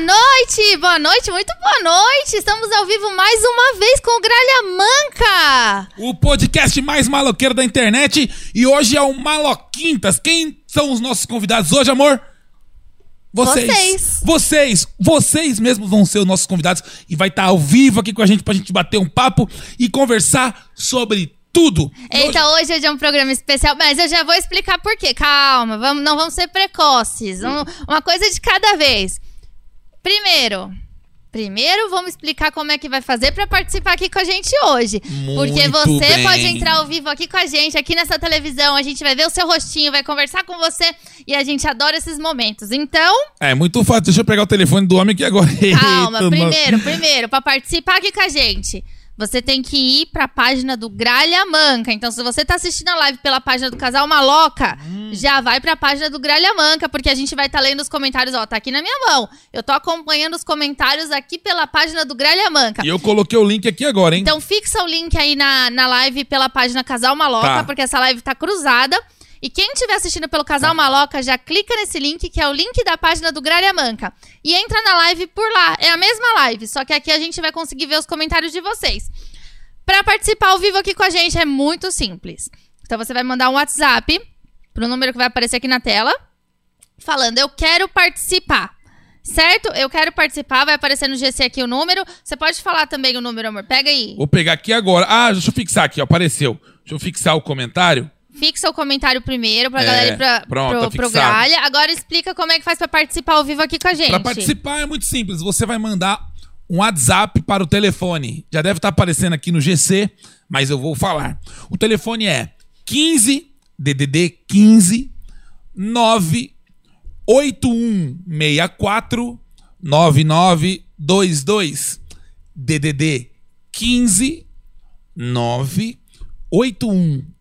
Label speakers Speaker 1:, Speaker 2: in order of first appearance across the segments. Speaker 1: noite, boa noite, muito boa noite. Estamos ao vivo mais uma vez com o Gralha Manca.
Speaker 2: O podcast mais maloqueiro da internet e hoje é o Maloquintas. Quem são os nossos convidados hoje, amor? Vocês.
Speaker 1: Vocês.
Speaker 2: Vocês, vocês, mesmos vão ser os nossos convidados e vai estar ao vivo aqui com a gente pra gente bater um papo e conversar sobre tudo. E hoje-
Speaker 1: Eita, hoje é de um programa especial, mas eu já vou explicar por quê. Calma, vamos, não vamos ser precoces. Um- uma coisa de cada vez. Primeiro, primeiro vamos explicar como é que vai fazer pra participar aqui com a gente hoje. Porque
Speaker 2: Muito
Speaker 1: você
Speaker 2: bem.
Speaker 1: pode entrar ao vivo aqui com a gente, aqui nessa televisão, a gente vai ver o seu rostinho, vai conversar com você e a gente adora esses momentos. Então,
Speaker 2: É muito fácil. Deixa eu pegar o telefone do homem aqui agora.
Speaker 1: Calma,
Speaker 2: Eita, mano.
Speaker 1: primeiro, primeiro, pra participar aqui com a gente. Você tem que ir pra página do Gralha Manca. Então, se você tá assistindo a live pela página do Casal Maloca,
Speaker 2: Hum.
Speaker 1: já vai pra página do Gralha Manca, porque a gente vai tá lendo os comentários. Ó, tá aqui na minha mão. Eu tô acompanhando os comentários aqui pela página do Gralha Manca.
Speaker 2: E eu coloquei o link aqui agora, hein?
Speaker 1: Então fixa o link aí na, na live pela página Casal Maloca,
Speaker 2: Tá.
Speaker 1: porque essa live tá cruzada. E quem estiver assistindo pelo Casal Maloca, já clica nesse link, que é o link da página do Gralha Manca. E entra na live por lá. É a mesma live, só que aqui a gente vai conseguir ver os comentários de vocês. Pra participar ao vivo aqui com a gente é muito simples. Então você vai mandar um WhatsApp pro número que vai aparecer aqui na tela, falando: "Eu quero participar". Certo? Eu quero participar, vai aparecer no GC aqui o número. Você pode falar também o número, amor. Pega aí.
Speaker 2: Vou pegar aqui agora. Ah, deixa eu fixar aqui, ó, apareceu. Deixa eu fixar o comentário.
Speaker 1: Fixa o comentário primeiro pra
Speaker 2: É,
Speaker 1: galera ir pra,
Speaker 2: pronto,
Speaker 1: pro,
Speaker 2: tá
Speaker 1: pro
Speaker 2: fixado.
Speaker 1: Gralha. Agora explica como é que faz pra participar ao vivo aqui com a gente.
Speaker 2: Pra participar é muito simples. Você vai mandar um WhatsApp para o telefone. Já deve estar aparecendo aqui no GC, mas eu vou falar. O telefone é 15 DDD 15 9 8164 9922 DDD 15 9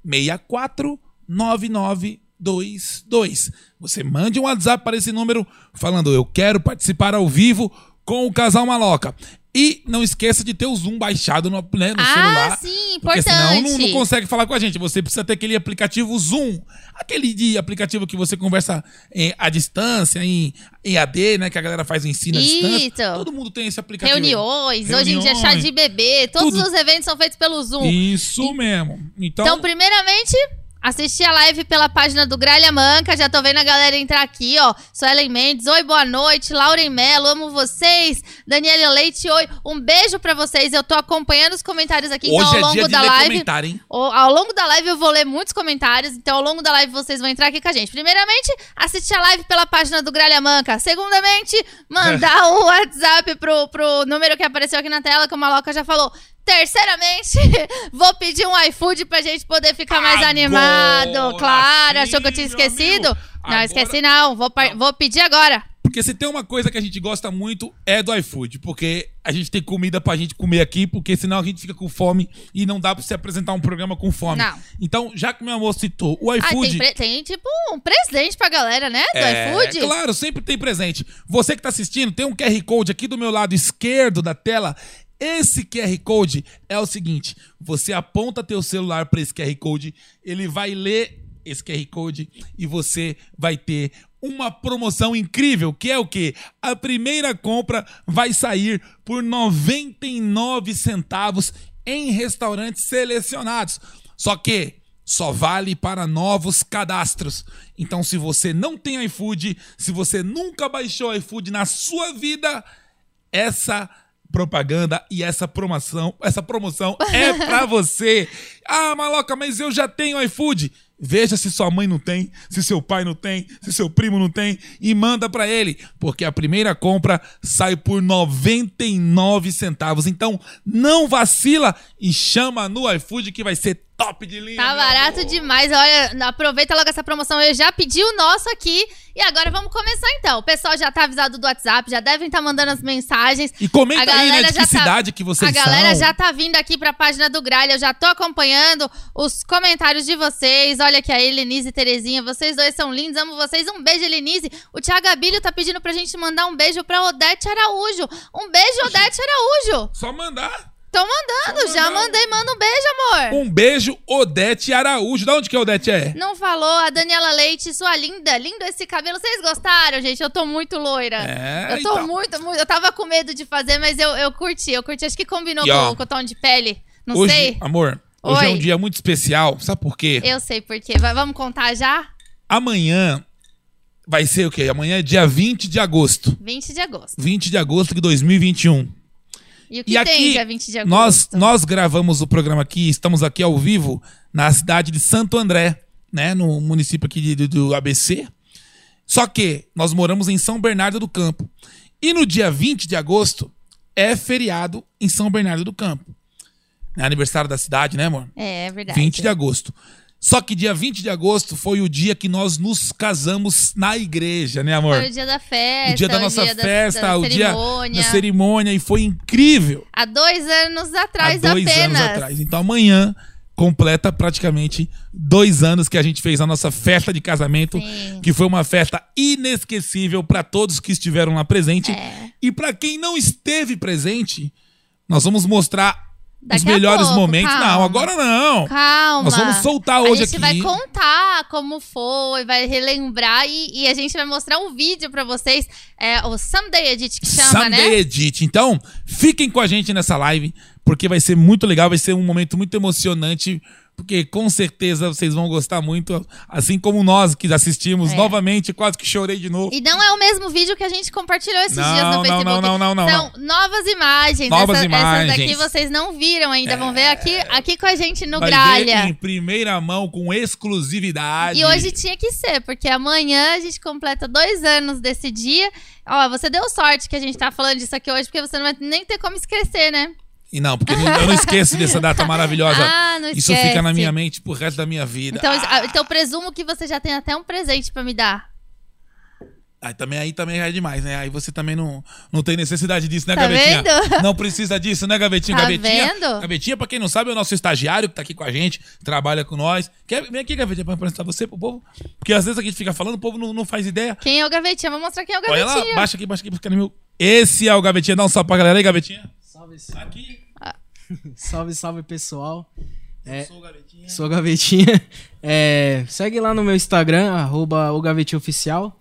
Speaker 2: 8164 9922. Você mande um WhatsApp para esse número falando eu quero participar ao vivo com o Casal Maloca. E não esqueça de ter o Zoom baixado no, né, no
Speaker 1: Ah,
Speaker 2: celular.
Speaker 1: sim,
Speaker 2: Porque senão não,
Speaker 1: importante.
Speaker 2: não consegue falar com a gente. Você precisa ter aquele aplicativo Zoom. Aquele de aplicativo que você conversa eh, à distância, em EAD, né? Que a galera faz o ensino
Speaker 1: Isso.
Speaker 2: à distância. Todo mundo tem esse aplicativo. aí.
Speaker 1: Reuniões, hoje em dia chá
Speaker 2: Reuniões.
Speaker 1: de bebê, todos
Speaker 2: Tudo. Então-
Speaker 1: os eventos são feitos pelo Zoom.
Speaker 2: Isso mesmo. Então,
Speaker 1: Então, primeiramente, assisti a live pela página do Gralha Manca. Já tô vendo a galera entrar aqui, ó. Suelen Mendes, oi, boa noite. Lauren Mello, amo vocês. Daniela Leite, oi. Um beijo pra vocês. Eu tô acompanhando os comentários aqui, então,
Speaker 2: hoje
Speaker 1: ao
Speaker 2: é
Speaker 1: longo
Speaker 2: dia de
Speaker 1: da
Speaker 2: ler
Speaker 1: live.
Speaker 2: comentário, hein?
Speaker 1: O- Ao longo da live eu vou ler muitos comentários, então ao longo da live vocês vão entrar aqui com a gente. Primeiramente, assistir a live pela página do Gralha Manca. Segundamente, mandar um WhatsApp pro, pro número que apareceu aqui na tela, como a Loca já falou. Terceiramente, vou pedir um iFood pra gente poder ficar mais
Speaker 2: Agora
Speaker 1: animado. Claro, achou que eu tinha
Speaker 2: sim, meu
Speaker 1: esquecido?
Speaker 2: amigo.
Speaker 1: Não,
Speaker 2: Agora- Ah.
Speaker 1: esqueci não. Vou, par- vou pedir agora.
Speaker 2: Porque se tem uma coisa que a gente gosta muito é do iFood, porque a gente tem comida pra gente comer aqui, porque senão a gente fica com fome e não dá pra se apresentar um programa com fome.
Speaker 1: Não.
Speaker 2: Então, já que meu amor citou o
Speaker 1: Ah, tem,
Speaker 2: iFood,
Speaker 1: pre- tem, tipo um presente pra galera, né? Do
Speaker 2: É,
Speaker 1: iFood.
Speaker 2: Claro, sempre tem presente. Você que tá assistindo, tem um QR Code aqui do meu lado esquerdo da tela. Esse QR Code é o seguinte: você aponta teu celular para esse QR Code, ele vai ler esse QR Code e você vai ter uma promoção incrível, que é o quê? A primeira compra vai sair por 99 centavos em restaurantes selecionados. Só que só vale para novos cadastros. Então, se você não tem iFood, se você nunca baixou iFood na sua vida, essa propaganda e essa promoção, essa promoção é pra você. Ah, maloca, mas eu já tenho iFood. Veja se sua mãe não tem, se seu pai não tem, se seu primo não tem e manda pra ele, porque a primeira compra sai por 99 centavos. Então, não vacila e chama no iFood que vai ser top de linha.
Speaker 1: Tá
Speaker 2: meu
Speaker 1: barato
Speaker 2: amor.
Speaker 1: demais. Olha, aproveita logo essa promoção. Eu já pedi o nosso aqui. E agora vamos começar então. O pessoal já tá avisado do WhatsApp, já devem estar mandando as mensagens.
Speaker 2: E comenta
Speaker 1: A
Speaker 2: aí, né,
Speaker 1: galera
Speaker 2: de
Speaker 1: já
Speaker 2: que
Speaker 1: tá-
Speaker 2: cidade que vocês
Speaker 1: a galera
Speaker 2: são.
Speaker 1: já tá vindo aqui pra página do Gralha. Eu já tô acompanhando os comentários de vocês. Olha aqui a Elenise e Terezinha. Vocês dois são lindos. Amo vocês. Um beijo, Elenise. O Thiago Abílio tá pedindo pra gente mandar um beijo pra Odete Araújo. Um beijo, Odete Araújo.
Speaker 2: Só mandar.
Speaker 1: Estão mandando, já mandei, manda um beijo, amor.
Speaker 2: Um beijo, Odete Araújo. Da onde que a Odete é?
Speaker 1: Não falou a Daniela Leite, sua linda, lindo esse cabelo. Vocês gostaram, gente? Eu tô muito loira.
Speaker 2: É,
Speaker 1: eu tô
Speaker 2: então.
Speaker 1: muito, muito. Eu tava com medo de fazer, mas eu, eu curti, eu curti. Acho que combinou
Speaker 2: E, ó,
Speaker 1: com, o- com o tom de pele. Não
Speaker 2: hoje,
Speaker 1: sei.
Speaker 2: amor, hoje é
Speaker 1: Oi.
Speaker 2: um dia muito especial. Sabe por quê?
Speaker 1: Eu sei por quê. Vai- vamos contar já?
Speaker 2: Amanhã vai ser o quê? Amanhã é dia 20 de agosto.
Speaker 1: 20 de agosto.
Speaker 2: 20 de agosto de 2021.
Speaker 1: E o que
Speaker 2: E
Speaker 1: tem
Speaker 2: aqui,
Speaker 1: dia 20 de agosto?
Speaker 2: nós, nós gravamos o programa aqui, estamos aqui ao vivo na cidade de Santo André, né? No município aqui de- do, do ABC. Só que nós moramos em São Bernardo do Campo. E no dia 20 de agosto é feriado em São Bernardo do Campo. É aniversário da cidade, né, amor?
Speaker 1: É, é verdade.
Speaker 2: 20 de agosto. Só que dia 20 de agosto foi o dia que nós nos casamos na igreja, né, amor?
Speaker 1: Foi o dia da festa.
Speaker 2: o dia da
Speaker 1: o
Speaker 2: nossa
Speaker 1: dia da-
Speaker 2: festa,
Speaker 1: da
Speaker 2: o
Speaker 1: cerimônia.
Speaker 2: dia da cerimônia, e foi incrível.
Speaker 1: Há dois anos atrás
Speaker 2: Há dois
Speaker 1: apenas.
Speaker 2: anos atrás. Então amanhã completa praticamente dois anos que a gente fez a nossa festa de casamento,
Speaker 1: Sim.
Speaker 2: que foi uma festa inesquecível para todos que estiveram lá presente.
Speaker 1: É.
Speaker 2: E para quem não esteve presente, nós vamos mostrar
Speaker 1: Daqui
Speaker 2: os
Speaker 1: a
Speaker 2: melhores
Speaker 1: pouco,
Speaker 2: momentos. Não,
Speaker 1: calma.
Speaker 2: agora não.
Speaker 1: Calma.
Speaker 2: Nós vamos soltar
Speaker 1: a
Speaker 2: hoje
Speaker 1: gente
Speaker 2: aqui.
Speaker 1: vai contar como foi, vai relembrar e, e a gente vai mostrar um vídeo pra vocês. É o Someday Edit que chama,
Speaker 2: Sunday
Speaker 1: né?
Speaker 2: Edit. Então, fiquem com a gente nessa live, porque vai ser muito legal, vai ser um momento muito emocionante, porque com certeza vocês vão gostar muito, assim como nós que assistimos novamente, quase que chorei de novo.
Speaker 1: É. E não é o mesmo vídeo que a gente compartilhou esses
Speaker 2: Não,
Speaker 1: dias no
Speaker 2: não,
Speaker 1: Facebook.
Speaker 2: não, não, não, não,
Speaker 1: São novas imagens.
Speaker 2: Novas
Speaker 1: Essa- Essas daqui
Speaker 2: imagens. É.
Speaker 1: vocês não viram ainda. Vão ver aqui, aqui com a gente no
Speaker 2: vai ver tá em
Speaker 1: Gralha.
Speaker 2: primeira mão, com exclusividade.
Speaker 1: E hoje tinha que ser, porque amanhã a gente completa dois anos desse dia. Ó, você deu sorte que a gente tá falando disso aqui hoje, porque você não vai nem ter como esquecer, né?
Speaker 2: E não, porque não- eu não esqueço dessa data maravilhosa.
Speaker 1: Ah, não
Speaker 2: Isso
Speaker 1: esquece.
Speaker 2: fica na minha mente pro resto da minha vida.
Speaker 1: Então, ah, então presumo que você já tem até um presente pra me dar.
Speaker 2: Aí também, aí também é demais, né? Aí você também não, não tem necessidade disso, né,
Speaker 1: Tá
Speaker 2: Gavetinha?
Speaker 1: vendo?
Speaker 2: Não precisa disso, né, Gavetinha?
Speaker 1: Tá
Speaker 2: Gavetinha,
Speaker 1: vendo?
Speaker 2: Gavetinha, pra quem não sabe, é o nosso estagiário que tá aqui com a gente, trabalha com nós. Quer, vem aqui, Gavetinha, pra apresentar você pro povo. Porque às vezes a gente fica falando, o povo não, não faz ideia.
Speaker 1: Quem é o gavetinha? Vou mostrar quem é o
Speaker 2: Olha
Speaker 1: gavetinha.
Speaker 2: lá, baixa aqui, baixa aqui, fica no meu. Esse é o Gavetinha. Dá um salve pra galera aí, Gavetinha. Tá
Speaker 3: Salve, salve,
Speaker 2: Aqui,
Speaker 3: salve, salve pessoal. É,
Speaker 2: sou o Gavetinha.
Speaker 3: sou a Gavetinha. É, segue lá no meu Instagram, arroba o Gavetinha Oficial.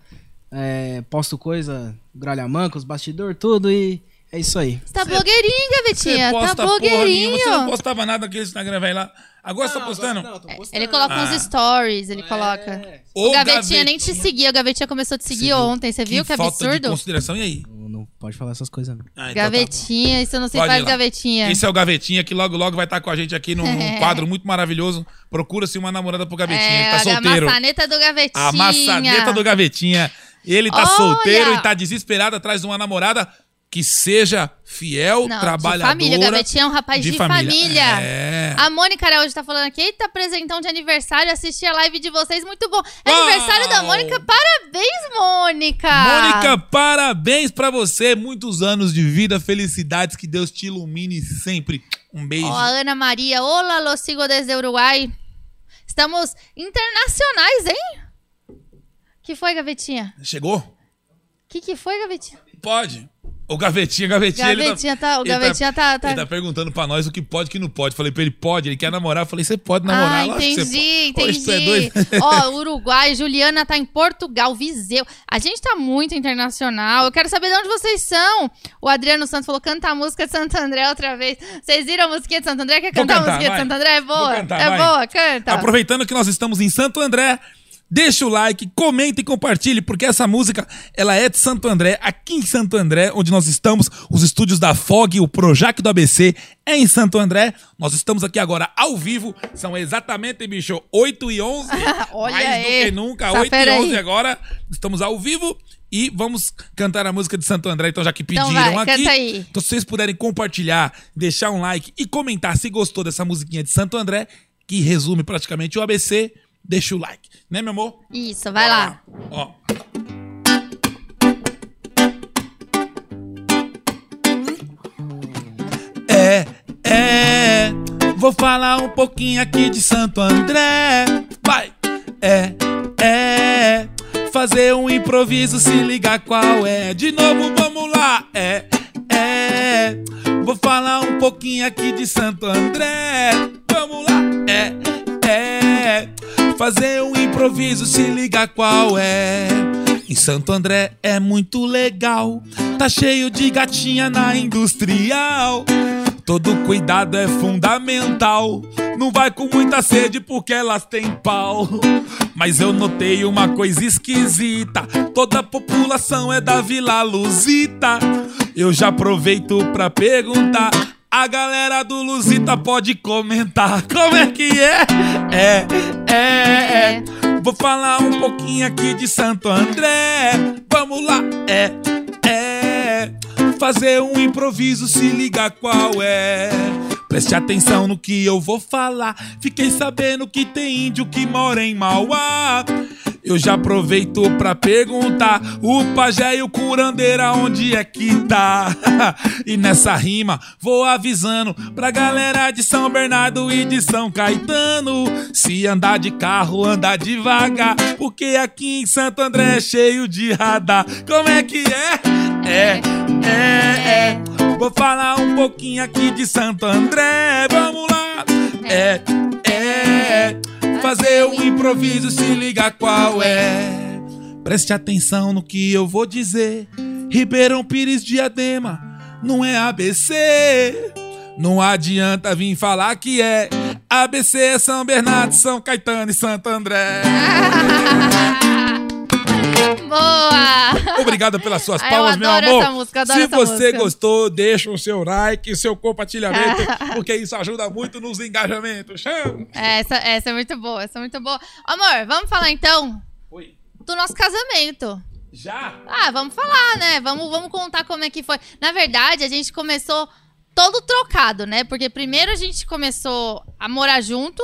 Speaker 3: É, posto coisa, gralha manca, os bastidores, tudo e é isso aí.
Speaker 1: Você tá blogueirinho, gavetinha. Tá
Speaker 2: porra nenhuma,
Speaker 1: blogueirinho.
Speaker 2: Você não postava nada naquele Instagram, vai lá. Agora você tá postando.
Speaker 1: É, Ele coloca
Speaker 2: Ah.
Speaker 1: uns stories,
Speaker 3: É.
Speaker 1: ele coloca. O gavetinha, nem te seguia, o gavetinha começou a te seguir
Speaker 2: Você viu?
Speaker 1: ontem, você viu? Que,
Speaker 2: falta de
Speaker 1: absurdo.
Speaker 2: consideração, e aí?
Speaker 3: Não, não pode falar essas coisas, não.
Speaker 2: Ah, então tá
Speaker 1: Gavetinha, isso eu não sei
Speaker 2: Pode ir
Speaker 1: faz
Speaker 2: lá.
Speaker 1: gavetinha.
Speaker 2: Esse é o Gavetinha, que logo, logo vai estar com a gente aqui num, num quadro muito maravilhoso. Procura-se uma namorada pro Gavetinha, ele tá
Speaker 1: É, a
Speaker 2: solteiro.
Speaker 1: maçaneta do gavetinha.
Speaker 2: A maçaneta do Gavetinha. Ele tá
Speaker 1: Olha!
Speaker 2: solteiro e tá desesperado atrás de uma namorada que seja fiel,
Speaker 1: Não,
Speaker 2: trabalhadora.
Speaker 1: De família, o gavetinha é um rapaz de, família.
Speaker 2: É.
Speaker 1: A Mônica Araújo tá falando aqui, eita, presentão de aniversário, assisti a live de vocês, muito bom. É
Speaker 2: Uau!
Speaker 1: Aniversário da Mônica, parabéns, Mônica!
Speaker 2: Mônica, parabéns pra você. Muitos anos de vida, felicidades, que Deus te ilumine sempre. Um beijo.
Speaker 1: Ó, a Ana Maria, olá, los sigo desde Uruguai. Estamos internacionais, hein? que foi, Gavetinha?
Speaker 2: Chegou?
Speaker 1: que que foi, Gavetinha?
Speaker 2: Pode. O Gavetinha, Gavetinha, ele tá-
Speaker 1: Gavetinha tá, o
Speaker 2: ele tá-
Speaker 1: Gavetinha tá... tá-
Speaker 2: Ele tá perguntando pra nós o que pode e o que não pode. Falei pra ele, pode, ele quer namorar. Eu Falei, você pode namorar.
Speaker 1: Ah,
Speaker 2: Lógico que
Speaker 1: entendi,
Speaker 2: você pode. Hoje tu é
Speaker 1: entendi.
Speaker 2: doido.
Speaker 1: Ó, Uruguai, Juliana tá em Portugal, Viseu. A gente tá muito internacional. Eu quero saber de onde vocês são. O Adriano Santos falou: canta a música de Santo André outra vez. Vocês viram a musiquinha de Santo André? Quer
Speaker 2: Vou
Speaker 1: cantar,
Speaker 2: cantar,
Speaker 1: a musiquinha
Speaker 2: vai.
Speaker 1: de Santo André? É boa.
Speaker 2: Vou cantar,
Speaker 1: é
Speaker 2: vai.
Speaker 1: boa, canta.
Speaker 2: Aproveitando que nós estamos em Santo André, deixa o like, comenta e compartilhe, porque essa música, ela é de Santo André, aqui em Santo André, onde nós estamos, os estúdios da FOG, o Projac do ABC, é em Santo André. Nós estamos aqui agora ao vivo, são exatamente, bicho, 8 e 11,
Speaker 1: Olha
Speaker 2: mais do
Speaker 1: aí.
Speaker 2: que nunca,
Speaker 1: Essa
Speaker 2: 8 e
Speaker 1: fera aí.
Speaker 2: 11 agora, estamos ao vivo. E vamos cantar a música de Santo André, então já que pediram
Speaker 1: Então vai,
Speaker 2: aqui.
Speaker 1: canta aí.
Speaker 2: Então, se vocês puderem compartilhar, deixar um like e comentar se gostou dessa musiquinha de Santo André, que resume praticamente o ABC, deixa o like. Né, meu amor?
Speaker 1: Isso, vai lá.
Speaker 2: Ó. É, é. Vou falar um pouquinho aqui de Santo André. Vai! É, é. Fazer um improviso, se ligar qual é. De novo, vamos lá. É, é. Vou falar um pouquinho aqui de Santo André. Vamos lá, é, é. Fazer um improviso, se liga qual é. Em Santo André é muito legal. Tá cheio de gatinha na industrial. Todo cuidado é fundamental. Não vai com muita sede porque elas têm pau. Mas eu notei uma coisa esquisita: toda a população é da Vila Luzita. Eu já aproveito pra perguntar. A galera do Luzita pode comentar. Como é que é? É, é, é. Vou falar um pouquinho aqui de Santo André. Vamos lá, é, é. Fazer um improviso, se liga qual é. Preste atenção no que eu vou falar. Fiquei sabendo que tem índio que mora em Mauá. Eu já aproveito pra perguntar: o pajé e o curandeira, onde é que tá? e nessa rima vou avisando pra galera de São Bernardo e de São Caetano: se andar de carro, andar devagar, porque aqui em Santo André é cheio de radar. Como é que é? É, é, é. Vou falar um pouquinho aqui de Santo André. Vamos lá! É, é. Fazer um improviso, se liga qual é. Preste atenção no que eu vou dizer. Ribeirão Pires Diadema não é ABC. Não adianta vir falar que é. ABC é São Bernardo, São Caetano e Santo André.
Speaker 1: Boa!
Speaker 2: Obrigado pelas suas
Speaker 1: Ah, eu
Speaker 2: palmas, meu
Speaker 1: adoro
Speaker 2: amor.
Speaker 1: essa música, adoro
Speaker 2: Se
Speaker 1: essa
Speaker 2: você
Speaker 1: música.
Speaker 2: gostou, deixa o seu like, o seu compartilhamento, porque isso ajuda muito nos engajamentos. Chama!
Speaker 1: É, Essa, essa é muito boa, essa é muito boa. Amor, vamos falar então
Speaker 2: Oi.
Speaker 1: do nosso casamento.
Speaker 2: Já?
Speaker 1: Ah, vamos falar, né? Vamos, vamos contar como é que foi. Na verdade, a gente começou todo trocado, né? Porque primeiro a gente começou a morar junto,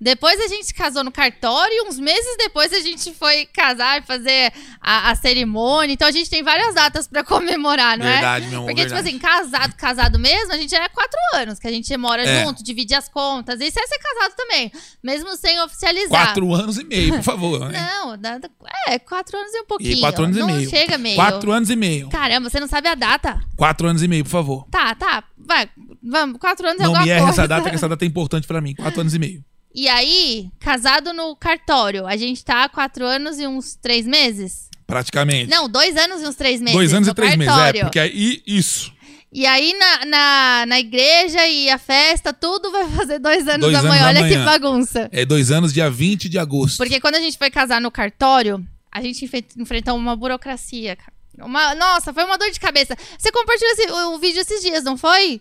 Speaker 1: depois a gente se casou no cartório, e uns meses depois a gente foi casar, fazer a, a cerimônia. Então a gente tem várias datas pra comemorar, não é?
Speaker 2: Verdade, meu amor.
Speaker 1: Porque, tipo
Speaker 2: verdade.
Speaker 1: assim, casado, casado mesmo, a gente já é quatro anos que a gente mora
Speaker 2: É.
Speaker 1: junto, divide as contas. Isso é ser casado também, mesmo sem oficializar.
Speaker 2: Quatro anos né? e meio, por favor. né?
Speaker 1: Não, dá- é, quatro anos e um pouquinho.
Speaker 2: E quatro anos e
Speaker 1: não
Speaker 2: meio.
Speaker 1: chega meio.
Speaker 2: Quatro anos e meio.
Speaker 1: Caramba, você não sabe a data.
Speaker 2: Quatro anos e meio, por favor.
Speaker 1: Tá, tá, vai, vamos, quatro anos é
Speaker 2: Não
Speaker 1: alguma
Speaker 2: me erre
Speaker 1: coisa.
Speaker 2: essa data, que essa data é importante pra mim. Quatro anos e meio.
Speaker 1: E aí, casado no cartório, a gente tá há quatro anos e uns três meses?
Speaker 2: Praticamente.
Speaker 1: Não, dois anos e uns três meses.
Speaker 2: Dois anos
Speaker 1: no
Speaker 2: e três meses.
Speaker 1: cartório.
Speaker 2: É, porque aí isso.
Speaker 1: E aí, na, na, na igreja e a festa, tudo vai fazer dois anos
Speaker 2: Dois
Speaker 1: da manhã.
Speaker 2: anos da
Speaker 1: Olha que
Speaker 2: manhã.
Speaker 1: bagunça.
Speaker 2: É dois anos, dia 20 de agosto.
Speaker 1: Porque quando a gente foi casar no cartório, a gente enfe- enfrentou uma burocracia. cara. Uma, nossa, foi uma dor de cabeça. Você compartilhou esse- o, o vídeo esses dias, não foi?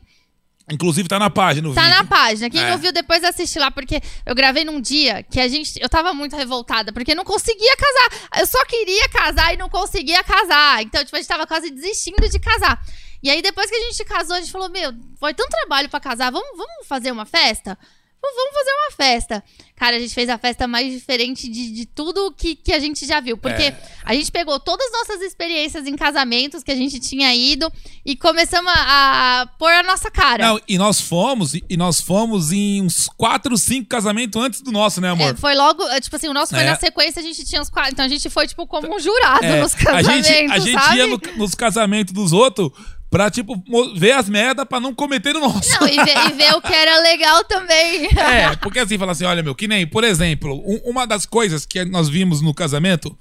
Speaker 2: Inclusive tá na página. o
Speaker 1: Tá
Speaker 2: vídeo.
Speaker 1: na página. Quem
Speaker 2: É.
Speaker 1: não viu, depois assiste lá, porque eu gravei num dia que a gente. Eu tava muito revoltada, porque não conseguia casar. Eu só queria casar e não conseguia casar. Então, tipo, a gente tava quase desistindo de casar. E aí, depois que a gente casou, a gente falou: Meu, foi tanto trabalho pra casar, vamos, vamos fazer uma festa? Vamos vamos fazer uma festa. Cara, a gente fez a festa mais diferente de, de tudo que, que a gente já viu. Porque
Speaker 2: É.
Speaker 1: a gente pegou todas as nossas experiências em casamentos que a gente tinha ido e começamos a, a pôr a nossa cara.
Speaker 2: Não, e nós fomos, e nós fomos em uns 4, 5 casamentos antes do nosso, né, amor?
Speaker 1: É, foi logo, é, tipo assim, o nosso foi
Speaker 2: É.
Speaker 1: na sequência, a gente tinha os quatro. Então a gente foi, tipo, como um jurado
Speaker 2: É,
Speaker 1: nos casamentos,
Speaker 2: a gente, a gente
Speaker 1: sabe?
Speaker 2: ia no- nos casamentos dos outros pra, tipo, mo- ver as merdas pra não cometer o nosso.
Speaker 1: Não, e ver, e ver o que era legal também.
Speaker 2: É, porque assim, fala assim, olha, meu, que nem, por exemplo, um- uma das coisas que nós vimos no casamento,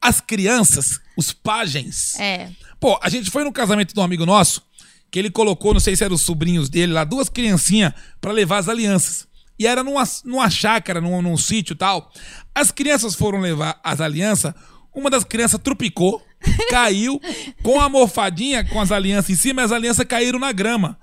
Speaker 2: as crianças, os pajens.
Speaker 1: É.
Speaker 2: Pô, a gente foi no casamento de um amigo nosso, que ele colocou, não sei se eram os sobrinhos dele lá, duas criancinhas pra levar as alianças. E era numa, numa chácara, num, num sítio e tal. As crianças foram levar as alianças, uma das crianças trupicou, caiu, com a morfadinha, com as alianças em cima, e as alianças caíram na grama.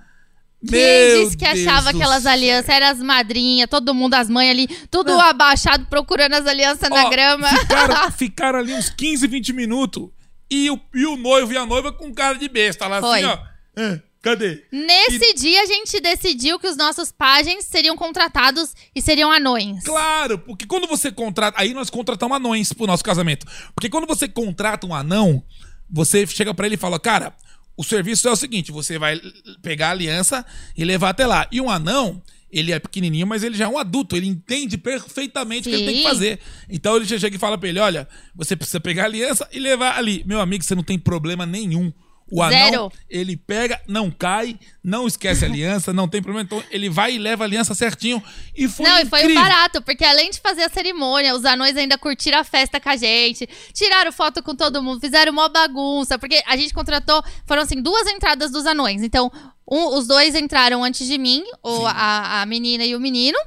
Speaker 1: Quem disse que
Speaker 2: Deus
Speaker 1: achava
Speaker 2: do
Speaker 1: aquelas
Speaker 2: céu.
Speaker 1: alianças? Era as madrinhas, todo mundo, as mães ali, tudo abaixado, procurando as alianças na
Speaker 2: Ó,
Speaker 1: grama.
Speaker 2: Ficaram, ficaram ali uns 15, 20 minutos. E o, e o noivo e a noiva com cara de besta. Lá
Speaker 1: Foi.
Speaker 2: assim, ó. "Hã, cadê?
Speaker 1: Nesse dia a gente decidiu que os nossos pajens seriam contratados e seriam anões.
Speaker 2: Claro, porque quando você contrata. Aí nós contratamos anões pro nosso casamento. Porque quando você contrata um anão, você chega pra ele e fala: Cara, o serviço é o seguinte: você vai l- pegar a aliança e levar até lá. E um anão. Ele é pequenininho, mas ele já é um adulto. Ele entende perfeitamente o que ele tem que
Speaker 1: Sim.
Speaker 2: fazer. Então ele já chega e fala pra ele: Olha, você precisa pegar a aliança e levar ali. Meu amigo, você não tem problema nenhum. O anão,
Speaker 1: Zero.
Speaker 2: ele pega, não cai, não esquece a aliança, não tem problema. Então ele vai e leva a aliança certinho. E foi
Speaker 1: Não, e foi um
Speaker 2: incrível.
Speaker 1: barato, porque além de fazer a cerimônia, os anões ainda curtiram a festa com a gente, tiraram foto com todo mundo, fizeram uma bagunça, porque a gente contratou, foram assim, duas entradas dos anões. Então, um- os dois entraram antes de mim, ou a, a menina e o menino.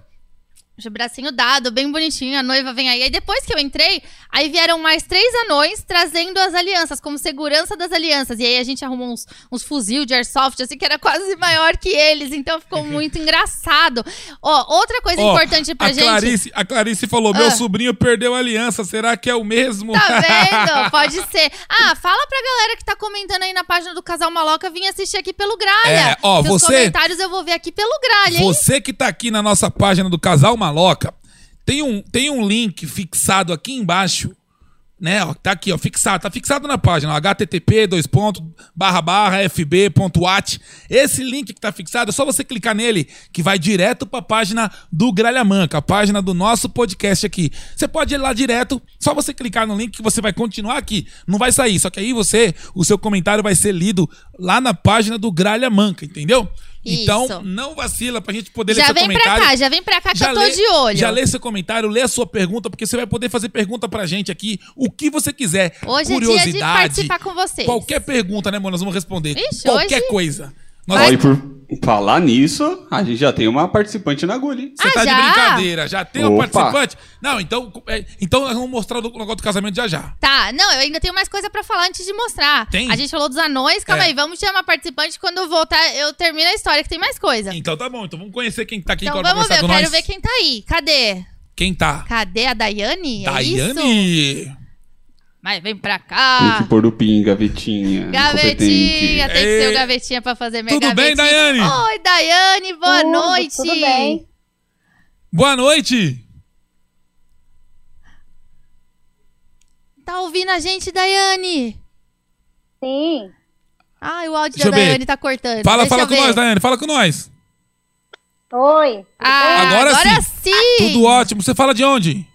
Speaker 1: De bracinho dado, bem bonitinho, a noiva vem aí. Aí depois que eu entrei, aí vieram mais três anões trazendo as alianças, como segurança das alianças. E aí a gente arrumou uns, uns fuzil de airsoft, assim, que era quase maior que eles. Então ficou muito engraçado. Ó, outra coisa
Speaker 2: Ó,
Speaker 1: importante pra
Speaker 2: a
Speaker 1: gente.
Speaker 2: Clarice, a Clarice falou: meu
Speaker 1: Ah.
Speaker 2: sobrinho perdeu a aliança, será que é o mesmo?
Speaker 1: Tá vendo? Pode ser. Ah, fala pra galera que tá comentando aí na página do Casal Maloca, vim assistir aqui pelo Gralha.
Speaker 2: É, ó,
Speaker 1: Seus
Speaker 2: você-
Speaker 1: comentários eu vou ver aqui pelo Gralha, hein?
Speaker 2: Você que tá aqui na nossa página do Casal Maloca, tem um, tem um link fixado aqui embaixo, né? Ó, tá aqui, ó, fixado, tá fixado na página, ó, http dois pontos, barra, barra, fb.at. Esse link que tá fixado, é só você clicar nele que vai direto pra página do Gralha Manca, a página do nosso podcast aqui. Você pode ir lá direto, só você clicar no link que você vai continuar aqui. Não vai sair, só que aí você, o seu comentário vai ser lido lá na página do Gralha Manca, entendeu? Então,
Speaker 1: Isso.
Speaker 2: não vacila pra gente poder ler
Speaker 1: Já
Speaker 2: seu
Speaker 1: vem pra
Speaker 2: comentário.
Speaker 1: cá, já vem pra cá que eu tô
Speaker 2: lê-
Speaker 1: de olho.
Speaker 2: Já lê seu comentário, lê a sua pergunta, porque você vai poder fazer pergunta pra gente aqui, o que você quiser.
Speaker 1: Hoje é dia
Speaker 2: Curiosidade.
Speaker 1: de participar com vocês.
Speaker 2: Qualquer pergunta, né, amor? Nós vamos responder.
Speaker 1: Ixi,
Speaker 2: qualquer
Speaker 1: hoje-
Speaker 2: coisa. Nós-
Speaker 1: Vai.
Speaker 4: Ó, e por falar nisso, a gente já tem uma participante na agulha, hein?
Speaker 2: Você
Speaker 1: Ah,
Speaker 2: tá de
Speaker 1: já?
Speaker 2: brincadeira. Já tem um
Speaker 4: Opa.
Speaker 2: participante? Não, então, é, então nós vamos mostrar o do- o negócio do casamento já já.
Speaker 1: Tá, não, eu ainda tenho mais coisa pra falar antes de mostrar.
Speaker 2: Tem?
Speaker 1: A gente falou dos anões, calma
Speaker 2: É.
Speaker 1: aí, vamos chamar participante. Quando eu voltar, eu termino a história, que tem mais coisa.
Speaker 2: Então tá bom, então vamos conhecer quem tá aqui
Speaker 1: então
Speaker 2: agora pra
Speaker 1: vamos ver,
Speaker 2: conversar
Speaker 1: eu quero
Speaker 2: com nós.
Speaker 1: ver quem tá aí. Cadê?
Speaker 2: Quem tá?
Speaker 1: Cadê a Daiane? É isso?
Speaker 2: Daiane.
Speaker 1: Mas vem pra
Speaker 4: Tem
Speaker 1: cá.
Speaker 4: que pôr o pim, gavetinha.
Speaker 1: Ah. Gavetinha,
Speaker 4: incompetente.
Speaker 1: tem que ser
Speaker 2: Ei.
Speaker 1: o gavetinha pra fazer minha
Speaker 2: É. Tudo bem,
Speaker 1: gavetinha.
Speaker 2: Daiane?
Speaker 1: Oi, Daiane, boa
Speaker 5: Tudo,
Speaker 1: noite.
Speaker 5: Tudo bem?
Speaker 2: Boa noite.
Speaker 1: Tá ouvindo a gente, Daiane?
Speaker 5: Sim.
Speaker 1: Ai, o áudio
Speaker 2: Deixa eu
Speaker 1: da
Speaker 2: ver.
Speaker 1: Daiane tá cortando.
Speaker 2: Fala,
Speaker 1: Deixa
Speaker 2: fala
Speaker 1: eu
Speaker 2: com
Speaker 1: ver.
Speaker 2: nós, Daiane. Fala com nós.
Speaker 5: Oi.
Speaker 1: Ah,
Speaker 2: Agora
Speaker 1: agora,
Speaker 2: sim.
Speaker 1: sim.
Speaker 2: Tudo ótimo. Você fala de onde?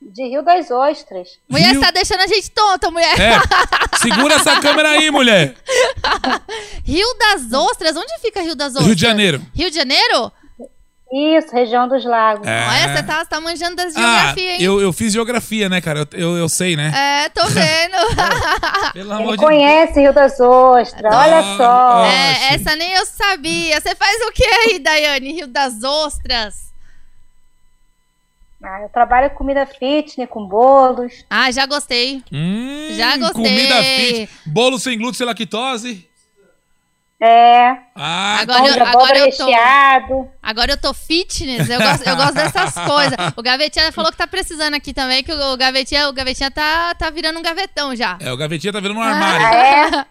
Speaker 5: De Rio das Ostras.
Speaker 1: Mulher,
Speaker 2: Rio-
Speaker 1: você tá deixando a gente tonta, mulher.
Speaker 2: É. Segura essa câmera aí, mulher.
Speaker 1: Rio das
Speaker 5: Hum.
Speaker 1: Ostras? Onde fica Rio das Ostras?
Speaker 2: Rio de Janeiro.
Speaker 1: Rio de Janeiro?
Speaker 5: Isso, região dos lagos.
Speaker 2: É.
Speaker 1: Olha, você tá, você tá manjando das
Speaker 2: Ah,
Speaker 1: geografias, hein?
Speaker 2: eu, eu fiz geografia, né, cara? Eu, eu, Tá eu sei, né?
Speaker 1: É, tô vendo.
Speaker 2: Pelo
Speaker 5: Ele conhece Rio das Ostras, olha
Speaker 2: Ah,
Speaker 5: só.
Speaker 2: ah.
Speaker 1: é,
Speaker 2: Oxe.
Speaker 1: essa nem eu sabia. Você faz o que aí, Daiane? Rio das Ostras?
Speaker 5: Ah, eu trabalho com comida fitness, com bolos.
Speaker 1: Ah, já gostei.
Speaker 2: Hum,
Speaker 1: Já gostei.
Speaker 2: Comida fit, bolo sem glúten, sem lactose.
Speaker 5: É,
Speaker 2: Ah,
Speaker 1: Agora-
Speaker 5: pão de abóbora
Speaker 1: agora eu tô-
Speaker 5: recheado.
Speaker 1: Agora eu tô fitness, eu gosto, eu gosto dessas coisas. O Gavetinha falou que tá precisando aqui também, que o Gavetinha, o Gavetinha tá, tá virando um gavetão já.
Speaker 2: é, o gavetinha tá virando um
Speaker 5: Ah,
Speaker 2: armário.
Speaker 5: é?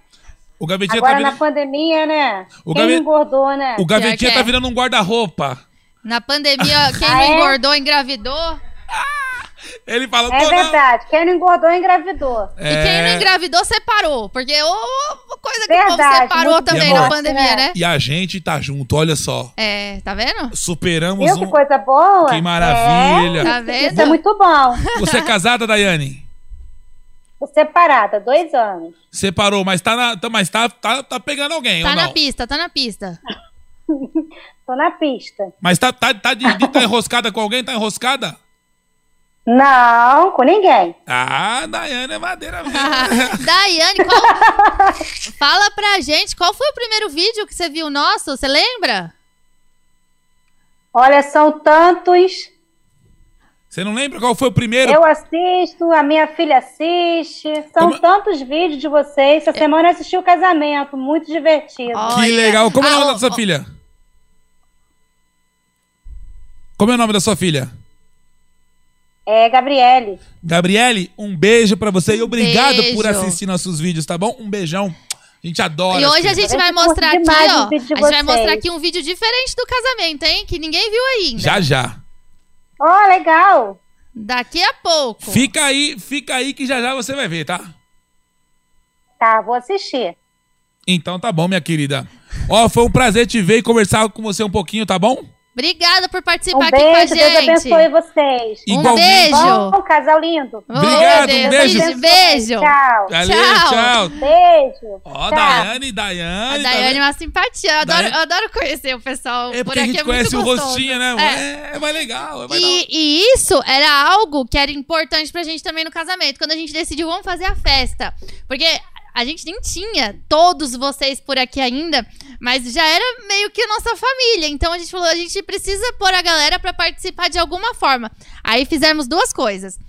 Speaker 2: O gavetinha tá
Speaker 5: Agora na
Speaker 2: virando,
Speaker 5: pandemia, né?
Speaker 2: O
Speaker 5: Quem
Speaker 2: Gabi-
Speaker 5: engordou, né?
Speaker 2: o gavetinha
Speaker 1: Pior que
Speaker 2: tá
Speaker 1: é.
Speaker 2: virando um guarda-roupa.
Speaker 1: Na pandemia, quem
Speaker 5: Ah,
Speaker 1: não
Speaker 5: é?
Speaker 1: engordou, engravidou.
Speaker 2: Ele fala,
Speaker 5: É
Speaker 2: tô tá na-
Speaker 5: verdade, quem não engordou engravidou.
Speaker 1: E quem não
Speaker 2: É.
Speaker 1: engravidou, separou. Porque ô, ô, coisa que o povo
Speaker 5: Verdade,
Speaker 1: separou
Speaker 5: muito
Speaker 1: também
Speaker 2: bom.
Speaker 1: na pandemia,
Speaker 5: É.
Speaker 1: né?
Speaker 2: E a gente tá junto, olha só.
Speaker 1: É, tá vendo?
Speaker 2: Superamos
Speaker 5: Viu que
Speaker 2: um.
Speaker 5: coisa boa?
Speaker 2: Que maravilha.
Speaker 1: Tá
Speaker 5: É, isso é
Speaker 1: vendo?
Speaker 5: muito bom.
Speaker 2: Você é casada, Daiane?
Speaker 5: Tô separada, dois anos.
Speaker 2: Separou, mas tá, na, tá- mas tá, tá, tá pegando alguém,
Speaker 5: é
Speaker 1: Tá
Speaker 2: ou
Speaker 1: na
Speaker 2: não?
Speaker 1: pista, tá na pista.
Speaker 5: Tô na pista.
Speaker 2: Mas tá, tá, tá de, de tá enroscada com alguém? Tá enroscada?
Speaker 5: Não, com ninguém.
Speaker 2: Ah, Daiane é madeira mesmo.
Speaker 1: Daiane, qual... fala pra gente, qual foi o primeiro vídeo que você viu nosso? Você lembra?
Speaker 5: Olha, são tantos.
Speaker 2: Você não lembra qual foi o primeiro?
Speaker 5: Eu assisto, a minha filha assiste. São
Speaker 1: é?
Speaker 2: Como-
Speaker 5: tantos vídeos de vocês. Essa semana eu assisti o casamento, muito divertido.
Speaker 1: Ó.
Speaker 2: Que
Speaker 1: Olha.
Speaker 2: legal. Como é o
Speaker 1: Ah,
Speaker 2: nome
Speaker 1: o-
Speaker 2: da sua
Speaker 1: o-
Speaker 2: filha? Como é o nome da sua filha?
Speaker 5: É, Gabriele.
Speaker 2: Gabriele, um beijo pra você e obrigado
Speaker 1: Beijo.
Speaker 2: por assistir nossos vídeos, tá bom? Um beijão. A gente adora.
Speaker 1: E hoje a
Speaker 2: filha.
Speaker 1: gente vai
Speaker 5: Eu curto
Speaker 1: mostrar aqui,
Speaker 5: demais
Speaker 1: ó.
Speaker 5: o vídeo de
Speaker 1: A gente vai
Speaker 5: vocês.
Speaker 1: mostrar aqui um vídeo diferente do casamento, hein? Que ninguém viu ainda.
Speaker 2: Já, já.
Speaker 5: Ó, legal.
Speaker 1: Daqui a pouco.
Speaker 2: Fica aí, fica aí que já já você vai ver, tá?
Speaker 5: Tá, vou assistir.
Speaker 2: Então tá bom, minha querida. Ó, foi um prazer te ver e conversar com você um pouquinho, tá bom?
Speaker 1: Obrigada por
Speaker 5: Um
Speaker 1: participar
Speaker 5: beijo,
Speaker 1: aqui com a
Speaker 5: Deus
Speaker 1: gente.
Speaker 5: abençoe vocês.
Speaker 1: Um
Speaker 2: Igualmente.
Speaker 1: beijo.
Speaker 5: Bom, casal lindo.
Speaker 2: Obrigado, um
Speaker 5: Deus
Speaker 1: Ô,
Speaker 2: beijo.
Speaker 5: abençoe.
Speaker 1: Beijo.
Speaker 5: Tchau.
Speaker 2: Valeu,
Speaker 1: Tchau.
Speaker 2: tchau.
Speaker 5: Beijo.
Speaker 2: Ó,
Speaker 5: Tchau.
Speaker 2: Daiane,
Speaker 1: A
Speaker 2: Daiane. tá
Speaker 1: Daiane é
Speaker 2: vendo?
Speaker 1: uma simpatia. Eu adoro,
Speaker 2: Daiane-
Speaker 1: eu adoro conhecer o pessoal. por
Speaker 2: É porque a
Speaker 1: aqui
Speaker 2: gente
Speaker 1: é muito
Speaker 2: conhece o
Speaker 1: gostoso.
Speaker 2: rostinho, né?
Speaker 1: É.
Speaker 2: É, é mais legal, é mais da hora.
Speaker 1: E, e isso era algo que era importante pra gente também no casamento. Quando a gente decidiu, vamos fazer a festa. Porque a gente nem tinha todos vocês por aqui ainda, mas já era meio que a nossa família. Então a gente falou, a gente precisa pôr a galera pra participar de alguma forma. Aí fizemos duas coisas.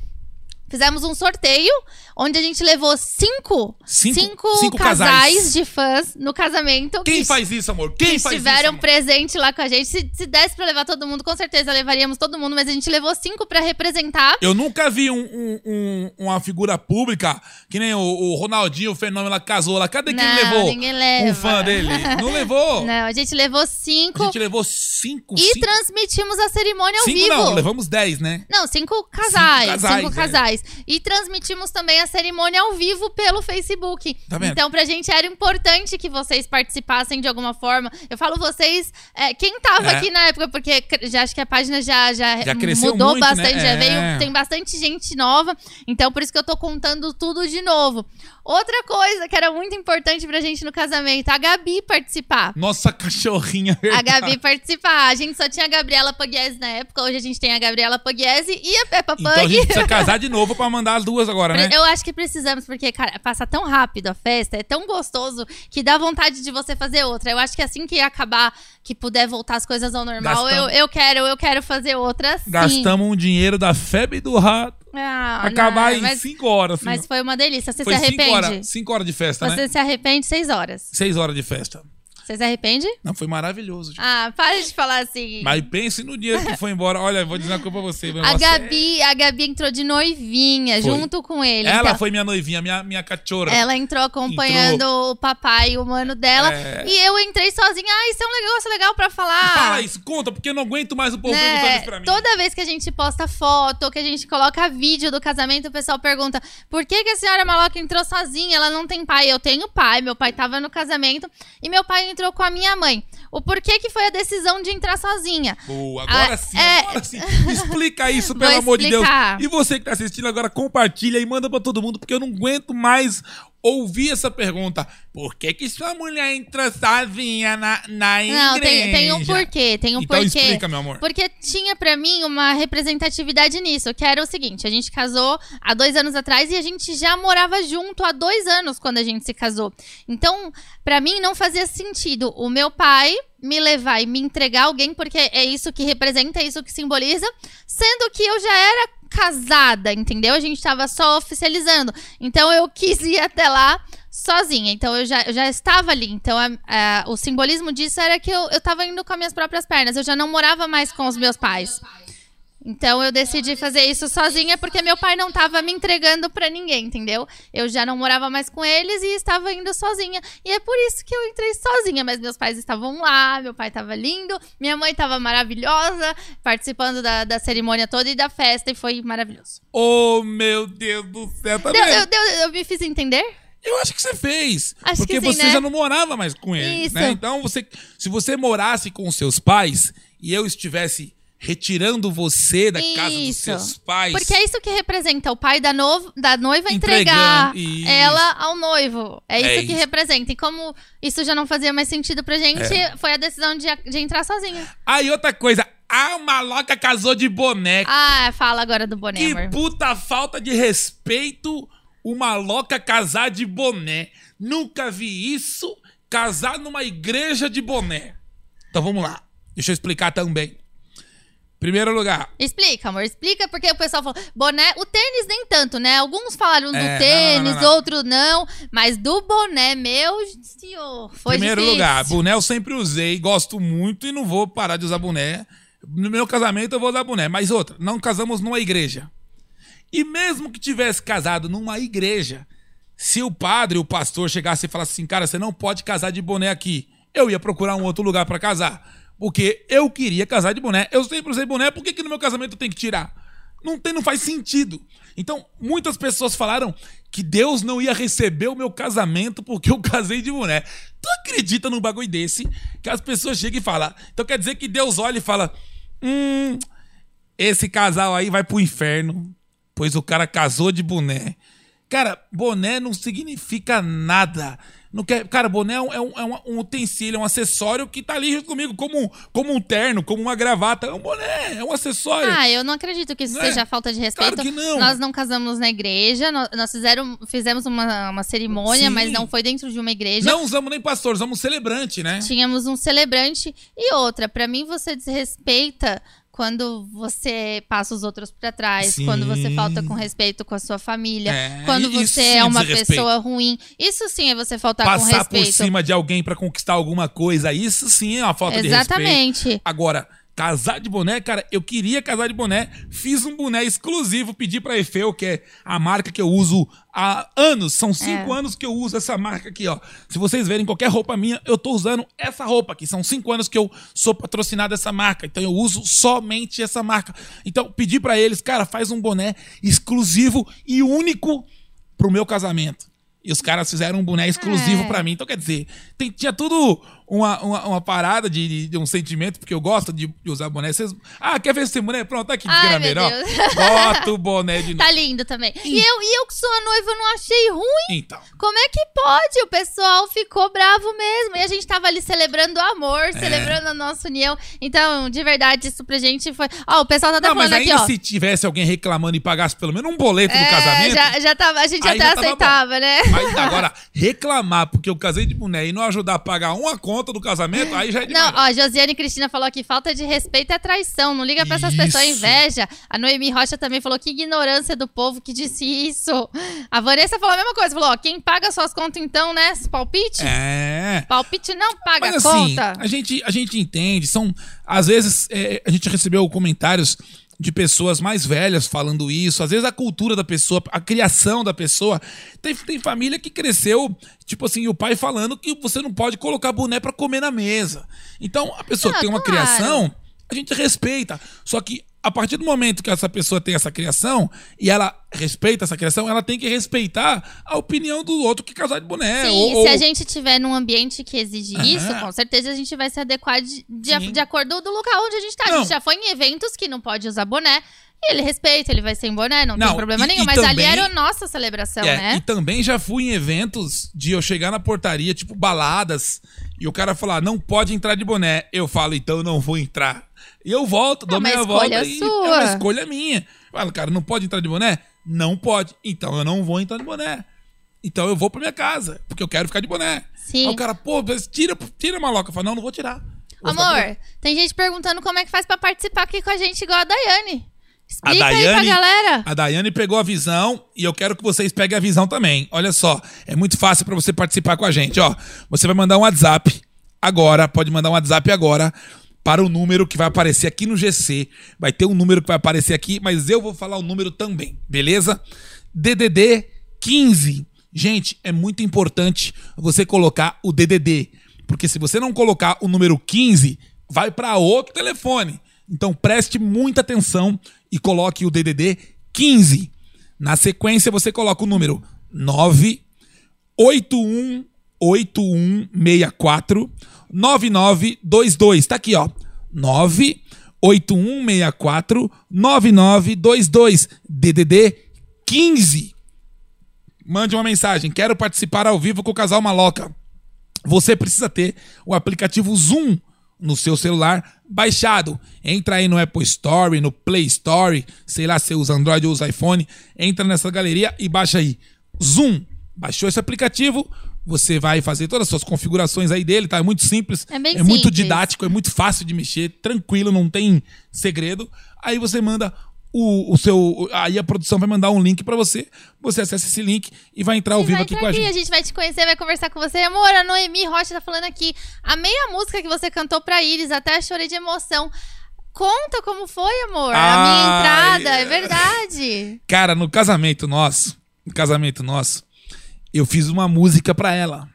Speaker 1: Fizemos um sorteio, onde a gente levou cinco,
Speaker 2: Cinco-
Speaker 1: cinco
Speaker 2: cinco
Speaker 1: casais.
Speaker 2: casais.
Speaker 1: de fãs no casamento.
Speaker 2: Quem
Speaker 1: que
Speaker 2: faz isso, amor? Quem
Speaker 1: que
Speaker 2: faz
Speaker 1: estiveram
Speaker 2: isso? amor?
Speaker 1: presente lá com a gente. Se, se desse pra levar todo mundo, com certeza levaríamos todo mundo, mas a gente levou cinco pra representar.
Speaker 2: Eu nunca vi um- um- um- uma figura pública que nem o, o Ronaldinho, o Fenômeno, lá casou lá. Cadê quem
Speaker 1: Não,
Speaker 2: levou
Speaker 1: ninguém leva.
Speaker 2: um fã dele? Não levou.
Speaker 1: Não, né? a gente levou
Speaker 2: A
Speaker 1: cinco
Speaker 2: gente levou cinco.
Speaker 1: e
Speaker 2: cinco,
Speaker 1: transmitimos a cerimônia ao
Speaker 2: cinco
Speaker 1: vivo.
Speaker 2: não, levamos dez, né?
Speaker 1: Não, cinco casais. Cinco
Speaker 2: Cinco
Speaker 1: casais.
Speaker 2: casais, é.
Speaker 1: E transmitimos também a cerimônia ao vivo pelo Facebook.
Speaker 2: Tá vendo?
Speaker 1: Então, pra gente era importante que vocês participassem de alguma forma. Eu falo vocês, é, quem tava
Speaker 2: É.
Speaker 1: aqui na época, porque cre- já acho que a página já, já,
Speaker 2: Já cresceu
Speaker 1: mudou
Speaker 2: muito,
Speaker 1: bastante,
Speaker 2: né?
Speaker 1: já
Speaker 2: É.
Speaker 1: veio, tem bastante gente nova. Então, por isso que eu tô contando tudo de novo. Outra coisa que era muito importante pra gente no casamento, a Gabi participar.
Speaker 2: Nossa cachorrinha.
Speaker 1: A Gabi participar. A gente só tinha a Gabriela Pugliese na época. Hoje a gente tem a Gabriela Pugliese e a Peppa Pug.
Speaker 2: Então a gente precisa casar de novo pra mandar as duas agora, né?
Speaker 1: Eu acho que precisamos, porque, cara, passa tão rápido a festa, é tão gostoso que dá vontade de você fazer outra. Eu acho que assim que acabar, que puder voltar as coisas ao normal, eu,
Speaker 2: Gastamos.
Speaker 1: eu quero, eu quero fazer outra sim.
Speaker 2: Gastamos um dinheiro da febre do rato.
Speaker 1: Ah,
Speaker 2: acabar
Speaker 1: não,
Speaker 2: em
Speaker 1: mas,
Speaker 2: cinco horas. assim.
Speaker 1: mas foi uma delícia. Você
Speaker 2: Foi
Speaker 1: se
Speaker 2: cinco horas,
Speaker 1: arrepende?
Speaker 2: cinco horas de festa,
Speaker 1: Você
Speaker 2: né?
Speaker 1: se arrepende seis horas.
Speaker 2: Seis horas de festa.
Speaker 1: Você se arrepende?
Speaker 2: Não, foi maravilhoso. gente.
Speaker 1: Ah, para de falar assim.
Speaker 2: Mas pense no dinheiro que foi embora. Olha, vou dizer uma coisa pra você. meu
Speaker 1: A
Speaker 2: irmão, você-
Speaker 1: Gabi, a Gabi entrou de noivinha
Speaker 2: Foi.
Speaker 1: junto com ele.
Speaker 2: Ela
Speaker 1: então.
Speaker 2: foi minha noivinha, minha, minha cachorra.
Speaker 1: Ela entrou acompanhando o papai e o mano dela.
Speaker 2: É.
Speaker 1: E eu entrei sozinha. Ah, isso é um negócio legal pra falar.
Speaker 2: Fala isso, conta, porque eu não aguento mais o povo
Speaker 1: Né?
Speaker 2: perguntando isso pra mim.
Speaker 1: Toda vez que a gente posta foto, que a gente coloca vídeo do casamento, o pessoal pergunta: por que, que a senhora maloca entrou sozinha? Ela não tem pai. Eu tenho pai, meu pai tava no casamento e meu pai entrou com a minha mãe. O porquê que foi a decisão de entrar sozinha?
Speaker 2: Boa, agora
Speaker 1: Ah,
Speaker 2: sim,
Speaker 1: é.
Speaker 2: agora sim. Explica isso,
Speaker 1: Vou
Speaker 2: pelo amor de Deus.
Speaker 1: explicar.
Speaker 2: E você que tá assistindo agora, compartilha e manda pra todo mundo, porque eu não aguento mais ouvir essa pergunta. Por que que sua mulher entra sozinha na, na igreja?
Speaker 1: Não, tem, tem um porquê, tem um
Speaker 2: Então
Speaker 1: porquê.
Speaker 2: explica, meu amor.
Speaker 1: Porque tinha pra mim uma representatividade nisso, que era o seguinte: a gente casou há dois anos atrás e a gente já morava junto há dois anos quando a gente se casou. Então, pra mim não fazia sentido o meu pai me levar e me entregar alguém, porque é isso que representa, é isso que simboliza, sendo que eu já era casada, entendeu? A gente tava só oficializando. Então eu quis ir até lá sozinha. Então eu já, eu já estava ali. Então a- a- o simbolismo disso era que eu, eu tava indo com as minhas próprias pernas. Eu já não morava mais com os meus pais. Então eu decidi fazer isso sozinha porque meu pai não tava me entregando pra ninguém, entendeu? Eu já não morava mais com eles e estava indo sozinha. E é por isso que eu entrei sozinha, mas meus pais estavam lá, meu pai tava lindo, minha mãe tava maravilhosa, participando da, da cerimônia toda e da festa, e foi maravilhoso.
Speaker 2: Oh, meu Deus do céu, tá
Speaker 1: Deu-
Speaker 2: vendo?
Speaker 1: eu- deu- eu me fiz entender?
Speaker 2: Eu acho que você fez.
Speaker 1: Acho que
Speaker 2: porque
Speaker 1: sim,
Speaker 2: você
Speaker 1: né?
Speaker 2: já não morava mais com ele.
Speaker 1: Isso.
Speaker 2: Né? Então, você, se você morasse com os seus pais e eu estivesse retirando você da casa dos
Speaker 1: Isso.
Speaker 2: seus pais.
Speaker 1: Porque é isso que representa o pai da, novo, da noiva entregar
Speaker 2: Entregando, isso.
Speaker 1: ela ao noivo. É isso
Speaker 2: É
Speaker 1: que
Speaker 2: isso.
Speaker 1: representa. E como isso já não fazia mais sentido pra gente,
Speaker 2: É.
Speaker 1: foi a decisão de, de entrar sozinha.
Speaker 2: Aí outra coisa, a maloca casou de boneco.
Speaker 1: Ah, fala agora do boné,
Speaker 2: É que
Speaker 1: amor.
Speaker 2: puta falta de respeito o maloca casar de boné. Nunca vi isso casar numa igreja de boné. Então vamos lá. Deixa eu explicar também. Primeiro lugar,
Speaker 1: Explica, amor, explica porque o pessoal falou boné, o tênis nem tanto, né? Alguns falaram do
Speaker 2: É, não, não,
Speaker 1: tênis,
Speaker 2: não, não.
Speaker 1: outros não, mas do boné, meu senhor, foi
Speaker 2: Primeiro
Speaker 1: difícil.
Speaker 2: lugar, boné eu sempre usei, gosto muito e não vou parar de usar boné. No meu casamento eu vou usar boné, mas outra, não casamos numa igreja. E mesmo que tivesse casado numa igreja, se o padre, o pastor chegasse e falasse assim, cara, você não pode casar de boné aqui, eu ia procurar um outro lugar pra casar. Porque eu queria casar de boné. Eu sempre usei boné, por que, que no meu casamento tem que tirar? Não, tem, não faz sentido. Então, muitas pessoas falaram que Deus não ia receber o meu casamento porque eu casei de boné. Tu acredita num bagulho desse que as pessoas chegam e falam. Então quer dizer que Deus olha e fala: Hum, esse casal aí vai pro inferno, pois o cara casou de boné. Cara, boné não significa nada. Não quer, cara, boné é, um, é, um, é um- um utensílio, é um acessório que tá ali junto comigo, como, um- como um terno, como uma gravata. É um boné, é um acessório.
Speaker 1: Ah, eu não acredito que isso
Speaker 2: Não é?
Speaker 1: seja falta de respeito.
Speaker 2: Claro que não.
Speaker 1: Nós não casamos na igreja, nó- nós fizeram, fizemos uma, uma cerimônia,
Speaker 2: Sim.
Speaker 1: mas não foi dentro de uma igreja.
Speaker 2: Não usamos nem pastor, usamos celebrante, né?
Speaker 1: Tínhamos um celebrante e outra. Pra mim, você desrespeita quando você passa os outros pra trás,
Speaker 2: Sim.
Speaker 1: quando você falta com respeito com a sua família,
Speaker 2: É,
Speaker 1: quando
Speaker 2: isso
Speaker 1: você
Speaker 2: sim
Speaker 1: é uma
Speaker 2: desrespeito.
Speaker 1: pessoa ruim. Isso sim é você faltar com
Speaker 2: Passar por
Speaker 1: respeito.
Speaker 2: cima de alguém pra conquistar alguma coisa, isso sim é uma falta de respeito.
Speaker 1: Exatamente.
Speaker 2: Agora, casar de boné, cara, eu queria casar de boné. Fiz um boné exclusivo, pedi pra Efeu, que é a marca que eu uso há anos. São cinco anos que eu uso essa marca aqui, ó. Se vocês verem qualquer roupa minha, eu tô usando essa roupa aqui. São cinco anos que eu sou patrocinado dessa marca. Então eu uso somente essa marca. Então, pedi pra eles, cara, faz um boné exclusivo e único pro meu casamento. E os caras fizeram um boné exclusivo
Speaker 1: É.
Speaker 2: pra mim. Então, quer dizer, tem- tinha tudo uma, uma, uma parada de, de- de um sentimento, porque eu gosto de, de usar boné. Vocês, ah, quer ver esse boné? Pronto, tá aqui de
Speaker 1: Ai,
Speaker 2: grameira, ó.
Speaker 1: meu
Speaker 2: Bota o boné de novo.
Speaker 1: Tá lindo também. E eu, e eu que sou a noiva, eu não achei ruim.
Speaker 2: Então.
Speaker 1: Como é que pode? O pessoal ficou bravo mesmo. E a gente tava ali celebrando o
Speaker 2: É.
Speaker 1: amor, celebrando a nossa união. Então, de verdade, isso pra gente foi. Ó, o pessoal tá até
Speaker 2: Não, mas
Speaker 1: falando aqui,
Speaker 2: ainda
Speaker 1: ó.
Speaker 2: se tivesse alguém reclamando e pagasse pelo menos um boleto do
Speaker 1: É,
Speaker 2: casamento.
Speaker 1: já, já tava, a gente
Speaker 2: aí
Speaker 1: até
Speaker 2: já tava
Speaker 1: aceitava, né?
Speaker 2: Mas agora, reclamar porque eu casei de boné e não ajudar a pagar uma conta do casamento, aí já é demais.
Speaker 1: Não, ó, Josiane Cristina falou aqui, falta de respeito é traição, não liga pra essas
Speaker 2: Isso.
Speaker 1: pessoas, é inveja. A Noemi Rocha também falou, que ignorância do povo que disse isso. A Vanessa falou a mesma coisa, falou, ó, quem paga suas contas então, né, palpite?
Speaker 2: É.
Speaker 1: Palpite não paga
Speaker 2: Mas assim,
Speaker 1: conta.
Speaker 2: a gente, a gente entende, são. Às vezes é, a gente recebeu comentários de pessoas mais velhas falando isso, às vezes a cultura da pessoa, a criação da pessoa. Tem, tem família que cresceu, tipo assim, o pai falando que você não pode colocar boné pra comer na mesa. Então, a pessoa
Speaker 1: Ah,
Speaker 2: tem uma
Speaker 1: claro.
Speaker 2: criação, a gente respeita. Só que a partir do momento que essa pessoa tem essa criação e ela respeita essa criação, ela tem que respeitar a opinião do outro que casar de boné.
Speaker 1: Sim,
Speaker 2: É, ou-
Speaker 1: se a
Speaker 2: ou-
Speaker 1: gente tiver num ambiente que exige isso,
Speaker 2: Aham.
Speaker 1: com certeza a gente vai se adequar de, de,
Speaker 2: Sim.
Speaker 1: de acordo do lugar onde a gente tá. A
Speaker 2: Não.
Speaker 1: gente já foi em eventos que não pode usar boné. E ele respeita, ele vai sem boné, não,
Speaker 2: Não,
Speaker 1: tem problema
Speaker 2: e-
Speaker 1: nenhum.
Speaker 2: e
Speaker 1: mas ali
Speaker 2: também-
Speaker 1: era a nossa celebração,
Speaker 2: É,
Speaker 1: né?
Speaker 2: E também já fui em eventos de eu chegar na portaria, tipo baladas, e o cara falar, não pode entrar de boné. Eu falo, então não vou entrar. E eu volto, dou
Speaker 1: uma
Speaker 2: minha
Speaker 1: escolha
Speaker 2: volta e é
Speaker 1: sua.
Speaker 2: uma escolha minha. Fala, cara, não pode entrar de boné? Não pode. Então eu não vou entrar de boné. Então eu vou pra minha casa, porque eu quero ficar de boné.
Speaker 1: Sim.
Speaker 2: Aí o cara, pô, mas tira, tira a maloca. Eu falo, não, não vou tirar. Vou ficar com-
Speaker 1: Amor, tem gente perguntando como é que faz pra participar aqui com a gente, igual a Daiane.
Speaker 2: A
Speaker 1: Explica aí
Speaker 2: Daiane,
Speaker 1: pra galera.
Speaker 2: a Daiane pegou a visão e eu quero que vocês peguem a visão também. Olha só, é muito fácil pra você participar com a gente, ó. Você vai mandar um WhatsApp agora, pode mandar um WhatsApp agora para o número que vai aparecer aqui no GC. Vai ter um número que vai aparecer aqui, mas eu vou falar o número também, beleza? DDD 15. Gente, é muito importante você colocar o DDD, porque se você não colocar o número 15, vai para outro telefone. Então preste muita atenção e coloque o DDD 15. Na sequência você coloca o número um, 9 818164 9922. Tá aqui, ó. 98164 9922 DDD 15. Mande uma mensagem. Quero participar ao vivo com o casal Maloca. Você precisa ter o aplicativo Zoom no seu celular baixado. Entra aí no Apple Store, no Play Store, sei lá se você usa Android ou usa iPhone. Entra nessa galeria e baixa aí. Zoom. Baixou esse aplicativo, você vai fazer todas as suas configurações aí dele, tá? É muito simples.
Speaker 1: É bem
Speaker 2: muito
Speaker 1: simples.
Speaker 2: didático, é muito fácil de mexer, tranquilo, não tem segredo. Aí você manda o, o seu. Aí a produção vai mandar um link pra você. Você acessa esse link e vai entrar ao
Speaker 1: Vai
Speaker 2: vivo aqui
Speaker 1: entrar
Speaker 2: com a
Speaker 1: aqui,
Speaker 2: gente.
Speaker 1: a gente vai te conhecer, vai conversar com você. Amor, a Noemi Rocha tá falando aqui. Amei a música que você cantou pra Iris, até chorei de emoção. Conta como foi, amor. a
Speaker 2: Ah,
Speaker 1: minha entrada, é
Speaker 2: é.
Speaker 1: verdade.
Speaker 2: Cara, no casamento nosso, no casamento nosso, eu fiz uma música pra ela.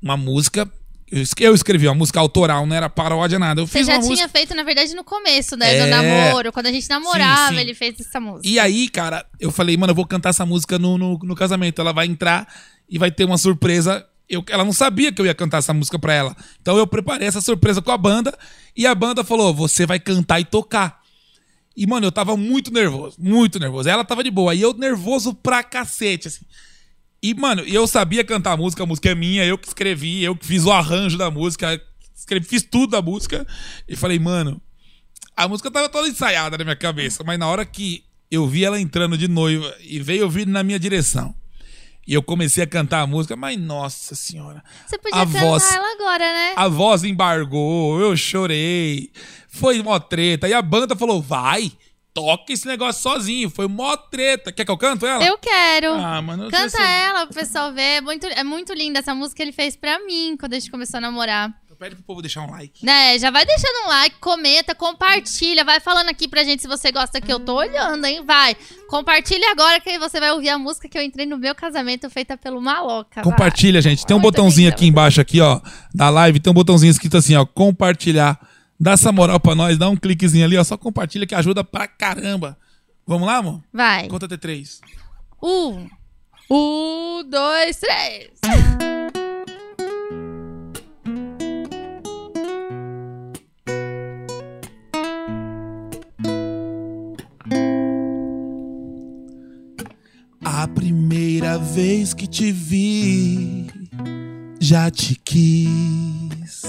Speaker 2: Uma música. Eu es- eu escrevi uma música autoral, não era paródia, nada. Eu
Speaker 1: Você
Speaker 2: fiz
Speaker 1: já
Speaker 2: uma
Speaker 1: tinha
Speaker 2: música.
Speaker 1: feito, na verdade, no começo, né? Do
Speaker 2: É.
Speaker 1: namoro. Quando a gente namorava,
Speaker 2: sim.
Speaker 1: ele fez essa música.
Speaker 2: E aí, cara, eu falei, mano, eu vou cantar essa música no, no, no casamento. Ela vai entrar e vai ter uma surpresa. eu- ela não sabia que eu ia cantar essa música pra ela. Então eu preparei essa surpresa com a banda e a banda falou: você vai cantar e tocar. E, mano, eu tava muito nervoso, muito nervoso. Ela tava de boa, e eu nervoso pra cacete, assim. E, mano, eu sabia cantar a música, a música é minha, eu que escrevi, eu que fiz o arranjo da música, escrevi, fiz tudo da música. E falei, mano, a música tava toda ensaiada na minha cabeça, mas na hora que eu vi ela entrando de noiva e veio ouvindo na minha direção. E eu comecei a cantar a música, mas nossa senhora.
Speaker 1: Você podia
Speaker 2: a
Speaker 1: cantar
Speaker 2: voz,
Speaker 1: ela agora, né?
Speaker 2: a voz embargou, eu chorei. Foi mó treta. E a banda falou: vai, toca esse negócio sozinho. Foi mó treta. Quer que eu canto ela?
Speaker 1: Eu quero.
Speaker 2: Ah, mano, eu
Speaker 1: Canta
Speaker 2: sei se-
Speaker 1: ela pro pessoal ver. É muito, é muito linda essa música. Ele fez pra mim quando a gente começou a namorar.
Speaker 2: Então Pede pro povo deixar um like.
Speaker 1: Né, já vai deixando um like, comenta, compartilha, vai falando aqui pra gente se você gosta que eu tô olhando, hein? Vai. Compartilha agora que aí você vai ouvir a música que eu entrei no meu casamento feita pelo Maloca. vai.
Speaker 2: Compartilha, gente. Tem um
Speaker 1: Muito
Speaker 2: botãozinho
Speaker 1: linda.
Speaker 2: aqui embaixo, aqui, ó, da live. Tem um botãozinho escrito assim, ó, compartilhar. Dá essa moral pra nós, dá um cliquezinho ali, ó. Só compartilha que ajuda pra caramba. Vamos lá, amor?
Speaker 1: Vai.
Speaker 2: Conta até três.
Speaker 1: Um. Um, dois, três.
Speaker 2: A primeira vez que te vi, já te quis.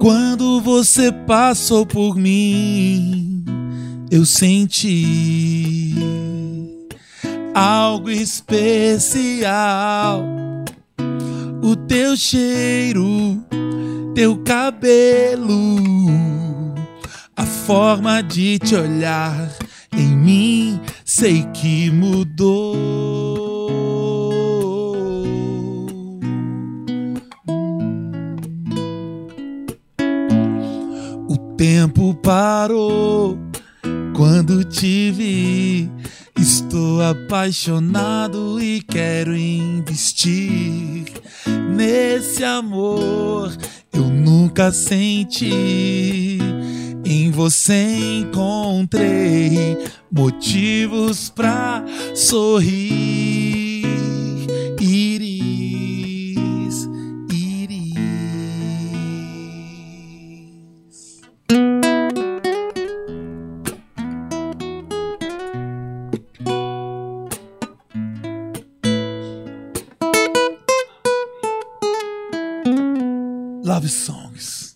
Speaker 2: Quando você passou por mim, eu senti algo especial. O teu cheiro, teu cabelo. A forma de te olhar em mim sei que mudou. O tempo parou quando te vi. Estou apaixonado e quero investir nesse amor. Eu nunca senti. Em você encontrei motivos pra sorrir. Iris, Iris. Love songs.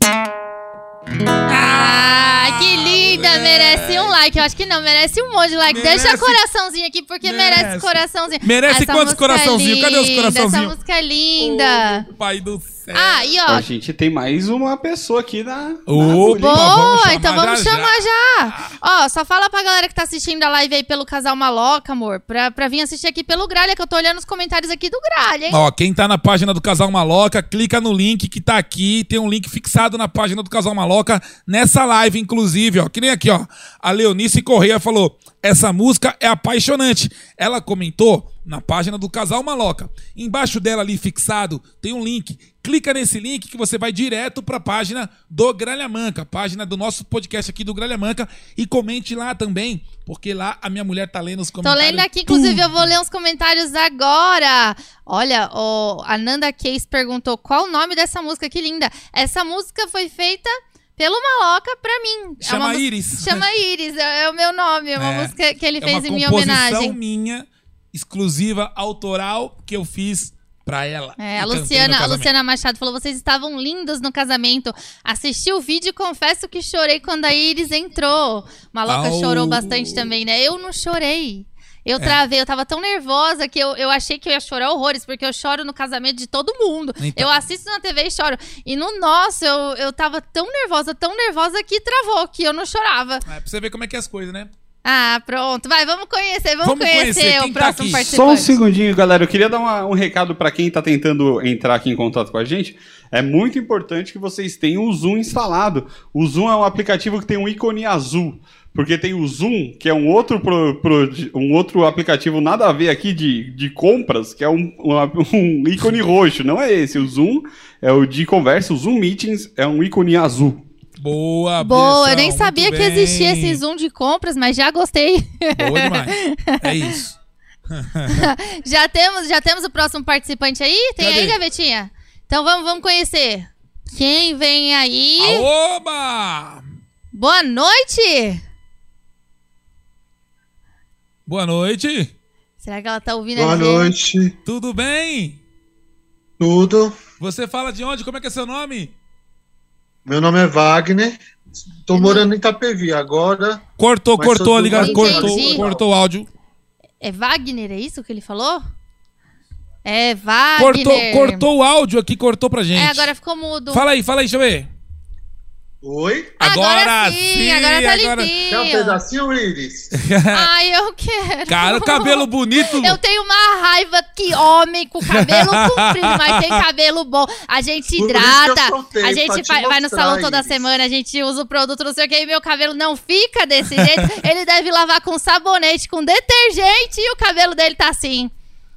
Speaker 1: Ah, que linda! Merece um like. Eu acho que não, merece um monte de like. Deixa
Speaker 2: É. Merece.
Speaker 1: coraçãozinho aqui, porque merece,
Speaker 2: Merece.
Speaker 1: coraçãozinho.
Speaker 2: Merece
Speaker 1: Essa
Speaker 2: quantos
Speaker 1: música é
Speaker 2: coraçãozinho? Cadê os
Speaker 1: linda,
Speaker 2: coraçãozinho? Uhum.
Speaker 1: Essa música é linda.
Speaker 2: Pai do céu.
Speaker 1: Ah, e
Speaker 4: A
Speaker 1: ó,
Speaker 4: gente tem mais uma pessoa aqui na. na
Speaker 2: Opa!
Speaker 4: agulha.
Speaker 2: vamos
Speaker 1: Boa,
Speaker 2: chamar
Speaker 1: então
Speaker 2: já,
Speaker 1: vamos
Speaker 2: já.
Speaker 1: chamar já. Ó, só fala pra galera que tá assistindo a live aí pelo Casal Maloca, amor, pra, pra vir assistir aqui pelo Gralha, que eu tô olhando os comentários aqui do Gralha, hein?
Speaker 2: Ó, quem tá na página do Casal Maloca, clica no link que tá aqui. Tem um link fixado na página do Casal Maloca, nessa live, inclusive, ó. Que nem aqui, ó. A Leonice Correia falou: essa música é apaixonante. Ela comentou na página do Casal Maloca. Embaixo dela ali fixado tem um link. Clica nesse link que você vai direto pra página do Gralha Manca, página do nosso podcast aqui do Gralha Manca. E comente lá também, porque lá a minha mulher tá lendo os
Speaker 1: Tô
Speaker 2: comentários.
Speaker 1: lendo aqui, inclusive eu vou ler uns comentários agora. Olha, o a Nanda Case perguntou qual o nome dessa música, que linda. Essa música foi feita pelo Maloca pra mim. É
Speaker 2: Chama
Speaker 1: uma música-
Speaker 2: Iris.
Speaker 1: Chama Iris, é é o meu nome, é uma
Speaker 2: É.
Speaker 1: música que ele
Speaker 2: É
Speaker 1: fez
Speaker 2: uma
Speaker 1: em minha
Speaker 2: composição
Speaker 1: homenagem.
Speaker 2: minha, exclusiva, autoral, que eu fiz pra ela.
Speaker 1: É,
Speaker 2: E
Speaker 1: a
Speaker 2: cantei no
Speaker 1: Luciana, a
Speaker 2: casamento.
Speaker 1: Luciana Machado falou: vocês estavam lindos no casamento. Assisti o vídeo e confesso que chorei quando a Iris entrou. Maloca
Speaker 2: Au. É.
Speaker 1: chorou bastante também, né? Eu não chorei. Eu travei, eu tava tão nervosa que eu, eu achei que eu ia chorar horrores, porque eu choro no casamento de todo mundo.
Speaker 2: Então.
Speaker 1: Eu assisto na TV e choro. E no nosso, eu, eu tava tão nervosa, tão nervosa que travou, que eu não chorava.
Speaker 2: É, pra você ver como é que é as coisas, né?
Speaker 1: Ah, pronto. Vai, vamos conhecer, vamos,
Speaker 2: Vamos conhecer
Speaker 1: conhecer,
Speaker 2: quem
Speaker 1: o
Speaker 2: tá
Speaker 1: próximo
Speaker 2: aqui.
Speaker 1: participante.
Speaker 4: Só um segundinho, galera. Eu queria dar uma- um recado para quem tá tentando entrar aqui em contato com a gente. É muito importante que vocês tenham o Zoom instalado. O Zoom é um aplicativo que tem um ícone azul. Porque tem o Zoom, que é um outro, pro- pro- um outro aplicativo nada a ver aqui de, de compras, que é um, uma- um ícone roxo. Não é esse. O Zoom é o de conversa. O Zoom Meetings é um ícone azul.
Speaker 2: Boa,
Speaker 1: Boa, eu
Speaker 2: Bressão,
Speaker 1: nem
Speaker 2: muito
Speaker 1: sabia que
Speaker 2: bem.
Speaker 1: existia esse Zoom de compras, mas já gostei.
Speaker 2: Boa demais. É isso.
Speaker 1: já, temos, já temos o próximo participante aí? Tem
Speaker 2: Cadê?
Speaker 1: aí, Gavetinha? Então vamos, vamos conhecer. Quem vem aí?
Speaker 2: Aoba!
Speaker 1: Boa noite!
Speaker 2: Boa noite,
Speaker 1: Será que ela tá ouvindo a
Speaker 6: Boa
Speaker 1: gente?
Speaker 6: noite,
Speaker 2: tudo bem?
Speaker 6: tudo?
Speaker 2: Você fala de onde? Como é que é seu nome?
Speaker 6: Meu nome é Wagner, tô morando em Itapevi agora.
Speaker 2: Cortou,
Speaker 6: Mas
Speaker 2: cortou a
Speaker 6: tudo
Speaker 2: ligação,
Speaker 1: bem.
Speaker 2: cortou,
Speaker 1: Entendi.
Speaker 2: cortou o áudio.
Speaker 1: É Wagner, é isso que ele falou? É Wagner.
Speaker 2: Cortou, cortou o áudio aqui, cortou pra gente.
Speaker 1: É, agora ficou mudo.
Speaker 2: Fala aí, fala aí, deixa eu ver.
Speaker 6: Oi?
Speaker 1: Agora sim, agora tá
Speaker 6: Quer um
Speaker 1: limpinho.
Speaker 6: pedacinho, Iris?
Speaker 1: Ai, eu quero.
Speaker 2: Cara, cabelo bonito.
Speaker 1: Eu tenho uma raiva que homem com cabelo comprido, mas tem cabelo bom. A gente
Speaker 6: Por isso
Speaker 1: hidrata,
Speaker 6: que eu soltei,
Speaker 1: a
Speaker 6: pra
Speaker 1: gente
Speaker 6: te
Speaker 1: vai, vai no
Speaker 6: mostrar
Speaker 1: salão toda
Speaker 6: isso.
Speaker 1: semana, a gente usa o produto, não sei o que, e meu cabelo não fica desse jeito. Ele deve lavar com sabonete, com detergente, e o cabelo dele tá assim.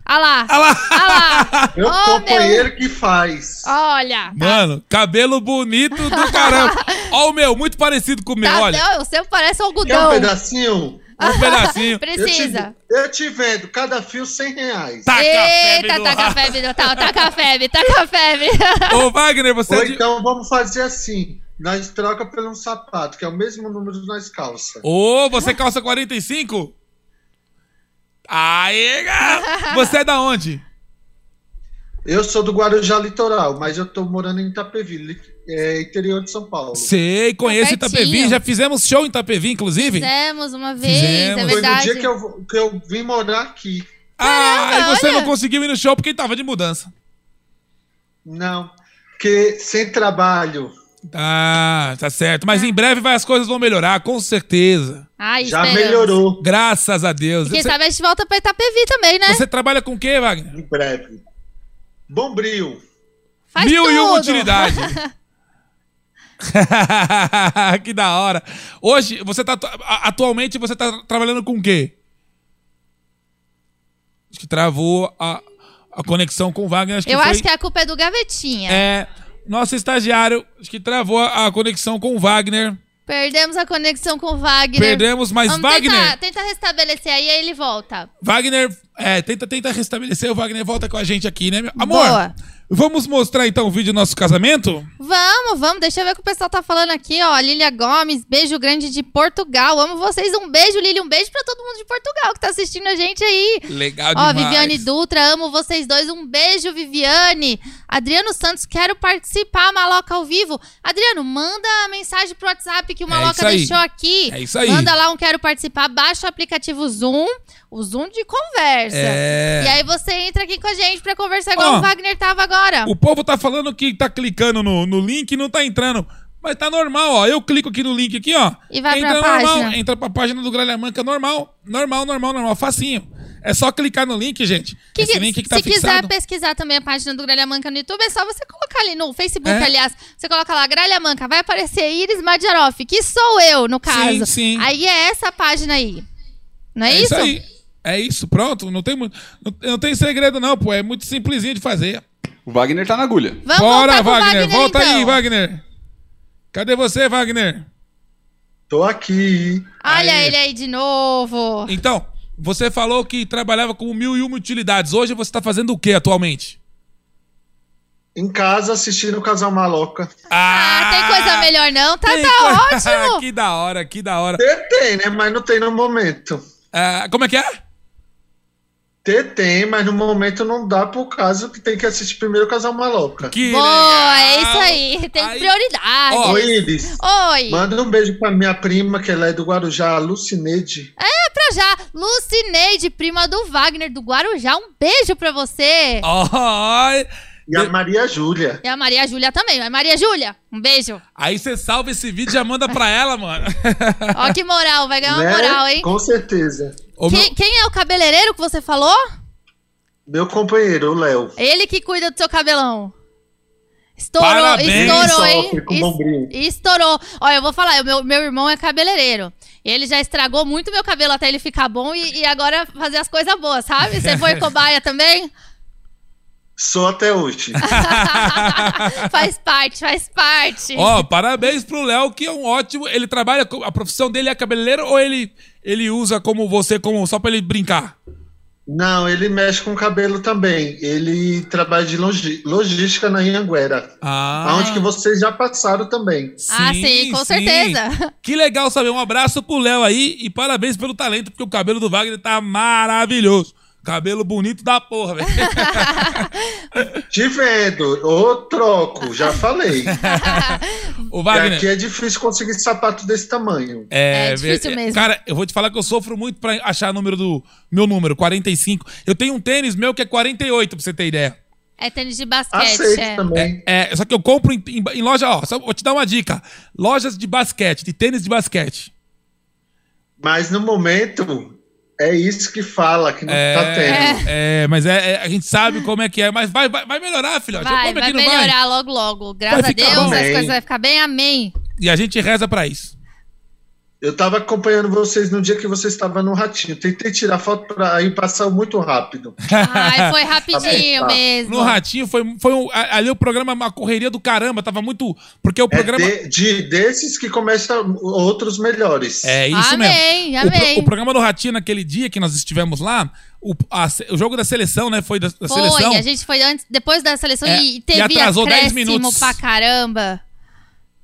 Speaker 1: Olha lá,
Speaker 2: Olha lá.
Speaker 1: olha lá.
Speaker 6: Meu
Speaker 1: Oh,
Speaker 6: companheiro que faz.
Speaker 1: Olha.
Speaker 2: Mano, cabelo bonito do caramba. Ó o meu, muito parecido com o meu,
Speaker 1: Tá,
Speaker 2: olha.
Speaker 1: não, o seu parece
Speaker 6: Quer um
Speaker 1: algodão.
Speaker 6: pedacinho?
Speaker 2: Um pedacinho.
Speaker 1: Precisa.
Speaker 6: Eu te, eu te vendo, cada fio 100 reais.
Speaker 2: Taca,
Speaker 1: Eita,
Speaker 2: febre do
Speaker 1: taca a
Speaker 2: ar.
Speaker 1: febre, tá, taca a febre, taca a febre.
Speaker 2: Ô, Wagner, você é
Speaker 6: Ou
Speaker 2: de-
Speaker 6: então vamos fazer assim, nós troca pelo um sapato, que é o mesmo número nas calças.
Speaker 2: Ô, você calça 45? Aê, cara. Você é da onde?
Speaker 6: Eu sou do Guarujá Litoral, mas eu tô morando em Itapevi, li- é, interior de São Paulo.
Speaker 2: Sei, conheço
Speaker 1: Tá pertinho.
Speaker 2: Itapevi. Já fizemos show em Itapevi, inclusive.
Speaker 1: Fizemos uma vez,
Speaker 2: Fizemos.
Speaker 1: é
Speaker 6: Foi no
Speaker 1: verdade.
Speaker 6: dia que eu, que eu vim morar aqui.
Speaker 2: ah, e você
Speaker 1: olha.
Speaker 2: não conseguiu ir no show porque tava de mudança.
Speaker 6: Não, porque sem trabalho.
Speaker 2: Ah, tá certo. Mas em breve vai, as coisas vão melhorar, com certeza.
Speaker 1: Ai,
Speaker 6: já
Speaker 1: esperamos.
Speaker 6: melhorou
Speaker 2: Graças a Deus.
Speaker 1: Quem
Speaker 2: Você,
Speaker 1: sabe a gente volta pra Itapevi também, né?
Speaker 2: você trabalha com o quê, Wagner?
Speaker 6: em breve. Bombril.
Speaker 1: Faz
Speaker 2: Mil
Speaker 1: tudo.
Speaker 2: e uma utilidade. que da hora. Hoje, você tá. atu- a- Atualmente você tá trabalhando com o quê? Acho que travou a, a conexão com o Wagner. Acho que
Speaker 1: Eu
Speaker 2: foi-
Speaker 1: acho que a culpa é do Gavetinha.
Speaker 2: É. Nosso estagiário, acho que travou a, a conexão com o Wagner.
Speaker 1: Perdemos a conexão com o Wagner.
Speaker 2: Perdemos, mas
Speaker 1: Vamos
Speaker 2: Wagner.
Speaker 1: Tentar, tenta restabelecer aí, aí ele volta.
Speaker 2: Wagner, é, tenta, tenta restabelecer. O Wagner volta com a gente aqui, né? meu- Amor,
Speaker 1: Boa.
Speaker 2: vamos mostrar então o vídeo do nosso casamento?
Speaker 1: Vamos, vamos. Deixa eu ver o que o pessoal tá falando aqui, ó. Lília Gomes, beijo grande de Portugal. Amo vocês. Um beijo, Lília. Um beijo pra todo mundo de Portugal que tá assistindo a gente aí.
Speaker 2: Legal
Speaker 1: Ó,
Speaker 2: demais.
Speaker 1: Viviane Dutra, amo vocês dois. Um beijo, Viviane. Adriano Santos, quero participar, Maloca ao vivo. Adriano, manda a mensagem pro WhatsApp que o
Speaker 2: É isso
Speaker 1: Maloca
Speaker 2: aí.
Speaker 1: deixou aqui.
Speaker 2: É isso aí.
Speaker 1: Manda lá um quero participar, baixa o aplicativo Zoom, o Zoom de conversa.
Speaker 2: É.
Speaker 1: E aí você entra aqui com a gente pra conversar igual
Speaker 2: Ó.
Speaker 1: o Wagner tava agora.
Speaker 2: O povo tá falando que tá clicando no, no link e não tá entrando. Mas tá normal, ó. Eu clico aqui no link aqui, ó.
Speaker 1: E vai
Speaker 2: entra
Speaker 1: pra página.
Speaker 2: normal, entra pra página do Gralha Manca normal. Normal, normal, normal. Facinho. É só clicar no link, gente.
Speaker 1: Que-
Speaker 2: Esse link que tá
Speaker 1: se
Speaker 2: fixado.
Speaker 1: quiser pesquisar também a página do Gralha Manca no YouTube, é só você colocar ali no Facebook,
Speaker 2: É.
Speaker 1: aliás. Você coloca lá Gralha Manca, vai aparecer Iris Madjaroff, que sou eu, no caso.
Speaker 2: sim.
Speaker 1: Aí é essa página aí. Não é,
Speaker 2: é isso aí. É isso, pronto. Não tem, mu- não, não tem segredo, não, pô. É muito simplesinho de fazer.
Speaker 4: O Wagner tá na agulha.
Speaker 1: Vamos voltar pro
Speaker 2: Bora, Wagner. Volta
Speaker 1: então.
Speaker 2: aí, Wagner. Cadê você, Wagner?
Speaker 6: Tô aqui.
Speaker 1: Olha
Speaker 2: Aí.
Speaker 1: ele aí de novo.
Speaker 2: Então, você falou que trabalhava com mil e uma utilidades. Hoje você tá fazendo o que atualmente?
Speaker 6: Em casa assistindo o Casal Maloca.
Speaker 1: Ah, tem coisa melhor não? Tá,
Speaker 2: Tem
Speaker 1: tá
Speaker 2: coisa-
Speaker 1: ótimo.
Speaker 2: que da hora, que da hora.
Speaker 6: Tem, tem, né? Mas não tem no momento.
Speaker 2: Ah, como é que é?
Speaker 6: Ter tem, mas no momento não dá por causa que tem que assistir primeiro o Casal Maloca.
Speaker 2: Que
Speaker 1: Boa, é
Speaker 2: legal.
Speaker 1: isso aí. Tem prioridade.
Speaker 2: Ó.
Speaker 6: Oi, Iris.
Speaker 1: Oi.
Speaker 6: Manda um beijo pra minha prima, que ela é do Guarujá, a Lucineide.
Speaker 1: Pra já, Lucineide, prima do Wagner do Guarujá. Um beijo pra você.
Speaker 2: Ó,
Speaker 6: E a Maria Júlia.
Speaker 1: E a Maria Júlia também. Mas Maria Júlia, um beijo.
Speaker 2: aí você salva esse vídeo e já manda pra ela, mano.
Speaker 1: Ó que moral, vai ganhar uma
Speaker 6: né?
Speaker 1: moral, hein?
Speaker 6: Com certeza.
Speaker 2: Ô, meu-
Speaker 1: Quem, quem é o cabeleireiro que você falou?
Speaker 6: Meu companheiro, o Léo.
Speaker 1: Ele que cuida do seu cabelão. Estourou,
Speaker 2: Parabéns,
Speaker 1: estourou,
Speaker 6: sofre
Speaker 1: hein?
Speaker 6: com bombril.
Speaker 1: Es- estourou. Olha, eu vou falar, o meu, meu irmão é cabeleireiro. Ele já estragou muito meu cabelo até ele ficar bom e, e agora fazer as coisas boas, sabe? Você foi cobaia também?
Speaker 6: Sou até hoje.
Speaker 1: faz parte, faz parte.
Speaker 2: Ó, parabéns pro Léo, que é um ótimo. Ele trabalha. com- A profissão dele é cabeleireiro ou ele, ele usa como você, como só pra ele brincar?
Speaker 6: Não, ele mexe com o cabelo também. Ele trabalha de logi- logística na Anhanguera.
Speaker 2: Ah,
Speaker 6: Onde que vocês já passaram também.
Speaker 1: ah, sim, com
Speaker 2: sim.
Speaker 1: certeza.
Speaker 2: Que legal saber. Um abraço pro Léo aí e parabéns pelo talento, porque o cabelo do Wagner tá maravilhoso. Cabelo bonito da porra, velho.
Speaker 6: Te vendo, ô troco, já falei.
Speaker 2: Ô,
Speaker 6: Porque
Speaker 2: Wagner.
Speaker 6: Aqui é difícil conseguir sapato desse tamanho.
Speaker 1: É difícil mesmo.
Speaker 2: Cara, eu vou te falar que eu sofro muito pra achar o número do. Meu número, 45. Eu tenho um tênis meu que é 48, pra você ter ideia.
Speaker 1: É tênis de basquete.
Speaker 6: Aceito
Speaker 1: é.
Speaker 6: também.
Speaker 2: É, só que eu compro em, em- em loja, ó. Só vou te dar uma dica: lojas de basquete, de tênis de basquete.
Speaker 6: Mas no momento, é isso que fala, que não tá tendo.
Speaker 2: É, mas é, é, a gente sabe como é que é. Mas vai, vai, vai melhorar, filhote.
Speaker 1: Vai,
Speaker 2: como é
Speaker 1: vai
Speaker 2: que não vai?
Speaker 1: melhorar logo, logo. Graças a
Speaker 2: ficar
Speaker 1: Deus,
Speaker 2: bom.
Speaker 1: as
Speaker 6: Amém.
Speaker 1: coisas vão ficar bem. Amém.
Speaker 2: E a gente reza pra isso.
Speaker 6: Eu tava acompanhando vocês no dia que vocês estavam no Ratinho. Tentei tirar foto pra aí passar muito rápido.
Speaker 1: Ai, foi rapidinho
Speaker 6: Amém.
Speaker 1: mesmo.
Speaker 2: No Ratinho foi, foi um, a- ali o programa, uma correria do caramba. Tava muito. Porque o
Speaker 6: É
Speaker 2: programa.
Speaker 6: de, de- desses que começam outros melhores.
Speaker 2: É
Speaker 1: Ah,
Speaker 2: isso mesmo.
Speaker 1: amém,
Speaker 2: O pro-
Speaker 1: amém.
Speaker 2: O, programa do Ratinho, naquele dia que nós estivemos lá, o, a se- o jogo da seleção, né? Foi da, da
Speaker 1: foi,
Speaker 2: seleção.
Speaker 1: a gente foi antes, depois da seleção
Speaker 2: É,
Speaker 1: e
Speaker 2: e
Speaker 1: teve
Speaker 2: atrasou 10
Speaker 1: acréscimo
Speaker 2: minutos.
Speaker 1: pra caramba.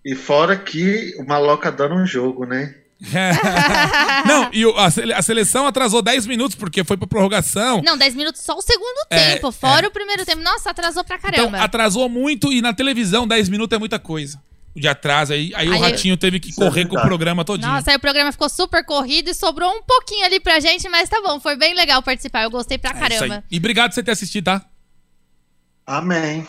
Speaker 6: E fora que o Maloca adora um jogo, né?
Speaker 2: É. Não, e o- a, sele- a seleção atrasou 10 minutos, porque foi pra prorrogação.
Speaker 1: Não, 10 minutos só o segundo
Speaker 2: É,
Speaker 1: tempo, fora o primeiro tempo. Nossa, atrasou pra
Speaker 2: então,
Speaker 1: caramba.
Speaker 2: atrasou muito e na televisão 10 minutos é muita coisa. De atraso aí, aí,
Speaker 1: Aí-
Speaker 2: o Ratinho teve que
Speaker 6: é
Speaker 2: correr com o
Speaker 6: verdade.
Speaker 2: programa todinho.
Speaker 1: Nossa, aí o programa ficou super corrido e sobrou um pouquinho ali pra gente, mas tá bom, foi bem legal participar. Eu gostei pra
Speaker 2: É isso aí.
Speaker 1: caramba.
Speaker 2: E obrigado por você ter assistido, tá?
Speaker 6: Amém.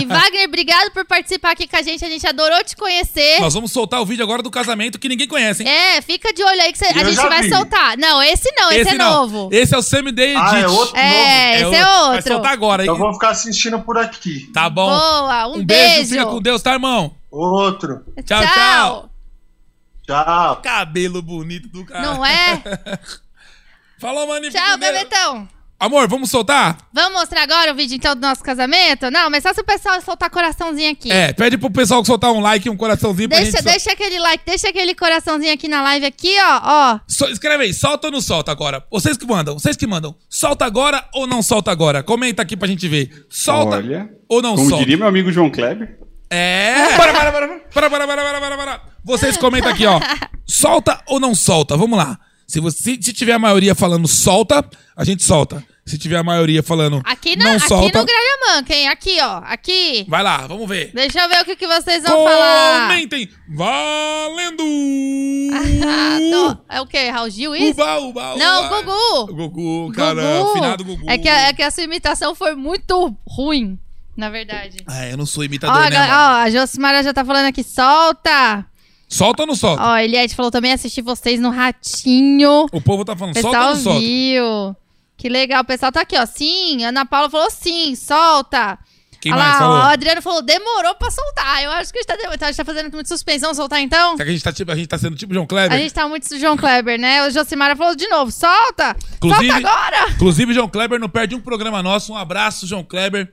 Speaker 6: Então
Speaker 1: e Wagner, obrigado por participar aqui com a gente. A gente adorou te conhecer.
Speaker 2: Nós vamos soltar o vídeo agora do casamento que ninguém conhece, hein?
Speaker 1: É, fica de olho aí que cê- a
Speaker 6: Eu
Speaker 1: gente
Speaker 6: já
Speaker 1: vai
Speaker 6: vi.
Speaker 1: soltar. Não, esse não, esse, é
Speaker 2: não.
Speaker 1: novo.
Speaker 2: Esse é o Semi-Day Edit.
Speaker 6: Ah, é outro novo.
Speaker 1: É, esse é
Speaker 2: o- Vai
Speaker 1: outro.
Speaker 2: soltar agora, hein?
Speaker 6: Então vamos ficar assistindo por aqui.
Speaker 2: Tá bom.
Speaker 1: Boa, um,
Speaker 2: um beijo,
Speaker 1: beijo.
Speaker 2: fica com Deus, tá, irmão?
Speaker 6: Outro.
Speaker 2: Tchau, tchau.
Speaker 6: Tchau.
Speaker 2: Cabelo bonito do cara.
Speaker 1: Não é?
Speaker 2: Falou, mano.
Speaker 1: Tchau, gavetão.
Speaker 2: Amor, vamos soltar?
Speaker 1: Vamos mostrar agora o vídeo então do nosso casamento? Não, mas só se o pessoal soltar coraçãozinho aqui.
Speaker 2: É, pede pro pessoal soltar um like e um coraçãozinho pra
Speaker 1: Deixa,
Speaker 2: gente. sol-
Speaker 1: deixa aquele like, deixa aquele coraçãozinho aqui na live aqui, ó, ó.
Speaker 2: So- escreve aí, solta ou não solta agora? Vocês que mandam, vocês que mandam. Solta agora ou não solta agora? Comenta aqui pra gente ver. Solta
Speaker 4: Olha,
Speaker 2: ou não
Speaker 4: Como
Speaker 2: solta?
Speaker 4: diria meu amigo João Kleber.
Speaker 2: É. Para, para, para, para, para, para, para, para, para. Vocês comentam aqui, ó. Solta ou não solta? Vamos lá. Se, você, se se tiver a maioria falando solta, a gente solta. Se tiver a maioria falando
Speaker 1: Aqui, na,
Speaker 2: não
Speaker 1: aqui
Speaker 2: solta,
Speaker 1: no Gralha Manca, hein? Aqui, ó. Aqui.
Speaker 2: vai lá, vamos ver.
Speaker 1: Deixa eu ver o que, que vocês vão falar.
Speaker 2: Comentem. Valendo!
Speaker 1: Adoro. É o quê? Raul Gil, isso?
Speaker 2: Uba, uba, uba.
Speaker 1: Não, Gugu.
Speaker 2: Gugu, cara.
Speaker 1: Gugu.
Speaker 2: Afinado Gugu.
Speaker 1: É que, a- é que a sua imitação foi muito ruim, na verdade.
Speaker 2: Ah, eu não sou
Speaker 1: Ó,
Speaker 2: imitador,
Speaker 1: a
Speaker 2: né,
Speaker 1: ga-
Speaker 2: mano?
Speaker 1: ó, a Josimara já tá falando aqui, solta!
Speaker 2: Solta ou não solta?
Speaker 1: Ó, Eliette falou também assistir vocês no Ratinho.
Speaker 2: O povo tá
Speaker 1: O
Speaker 2: falando, solta ou
Speaker 1: pessoal
Speaker 2: não solta?
Speaker 1: viu. Que legal, o pessoal tá aqui, ó. Sim, Ana Paula falou sim, solta.
Speaker 2: Quem
Speaker 1: Olha
Speaker 2: mais
Speaker 1: lá,
Speaker 2: falou?
Speaker 1: ó, o Adriano falou, demorou pra soltar. Eu acho que a gente tá, dem- então, a gente tá fazendo muito suspensão soltar, então.
Speaker 2: Será que a gente, tá, tipo- a gente tá sendo tipo João Kleber?
Speaker 1: A gente tá muito João Kleber, né? O Josimara falou de novo, solta!
Speaker 2: Inclusive-
Speaker 1: Solta agora!
Speaker 2: Inclusive, João Kleber não perde um programa nosso. Um abraço, João Kleber.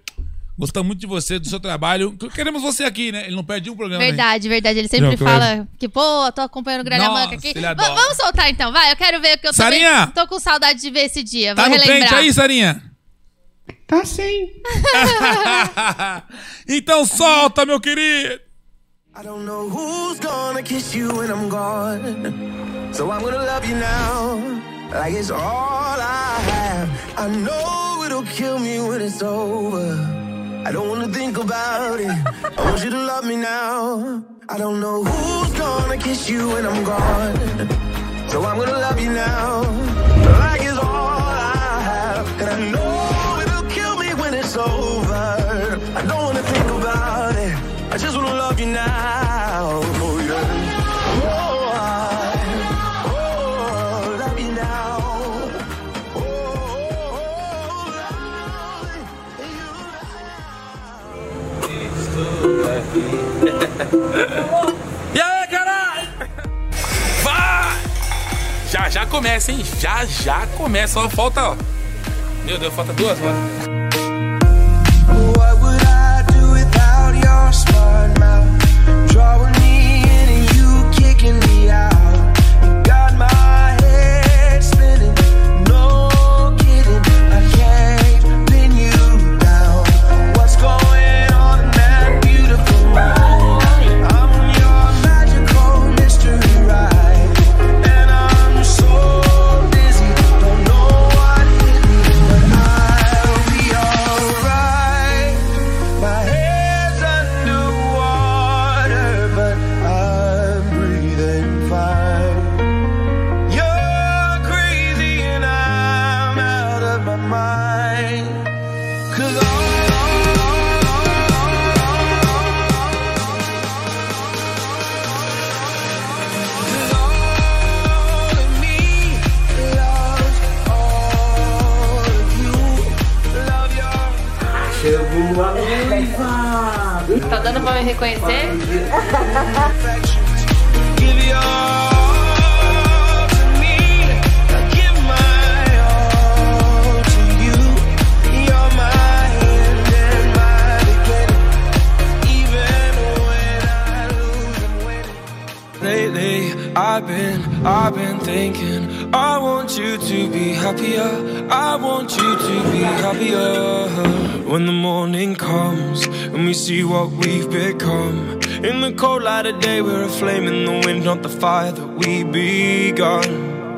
Speaker 2: Gostamos muito de você, do seu trabalho. Queremos você aqui, né? Ele não perde um programa. né?
Speaker 1: Verdade, verdade. Ele sempre
Speaker 2: João Kleber.
Speaker 1: fala que, pô, tô acompanhando o Gralha
Speaker 2: Nossa,
Speaker 1: Manca aqui.
Speaker 2: ele
Speaker 1: Va-
Speaker 2: adora.
Speaker 1: vamos soltar então, vai. Eu quero ver o que eu também
Speaker 2: Sarinha!
Speaker 1: tô com saudade de ver esse dia.
Speaker 2: Tá
Speaker 1: Vou
Speaker 2: no
Speaker 1: relembrar.
Speaker 2: pente aí, Sarinha?
Speaker 4: Tá sem.
Speaker 2: então solta, meu querido!
Speaker 7: I don't know who's gonna kiss you when I'm gone. So I'm gonna love you now, like it's all I have. I know it'll kill me when it's over. I don't wanna think about it. I want you to love me now. I don't know who's gonna kiss you when I'm gone. So I'm gonna love you now, like it's all I have. And I know it'll kill me when it's over. I don't wanna think about it. I just wanna love you now. Oh, yeah. Oh, I- oh, love you now. Oh, oh, oh, love you now.
Speaker 2: E aí, caralho? Vai! Já já começa, hein? Já já começa. Ó, falta, ó. Meu Deus, falta duas horas.
Speaker 7: What would I do without your smart mouth? Drawing me in and you kicking me out. You got my head spinning. No kidding.
Speaker 8: Cause all, all, all, all, all, all, all, Cause all of me loves all of you. Love your
Speaker 9: Chegou a noiva.
Speaker 1: Tá dando pra me reconhecer?
Speaker 8: Give your all to me. I give my all to you. You're my end and my beginning. Even when I lose, I'm winning. Lately, I've been, I've been thinking. I want you to be happier. I want you to be happier. When the morning comes and we see what we've become. In the cold light of day, we're a flame in the wind, not the fire that we begun.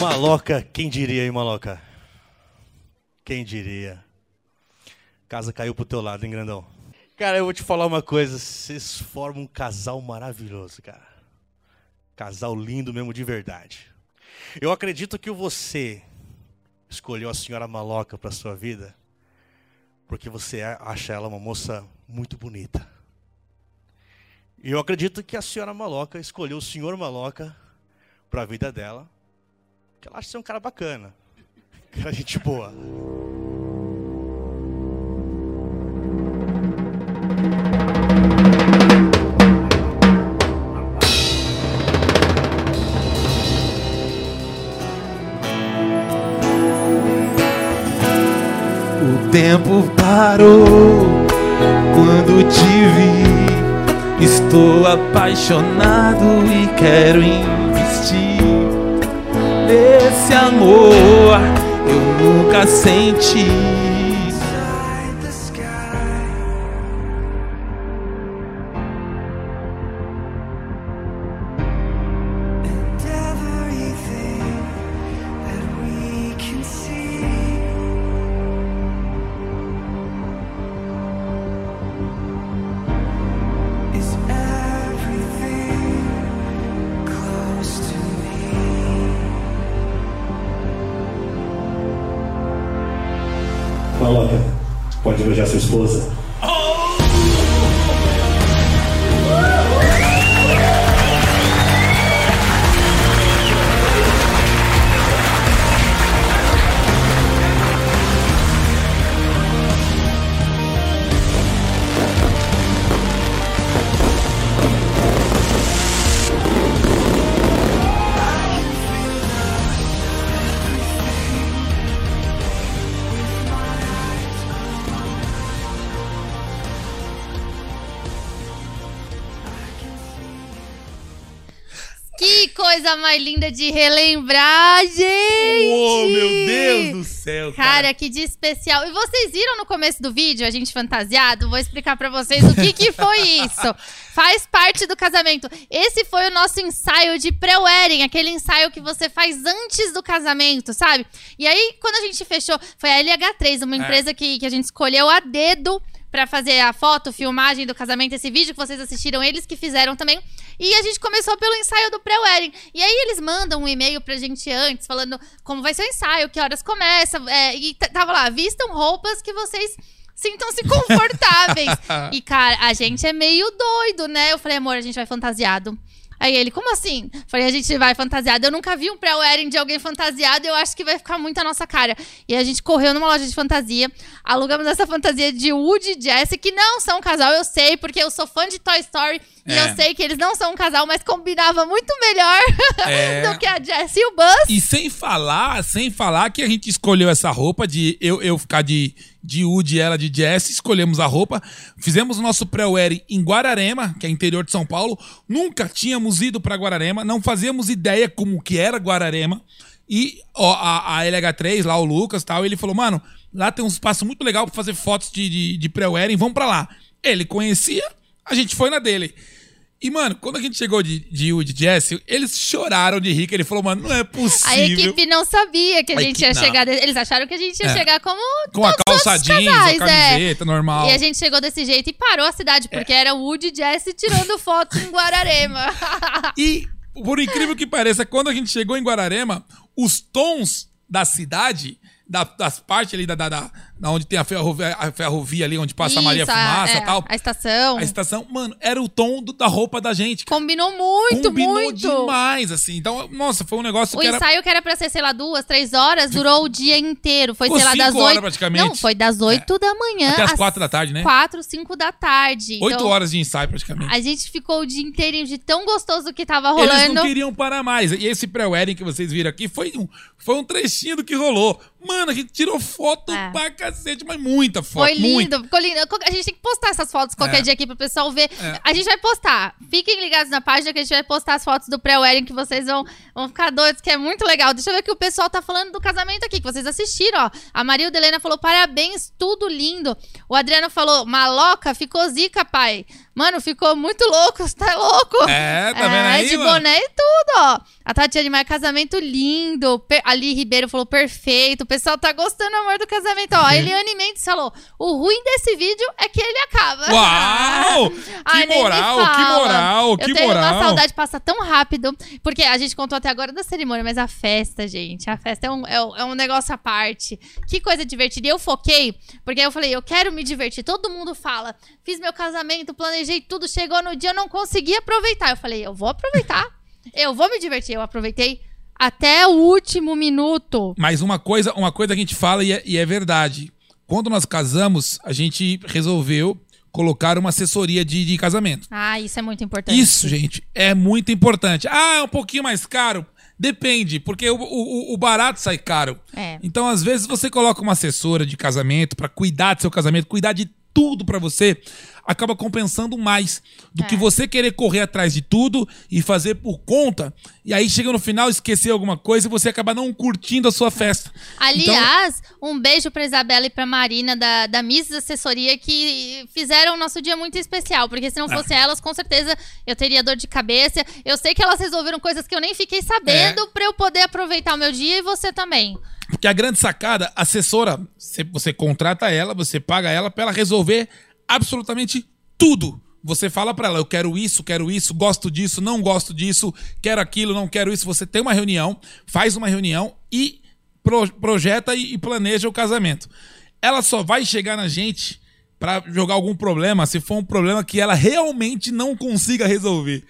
Speaker 9: Maloca, quem diria, hein, Maloca? Quem diria? Casa caiu pro teu lado, hein, grandão? Cara, eu vou te falar uma coisa. Vocês formam um casal maravilhoso, cara. Casal lindo mesmo, de verdade. Eu acredito que você escolheu a senhora Maloca pra sua vida porque você a- acha ela uma moça muito bonita. E eu acredito que a senhora Maloca escolheu o senhor Maloca pra vida dela porque ela acha ser um cara bacana. Um Cara, gente boa.
Speaker 10: O tempo parou quando te vi. Estou apaixonado e quero investir nesse amor. Eu nunca senti.
Speaker 9: Maloca, pode beijar sua esposa.
Speaker 1: Que coisa mais linda de relembrar, gente!
Speaker 2: Oh, meu Deus do céu, cara.
Speaker 1: Cara, que dia especial. E vocês viram no começo do vídeo a gente fantasiado? Vou explicar pra vocês o que, que foi isso. Faz parte do casamento. Esse foi o nosso ensaio de pré-wedding, aquele ensaio que você faz antes do casamento, sabe? E aí, quando a gente fechou, foi a LH3, uma empresa que, que a gente escolheu a dedo pra fazer a foto, filmagem do casamento, esse vídeo que vocês assistiram, eles que fizeram também. E a gente começou pelo ensaio do pré-wedding. E aí eles mandam um e-mail pra gente antes, falando como vai ser o ensaio, que horas começa. é, e t- tava lá, vistam roupas que vocês sintam-se confortáveis. e, cara, a gente é meio doido, né? Eu falei, amor, a gente vai fantasiado. Aí ele, como assim? Falei, a gente vai fantasiado. Eu nunca vi um pré-wedding de alguém fantasiado. Eu acho que vai ficar muito a nossa cara. E a gente correu numa loja de fantasia. Alugamos essa fantasia de Woody e Jesse, que não são um casal, eu sei, porque eu sou fã de Toy Story. E
Speaker 2: É.
Speaker 1: eu sei que eles não são um casal, mas combinava muito melhor
Speaker 2: É.
Speaker 1: do que a Jess e o Buzz.
Speaker 2: E sem falar, sem falar que a gente escolheu essa roupa de eu, eu ficar de, de Woody e ela de Jess, escolhemos a roupa, fizemos o nosso pré-wedding em Guararema, que é interior de São Paulo. Nunca tínhamos ido pra Guararema, não fazíamos ideia como que era Guararema. E ó, a, a LH3, lá o Lucas e tal, ele falou, mano, lá tem um espaço muito legal pra fazer fotos de, de, de pré-wedding, vamos pra lá. Ele conhecia, a gente foi na dele. E, mano, quando a gente chegou de, de Wood Jesse, eles choraram de rir, que ele falou, mano, não é possível.
Speaker 1: A equipe não sabia que a,
Speaker 2: A
Speaker 1: gente
Speaker 2: equipe-
Speaker 1: ia
Speaker 2: não.
Speaker 1: chegar. de- Eles acharam que a gente ia
Speaker 2: É.
Speaker 1: chegar como.
Speaker 2: Com a
Speaker 1: todos os
Speaker 2: calça jeans,
Speaker 1: casais,
Speaker 2: a
Speaker 1: é.
Speaker 2: camiseta normal.
Speaker 1: E a gente chegou desse jeito e parou a cidade,
Speaker 2: É.
Speaker 1: porque era Woody e Jesse tirando foto em Guararema.
Speaker 2: E, por incrível que pareça, quando a gente chegou em Guararema, os tons da cidade, da- das partes ali da, da, da- da onde tem a ferrovia, a ferrovia ali, onde passa a Maria
Speaker 1: Isso,
Speaker 2: Fumaça e
Speaker 1: é,
Speaker 2: tal,
Speaker 1: A estação.
Speaker 2: a estação, mano, era o tom do- da roupa da gente.
Speaker 1: Combinou muito,
Speaker 2: Combinou
Speaker 1: muito.
Speaker 2: demais, assim. Então, nossa, foi um negócio
Speaker 1: O
Speaker 2: que era...
Speaker 1: ensaio que era pra ser, sei lá, duas, três horas, durou o dia inteiro. Foi,
Speaker 2: Ficou
Speaker 1: sei lá,
Speaker 2: cinco
Speaker 1: das
Speaker 2: horas,
Speaker 1: oito.
Speaker 2: praticamente. É.
Speaker 1: Não, foi das oito da manhã.
Speaker 2: Até as quatro da tarde, né?
Speaker 1: Quatro, cinco da tarde.
Speaker 2: Oito
Speaker 1: então,
Speaker 2: horas de ensaio, praticamente.
Speaker 1: A gente ficou o dia inteirinho de tão gostoso que tava rolando.
Speaker 2: Eles não queriam parar mais. E esse pré-wedding que vocês viram aqui foi um, foi um trechinho do que rolou. Mano, a gente tirou foto
Speaker 1: É.
Speaker 2: pra cacete, mas muita foto.
Speaker 1: Foi lindo,
Speaker 2: muita.
Speaker 1: ficou lindo. A gente tem que postar essas fotos qualquer
Speaker 2: É.
Speaker 1: dia aqui pro pessoal ver.
Speaker 2: É.
Speaker 1: A gente vai postar. Fiquem ligados na página que a gente vai postar as fotos do pré-wedding que vocês vão, vão ficar doidos, que é muito legal. Deixa eu ver o que o pessoal tá falando do casamento aqui, que vocês assistiram, ó. A Maria Helena falou: parabéns, tudo lindo. O Adriano falou: maloca, ficou zica, pai. Mano, ficou muito louco, você tá louco?
Speaker 2: É, tá vendo aí,
Speaker 1: de
Speaker 2: mano?
Speaker 1: boné e tudo, ó. A Tatiane Maia, casamento lindo. Per- Ali Ribeiro falou, perfeito. O pessoal tá gostando, amor, do casamento.
Speaker 2: Uhum.
Speaker 1: Ó, a Eliane Mendes falou, o ruim desse vídeo é que ele acaba.
Speaker 2: Uau! Que
Speaker 1: Ai, nem me
Speaker 2: moral, que
Speaker 1: fala.
Speaker 2: moral, que
Speaker 1: Eu tenho
Speaker 2: moral.
Speaker 1: uma saudade, passa tão rápido. Porque a gente contou até agora da cerimônia, mas a festa, gente, a festa é um, é um, é um negócio à parte. Que coisa divertida. E eu foquei, porque eu falei, eu quero me divertir. Todo mundo fala, fiz meu casamento, planejei tudo, chegou no dia, eu não consegui aproveitar. Eu falei, eu vou aproveitar, eu vou me divertir. Eu aproveitei até o último minuto.
Speaker 2: Mas uma coisa, uma coisa que a gente fala e é, e é verdade. Quando nós casamos, a gente resolveu colocar uma assessoria de, de casamento.
Speaker 1: Ah, isso é muito importante.
Speaker 2: Isso, gente, é muito importante. Ah, é um pouquinho mais caro? Depende, porque o, o- o barato sai caro.
Speaker 1: É.
Speaker 2: Então, às vezes, você coloca uma assessora de casamento pra cuidar do seu casamento, cuidar de tudo pra você, acaba compensando mais do que você querer correr atrás de tudo e fazer por conta. E aí chega no final, esquecer alguma coisa e você acaba não curtindo a sua festa. Então-
Speaker 1: Aliás, um beijo pra Isabela e pra Marina da, da Miss Assessoria que fizeram o nosso dia muito especial, porque se não
Speaker 2: Ah.
Speaker 1: fosse elas, com certeza eu teria dor de cabeça. Eu sei que elas resolveram coisas que eu nem fiquei
Speaker 2: É.
Speaker 1: sabendo pra eu poder aproveitar o meu dia e você também.
Speaker 2: Porque a grande sacada, a assessora, você, você contrata ela, você paga ela pra ela resolver absolutamente tudo. Você fala pra ela, eu quero isso, quero isso, gosto disso, não gosto disso, quero aquilo, não quero isso. Você tem uma reunião, faz uma reunião e pro- projeta e, e planeja o casamento. Ela só vai chegar na gente pra jogar algum problema, se for um problema que ela realmente não consiga resolver.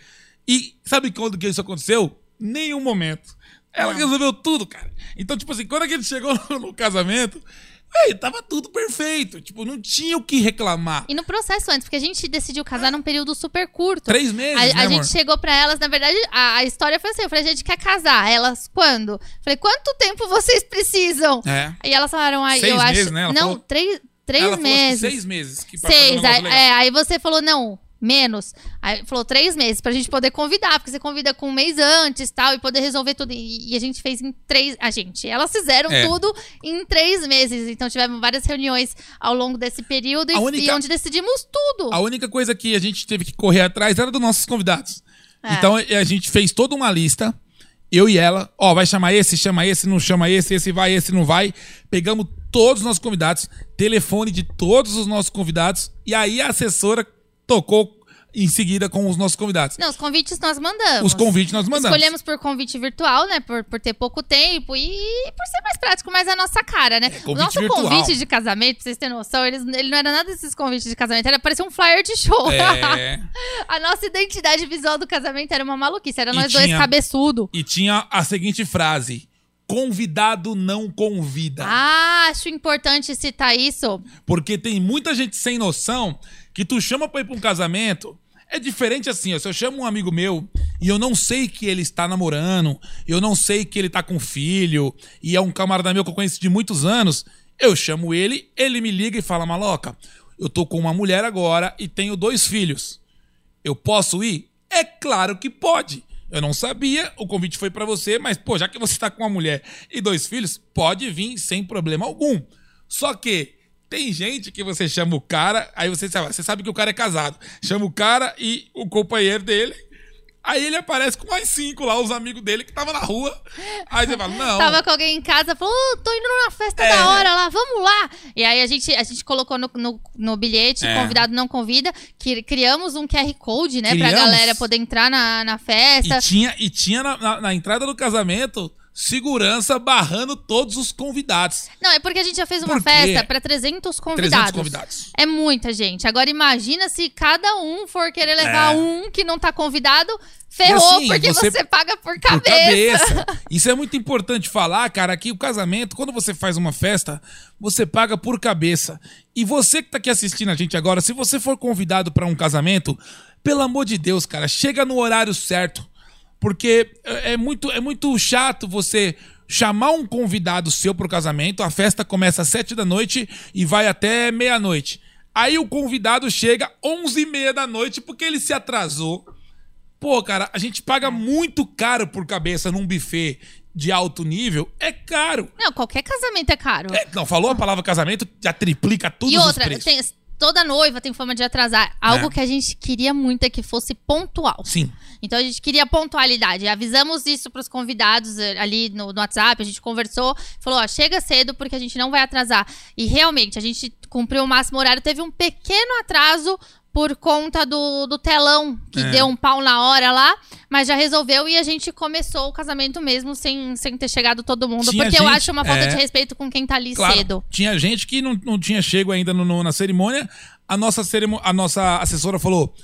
Speaker 2: E sabe quando que isso aconteceu? Nenhum momento. Ela resolveu tudo, cara. Então, tipo assim, quando a gente chegou no, no casamento, véi, tava tudo perfeito. Tipo, não tinha o que reclamar.
Speaker 1: E no processo antes, porque a gente decidiu casar num período super curto.
Speaker 2: Três meses,
Speaker 1: Então, A,
Speaker 2: né,
Speaker 1: a
Speaker 2: amor?
Speaker 1: gente chegou pra elas, na verdade, a, a história foi assim: eu falei, a gente quer casar. Elas, quando? Falei, quanto tempo vocês precisam?
Speaker 2: É.
Speaker 1: E elas falaram, ah,
Speaker 2: Seis
Speaker 1: eu
Speaker 2: meses,
Speaker 1: acho.
Speaker 2: né? Ela
Speaker 1: Não,
Speaker 2: falou-
Speaker 1: três, três
Speaker 2: Ela falou, acho que
Speaker 1: meses.
Speaker 2: seis meses. Que pra fazer um
Speaker 1: Seis.
Speaker 2: negócio
Speaker 1: Aí,
Speaker 2: legal.
Speaker 1: é, aí você falou, não, menos. Aí falou três meses pra gente poder convidar, porque você convida com um mês antes tal, e poder resolver tudo. E, e a gente fez em três. A gente, elas fizeram
Speaker 2: É.
Speaker 1: tudo em três meses. Então tivemos várias reuniões ao longo desse período e,
Speaker 2: A única-
Speaker 1: e onde decidimos tudo.
Speaker 2: A única coisa que a gente teve que correr atrás era dos nossos convidados.
Speaker 1: É.
Speaker 2: Então a a gente fez toda uma lista, eu e ela. Ó, vai chamar esse, chama esse, não chama esse, esse vai, esse não vai. Pegamos todos os nossos convidados, telefone de todos os nossos convidados, e aí a assessora tocou em seguida com os nossos convidados.
Speaker 1: Não, os convites nós mandamos.
Speaker 2: Os convites nós mandamos.
Speaker 1: Escolhemos por convite virtual, né? Por, por ter pouco tempo e por ser mais prático, mais a nossa cara, né? o
Speaker 2: É, convite
Speaker 1: nosso
Speaker 2: virtual.
Speaker 1: convite de casamento, pra vocês terem noção, eles, ele não era nada desses convites de casamento, era parecia um flyer de show.
Speaker 2: É,
Speaker 1: a nossa identidade visual do casamento era uma maluquice, era
Speaker 2: E
Speaker 1: nós dois
Speaker 2: tinha-
Speaker 1: cabeçudo.
Speaker 2: e tinha a seguinte frase: convidado não convida. Tá.
Speaker 1: Ah, acho importante citar isso.
Speaker 2: Porque tem muita gente sem noção que tu chama pra ir pra um casamento. É diferente assim, ó. Se eu chamo um amigo meu e eu não sei que ele está namorando, eu não sei que ele tá com filho, e é um camarada meu que eu conheço de muitos anos, eu chamo ele, ele me liga e fala: Maloca, eu tô com uma mulher agora e tenho dois filhos. Eu posso ir? É claro que pode. Eu não sabia, o convite foi pra você, mas, pô, já que você tá com uma mulher e dois filhos, pode vir sem problema algum. Só que tem gente que você chama o cara, aí você sabe, você sabe que o cara é casado. Chama o cara e o companheiro dele. Aí ele aparece com mais cinco lá, os amigos dele que tava na rua. Aí você fala, não.
Speaker 1: Tava com alguém em casa, falou, "Ô, tô indo na festa
Speaker 2: É.
Speaker 1: da hora lá, vamos lá. E aí a gente, a gente colocou no, no, no bilhete,
Speaker 2: É.
Speaker 1: convidado não convida, que criamos um QR Code, né, pra
Speaker 2: Criamos.
Speaker 1: galera poder entrar na, na festa.
Speaker 2: E tinha, e tinha na, na- na entrada do casamento segurança barrando todos os convidados.
Speaker 1: Não, é porque a gente já fez uma
Speaker 2: Por quê?
Speaker 1: festa pra 300
Speaker 2: 300
Speaker 1: convidados.
Speaker 2: convidados.
Speaker 1: É muita gente. Agora imagina se cada um for querer levar
Speaker 2: É.
Speaker 1: um que não tá convidado, ferrou,
Speaker 2: assim,
Speaker 1: porque
Speaker 2: você-
Speaker 1: você, paga por cabeça.
Speaker 2: Por cabeça. Isso é muito importante falar, cara, que o casamento, quando você faz uma festa, você paga por cabeça. E você que tá aqui assistindo a gente agora, se você for convidado pra um casamento, pelo amor de Deus, cara, chega no horário certo. Porque é é muito, é muito chato você chamar um convidado seu pro casamento, a festa começa às sete da noite e vai até meia-noite. Aí o convidado chega onze e meia da noite porque ele se atrasou. Pô, cara, a gente
Speaker 1: É.
Speaker 2: paga muito caro por cabeça num buffet de alto nível. É caro.
Speaker 1: Não, qualquer casamento é caro.
Speaker 2: É, não, falou a palavra casamento, já triplica tudo
Speaker 1: e outra,
Speaker 2: os preços.
Speaker 1: tem- toda noiva tem fama de atrasar. Algo
Speaker 2: É.
Speaker 1: que a gente queria muito é que fosse pontual.
Speaker 2: Sim.
Speaker 1: Então a gente queria pontualidade. Avisamos isso pros convidados eh, ali no, no WhatsApp, a gente conversou, falou, ó, chega cedo porque a gente não vai atrasar. E realmente, a gente cumpriu o máximo horário, teve um pequeno atraso por conta do, do telão, que
Speaker 2: É.
Speaker 1: deu um pau na hora lá, mas já resolveu e a gente começou o casamento mesmo sem, sem ter chegado todo mundo,
Speaker 2: Tinha
Speaker 1: porque eu
Speaker 2: gente-
Speaker 1: acho uma falta
Speaker 2: é.
Speaker 1: de respeito com quem tá ali
Speaker 2: Claro,
Speaker 1: cedo.
Speaker 2: tinha gente que não, não tinha chego ainda no- no- na cerimônia. A nossa, cerimo- a nossa assessora falou: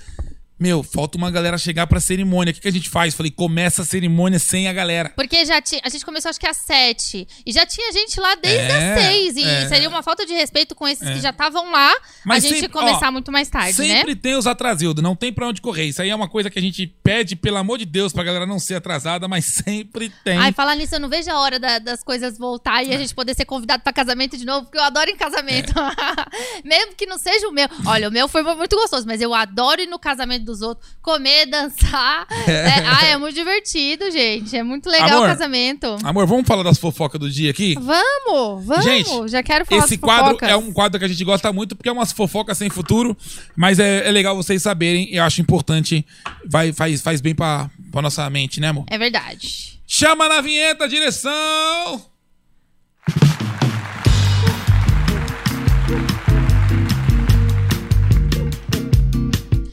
Speaker 2: Meu, falta uma galera chegar pra cerimônia. O que, que a gente faz? Falei: Começa a cerimônia sem a galera.
Speaker 1: Porque já ti- a gente começou acho que às sete. E já tinha gente lá desde
Speaker 2: É,
Speaker 1: as seis. E
Speaker 2: é.
Speaker 1: seria uma falta de respeito com esses que já estavam lá.
Speaker 2: Mas
Speaker 1: a gente
Speaker 2: sempre-
Speaker 1: começar
Speaker 2: ó,
Speaker 1: muito mais tarde, né?
Speaker 2: Sempre tem os atrasildos, não tem pra onde correr. Isso aí é uma coisa que a gente pede, pelo amor de Deus, pra galera não ser atrasada, mas sempre tem.
Speaker 1: Ai, falar nisso, eu não vejo a hora da- das coisas
Speaker 2: É.
Speaker 1: voltarem e a gente poder ser convidado pra casamento de novo, porque eu adoro ir em casamento.
Speaker 2: É.
Speaker 1: Mesmo que não seja o meu. Olha, o meu foi muito gostoso, mas eu adoro ir no casamento dos outros, comer, dançar. É, ah, é muito divertido, gente. É muito legal
Speaker 2: Amor,
Speaker 1: o casamento.
Speaker 2: Amor, vamos falar das fofocas do dia aqui?
Speaker 1: Vamos, vamos.
Speaker 2: Gente,
Speaker 1: já quero falar
Speaker 2: Esse
Speaker 1: das
Speaker 2: quadro
Speaker 1: fofocas.
Speaker 2: é um quadro que a gente gosta muito porque é umas fofocas sem futuro, mas é, é legal vocês saberem, eu acho importante, vai, faz, faz bem pra, pra nossa mente, né, amor?
Speaker 1: É verdade.
Speaker 2: Chama na vinheta, direção!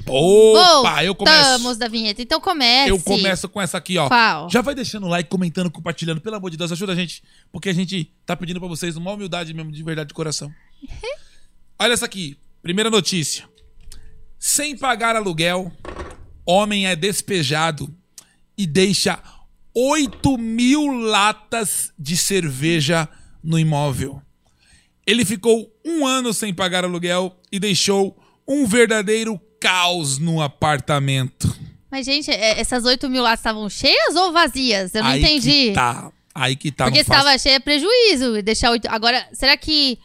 Speaker 2: Opa, eu começo.
Speaker 1: Voltamos da vinheta. Então comece.
Speaker 2: Eu começo com essa aqui, ó.
Speaker 1: Qual?
Speaker 2: Já vai deixando o like, comentando, compartilhando. Pelo amor de Deus, ajuda a gente. Porque a gente tá pedindo pra vocês uma humildade mesmo, de verdade, de coração. Olha essa aqui. Primeira notícia. Sem pagar aluguel, homem é despejado e deixa 8 mil latas de cerveja no imóvel. Ele ficou um ano sem pagar aluguel e deixou um verdadeiro caos no apartamento.
Speaker 1: Mas, gente, é- essas 8 mil latas estavam cheias ou vazias? Eu não
Speaker 2: aí
Speaker 1: entendi.
Speaker 2: Que tá. Aí que tá.
Speaker 1: Porque
Speaker 2: não
Speaker 1: se
Speaker 2: faço.
Speaker 1: tava cheia é prejuízo. e Deixar 8... Agora, será que.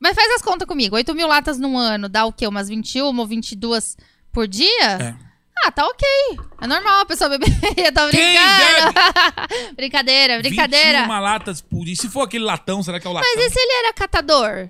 Speaker 1: Mas faz as contas comigo. 8 mil latas num ano dá o quê? Umas 21 ou 22 por dia?
Speaker 2: É.
Speaker 1: Ah, tá ok. É normal a pessoa beber. Eu tô
Speaker 2: Quem
Speaker 1: brincando. brincadeira, brincadeira.
Speaker 2: 21 latas por E se for aquele latão, será que é o latão?
Speaker 1: Mas e se ele era catador?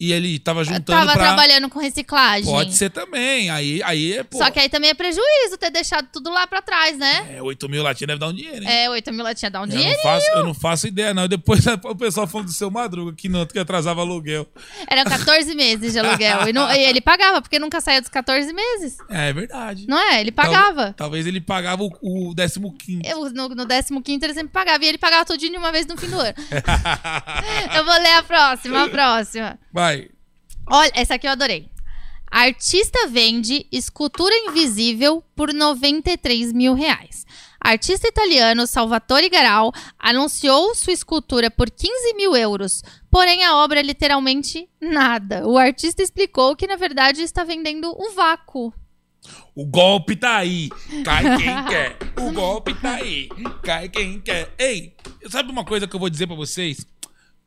Speaker 2: E ele tava juntando
Speaker 1: Tava
Speaker 2: pra...
Speaker 1: trabalhando com reciclagem.
Speaker 2: Pode ser também. Aí, aí é, pô...
Speaker 1: Só que aí também é prejuízo ter deixado tudo lá pra trás, né?
Speaker 2: É, 8 mil latinhas deve dar um dinheiro, hein?
Speaker 1: É, 8 mil latinhas dá um
Speaker 2: eu,
Speaker 1: dinheiro.
Speaker 2: não faço, eu não faço ideia, não. E Depois o pessoal falando do seu Madruga, que não, que atrasava aluguel.
Speaker 1: Eram 14 meses de aluguel. E, não- e ele pagava, porque nunca saía dos 14 meses.
Speaker 2: É, é verdade.
Speaker 1: Não é? Ele
Speaker 2: Tal-
Speaker 1: pagava.
Speaker 2: talvez ele pagava o, o 15
Speaker 1: Eu, no, no 15 ele sempre pagava. E ele pagava tudinho de uma vez no fim do ano. eu vou ler a próxima, a próxima.
Speaker 2: Vai.
Speaker 1: Olha, essa aqui eu adorei. Artista vende escultura invisível por 93 mil reais. Artista italiano Salvatore Garal anunciou sua escultura por 15 mil euros, porém a obra é literalmente nada. O artista explicou que, na verdade, está vendendo o vácuo.
Speaker 2: O golpe tá aí. Cai quem quer. O golpe tá aí. Cai quem quer. Ei, sabe uma coisa que eu vou dizer pra vocês?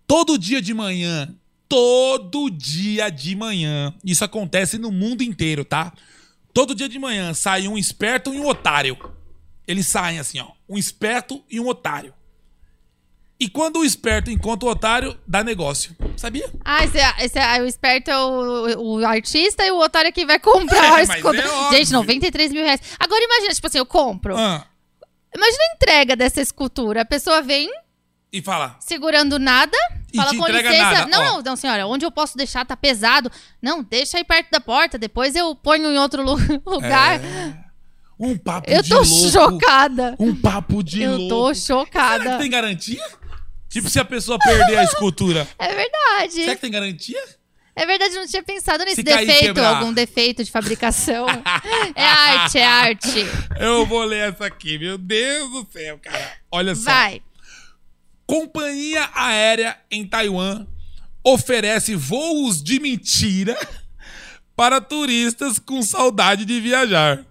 Speaker 2: Todo dia de manhã, todo dia de manhã, isso acontece no mundo inteiro, tá? Todo dia de manhã sai um esperto e um otário. Eles saem assim, ó. Um esperto e um otário. E quando o esperto encontra o otário, dá negócio. Sabia?
Speaker 1: Ah, esse, é- esse é- o esperto é o, o artista e o otário é quem vai comprar.
Speaker 2: É,
Speaker 1: esse
Speaker 2: mas
Speaker 1: conto-
Speaker 2: é óbvio.
Speaker 1: Gente, 93 mil reais. Agora imagina, tipo assim, eu compro.
Speaker 2: Ah,
Speaker 1: Imagina a entrega dessa escultura. A pessoa vem
Speaker 2: e fala.
Speaker 1: segurando nada,
Speaker 2: E
Speaker 1: fala
Speaker 2: te
Speaker 1: com
Speaker 2: entrega
Speaker 1: licença.
Speaker 2: nada,
Speaker 1: não,
Speaker 2: ó.
Speaker 1: não, não, senhora, onde eu posso deixar tá pesado. Não, deixa aí perto da porta, depois eu ponho em outro lu- lugar.
Speaker 2: Um papo
Speaker 1: eu
Speaker 2: de
Speaker 1: tô
Speaker 2: louco.
Speaker 1: chocada.
Speaker 2: Um papo de
Speaker 1: eu
Speaker 2: louco.
Speaker 1: tô
Speaker 2: Será
Speaker 1: chocada.
Speaker 2: que tem garantia? Tipo, se a pessoa perder a escultura,
Speaker 1: É verdade.
Speaker 2: será que tem garantia?
Speaker 1: É verdade, eu não tinha pensado nesse
Speaker 2: Se cair,
Speaker 1: defeito,
Speaker 2: quebrar.
Speaker 1: algum defeito de fabricação. é arte, é arte.
Speaker 2: Eu vou ler essa aqui, meu Deus do céu, cara. Olha só.
Speaker 1: Vai.
Speaker 2: Companhia aérea em Taiwan oferece voos de mentira para turistas com saudade de viajar.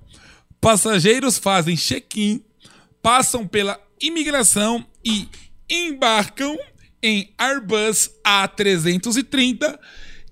Speaker 2: Passageiros fazem check-in, passam pela imigração e embarcam em Airbus A330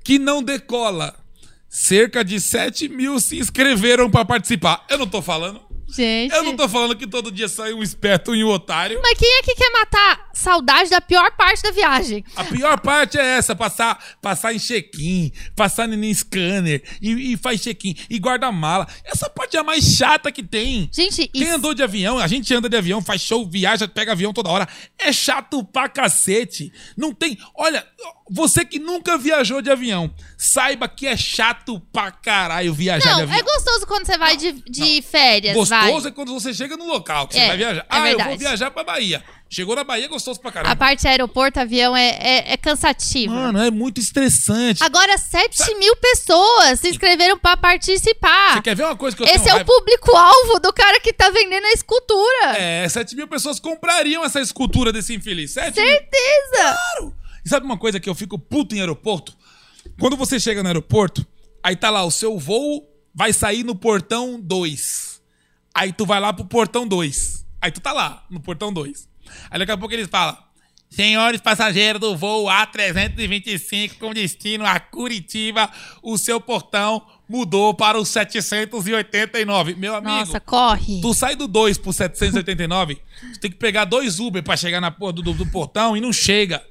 Speaker 2: que não decola. Cerca de 7 mil se inscreveram para participar. Eu não tô falando.
Speaker 1: Gente.
Speaker 2: Eu não tô falando que todo dia sai um esperto e um otário.
Speaker 1: Mas quem é que quer matar saudade da pior parte da viagem?
Speaker 2: A pior parte é essa, passar, passar em check-in, passar em scanner e, e faz check-in e guarda mala. Essa parte é a mais chata que tem.
Speaker 1: Gente,
Speaker 2: Quem
Speaker 1: isso-
Speaker 2: andou de avião, a gente anda de avião, faz show, viaja, pega avião toda hora. É chato pra cacete. Não tem. Olha, você que nunca viajou de avião, saiba que é chato pra caralho viajar de
Speaker 1: Não,
Speaker 2: avião.
Speaker 1: é gostoso quando você vai de, de férias,
Speaker 2: Gostoso
Speaker 1: vai.
Speaker 2: é quando você chega no local que
Speaker 1: É,
Speaker 2: você vai viajar.
Speaker 1: é
Speaker 2: ah, eu vou
Speaker 1: verdade.
Speaker 2: viajar pra Bahia. Chegou na Bahia, é gostoso pra
Speaker 1: A
Speaker 2: caralho.
Speaker 1: parte aeroporto, avião é, é, é cansativa.
Speaker 2: Mano, é muito estressante.
Speaker 1: Agora, 7 mil pessoas se inscreveram pra
Speaker 2: Você
Speaker 1: participar.
Speaker 2: quer ver uma coisa que eu tenho
Speaker 1: Esse é o
Speaker 2: raiva?
Speaker 1: público-alvo do cara que tá vendendo a escultura.
Speaker 2: É, 7 mil pessoas comprariam essa escultura desse infeliz. 7 mil.
Speaker 1: Certeza.
Speaker 2: E sabe uma coisa que eu fico puto em aeroporto? Quando você chega no aeroporto, aí tá lá, o seu voo vai sair no portão 2. Aí tu vai lá pro portão 2. Aí tu tá lá, no portão 2. Aí daqui a pouco eles falam. Senhores passageiros do voo A325 com destino a Curitiba, o seu portão mudou para o 789. Meu amigo,
Speaker 1: Nossa, corre.
Speaker 2: Tu sai do 2 pro 789, tu tem que pegar dois Uber pra chegar na porra do, do- do portão e não chega.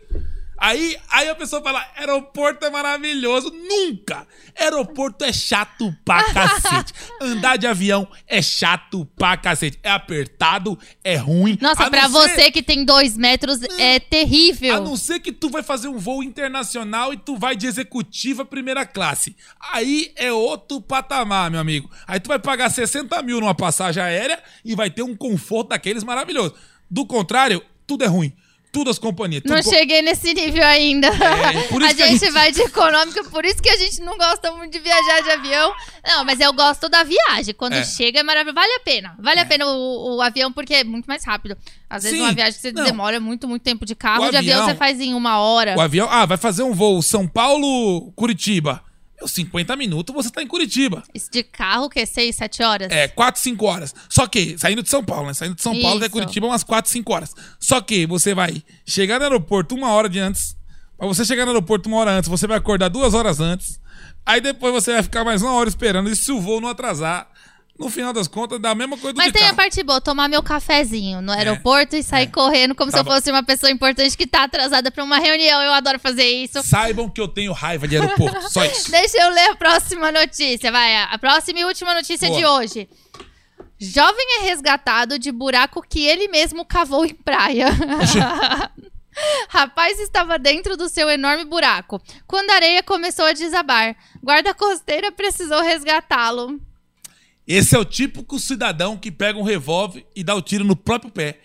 Speaker 2: Aí, aí a pessoa fala, aeroporto é maravilhoso. Nunca! Aeroporto é chato pra cacete. Andar de avião é chato pra cacete. É apertado, é ruim. A
Speaker 1: Nossa,
Speaker 2: não
Speaker 1: pra
Speaker 2: ser- Hum.
Speaker 1: você que tem dois metros, é
Speaker 2: A
Speaker 1: terrível.
Speaker 2: não ser que tu vai fazer um voo internacional e tu vai de executiva primeira classe. Aí é outro patamar, meu amigo. Aí tu vai pagar 60 mil numa passagem aérea e vai ter um conforto daqueles maravilhoso. Do contrário, tudo é ruim. Tudo as companhias. tudo
Speaker 1: Não
Speaker 2: co-
Speaker 1: cheguei nesse nível ainda.
Speaker 2: É, por isso
Speaker 1: a
Speaker 2: que a
Speaker 1: gente,
Speaker 2: gente-
Speaker 1: vai de econômica, por isso que a gente não gosta muito de viajar de avião. Não, mas eu gosto da viagem. Quando
Speaker 2: É.
Speaker 1: chega é maravilhoso. Vale a pena. Vale a pena o, o avião, porque é muito mais rápido. Às vezes
Speaker 2: Sim,
Speaker 1: uma viagem que você
Speaker 2: não.
Speaker 1: demora muito, muito tempo de carro,
Speaker 2: O
Speaker 1: de avião,
Speaker 2: avião-
Speaker 1: você faz em uma hora.
Speaker 2: O avião. Ah, vai fazer um voo São Paulo-Curitiba. Meu, 50 minutos você tá em Curitiba.
Speaker 1: Isso de carro, que é 6, 7 horas.
Speaker 2: É, 4, 5 horas. Só que, saindo de São Paulo, né? Saindo de São Paulo até
Speaker 1: Isso.
Speaker 2: Curitiba, umas 4, 5 horas. Só que você vai chegar no aeroporto uma hora de antes. Pra você chegar no aeroporto uma hora antes, você vai acordar duas horas antes. Aí depois você vai ficar mais uma hora esperando. E se o voo não atrasar, no final das contas, dá a mesma coisa do
Speaker 1: Mas
Speaker 2: de
Speaker 1: tem
Speaker 2: carro. É.
Speaker 1: a parte boa, tomar meu cafezinho no aeroporto e sair correndo como se eu
Speaker 2: Tá bom.
Speaker 1: fosse uma pessoa importante que tá atrasada pra uma reunião. Eu adoro fazer isso.
Speaker 2: Saibam que eu tenho raiva de aeroporto. Só isso.
Speaker 1: Deixa eu ler a próxima notícia, vai. A próxima e última notícia
Speaker 2: Boa.
Speaker 1: de hoje. Jovem é resgatado de buraco que ele mesmo cavou em praia. Rapaz estava dentro do seu enorme buraco. Quando a areia começou a desabar, guarda costeira precisou resgatá-lo.
Speaker 2: Esse é o típico cidadão que pega um revólver e dá o tiro no próprio pé.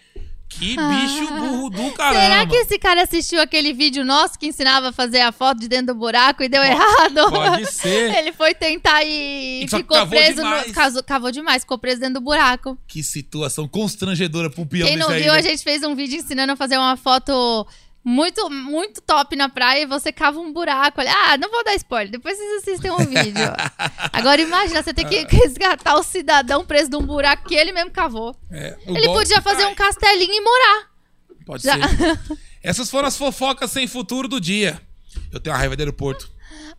Speaker 2: Que bicho burro do caramba.
Speaker 1: Ah. Será que esse cara assistiu aquele vídeo nosso que ensinava a fazer a foto de dentro do buraco e deu errado?
Speaker 2: Pode ser.
Speaker 1: Ele foi tentar e,
Speaker 2: E só
Speaker 1: ficou
Speaker 2: cavou
Speaker 1: preso
Speaker 2: demais.
Speaker 1: no. Casou, cavou demais, ficou preso dentro do buraco.
Speaker 2: Que situação constrangedora pro peão
Speaker 1: Quem não
Speaker 2: desse aí,
Speaker 1: viu,
Speaker 2: né?
Speaker 1: a gente fez um vídeo ensinando a fazer uma foto muito, muito top na praia e você cava um buraco. ali. Ah, não vou dar spoiler, depois vocês assistem o vídeo. Agora imagina, você tem
Speaker 2: Ah.
Speaker 1: que resgatar o cidadão preso de um buraco que ele mesmo cavou.
Speaker 2: É, o
Speaker 1: Ele
Speaker 2: golpe
Speaker 1: podia fazer
Speaker 2: cai.
Speaker 1: um castelinho e morar.
Speaker 2: Pode
Speaker 1: Já-
Speaker 2: ser. Essas foram as fofocas sem futuro do dia. Eu tenho uma raiva de aeroporto.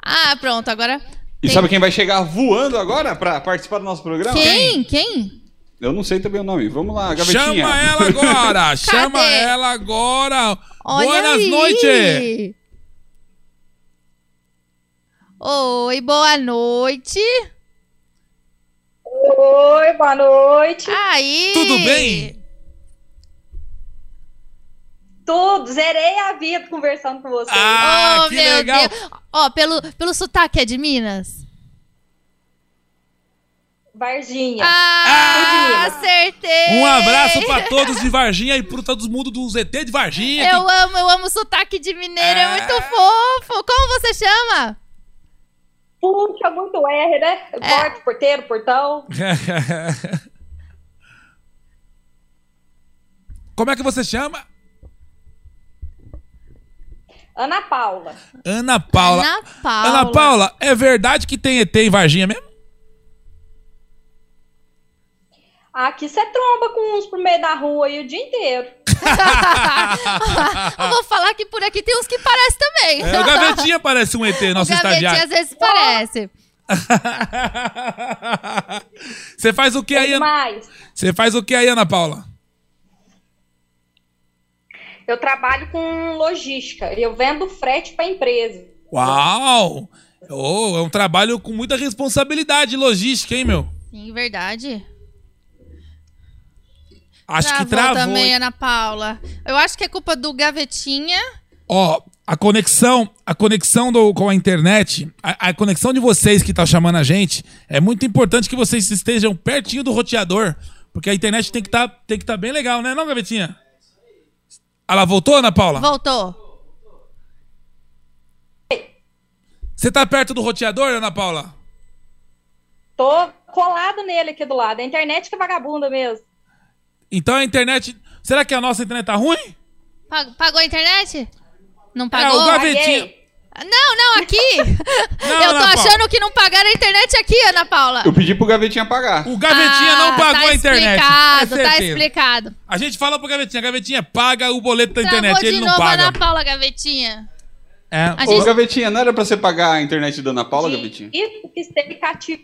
Speaker 1: Ah, pronto, agora.
Speaker 4: E
Speaker 1: tem-
Speaker 4: sabe quem vai chegar voando agora pra participar do nosso programa?
Speaker 1: Quem? Quem?
Speaker 4: Eu não sei também o nome. Vamos lá, gavetinha.
Speaker 2: Chama ela agora! Chama ela agora!
Speaker 1: Olha
Speaker 2: Buenas
Speaker 1: aí.
Speaker 2: noites!
Speaker 1: Oi, boa noite.
Speaker 11: Oi, boa noite.
Speaker 1: Aí.
Speaker 2: Tudo bem?
Speaker 11: Tudo, zerei a vida conversando com vocês.
Speaker 2: Ah,
Speaker 1: Oh,
Speaker 2: que
Speaker 1: meu
Speaker 2: legal!
Speaker 1: Deus. Ó, pelo, pelo sotaque é de Minas?
Speaker 11: Varginha.
Speaker 1: Ah, acertei!
Speaker 2: Um abraço pra todos de Varginha e pro todo mundo do ZT de Varginha.
Speaker 1: Eu amo, eu amo o sotaque de mineiro,
Speaker 2: Ah.
Speaker 1: é muito fofo. Como você chama?
Speaker 11: Puxa muito R, né?
Speaker 1: É.
Speaker 11: Porte, porteiro, portão.
Speaker 2: Como é que você chama?
Speaker 11: Ana Paula.
Speaker 2: Ana Paula.
Speaker 1: Ana Paula.
Speaker 2: Ana Paula, é verdade que tem ET em Varginha mesmo?
Speaker 11: Aqui você tromba com uns pro meio da rua aí o dia inteiro.
Speaker 1: eu vou falar que por aqui tem uns que parecem também.
Speaker 2: É, o Gavetinha parece um ET, nosso
Speaker 1: Gavetinha às
Speaker 2: estagiário.
Speaker 1: vezes parece.
Speaker 2: Você faz o que aí, Ana?
Speaker 11: Mas
Speaker 2: Você faz o que aí, Ana Paula?
Speaker 11: eu trabalho com logística. Eu vendo frete pra empresa.
Speaker 2: Uau! Oh, é um trabalho com muita responsabilidade logística, hein, meu?
Speaker 1: Sim, verdade.
Speaker 2: Acho que travou.
Speaker 1: também,
Speaker 2: hein?
Speaker 1: Ana Paula. Eu acho que é culpa do Gavetinha.
Speaker 2: Ó, a conexão, a conexão do, com a internet, a, a conexão de vocês que tá chamando a gente, é muito importante que vocês estejam pertinho do roteador, porque a internet tem que tá, tem que tá bem legal, né, não, Gavetinha? Ela voltou, Ana Paula?
Speaker 1: Voltou.
Speaker 2: Você tá perto do roteador, Ana Paula?
Speaker 11: Tô colado nele aqui do lado. A internet que é vagabunda mesmo.
Speaker 2: Então a internet, será que a nossa internet tá ruim?
Speaker 1: Pa- Pagou a internet? Não
Speaker 2: É,
Speaker 1: pagou?
Speaker 2: o Gavetinha.
Speaker 11: Paguei.
Speaker 1: Não, não, aqui.
Speaker 2: Não,
Speaker 1: eu tô
Speaker 2: Ana Paula.
Speaker 1: achando que não pagaram a internet aqui, Ana Paula.
Speaker 4: Eu pedi pro Gavetinha pagar.
Speaker 2: O Gavetinha
Speaker 1: Ah,
Speaker 2: não pagou
Speaker 1: tá
Speaker 2: a internet.
Speaker 1: Explicado,
Speaker 2: É
Speaker 1: tá
Speaker 2: certeza.
Speaker 1: explicado.
Speaker 2: A gente fala pro Gavetinha, Gavetinha, paga o boleto da internet,
Speaker 1: Travou de
Speaker 2: ele não
Speaker 1: novo a
Speaker 2: paga.
Speaker 1: Ana Paula, Gavetinha.
Speaker 2: É.
Speaker 1: A
Speaker 4: Ô,
Speaker 1: gente-
Speaker 4: Gavetinha, não era pra você pagar a internet da Ana Paula, Gavetinha?
Speaker 11: Isso que esteve cativo.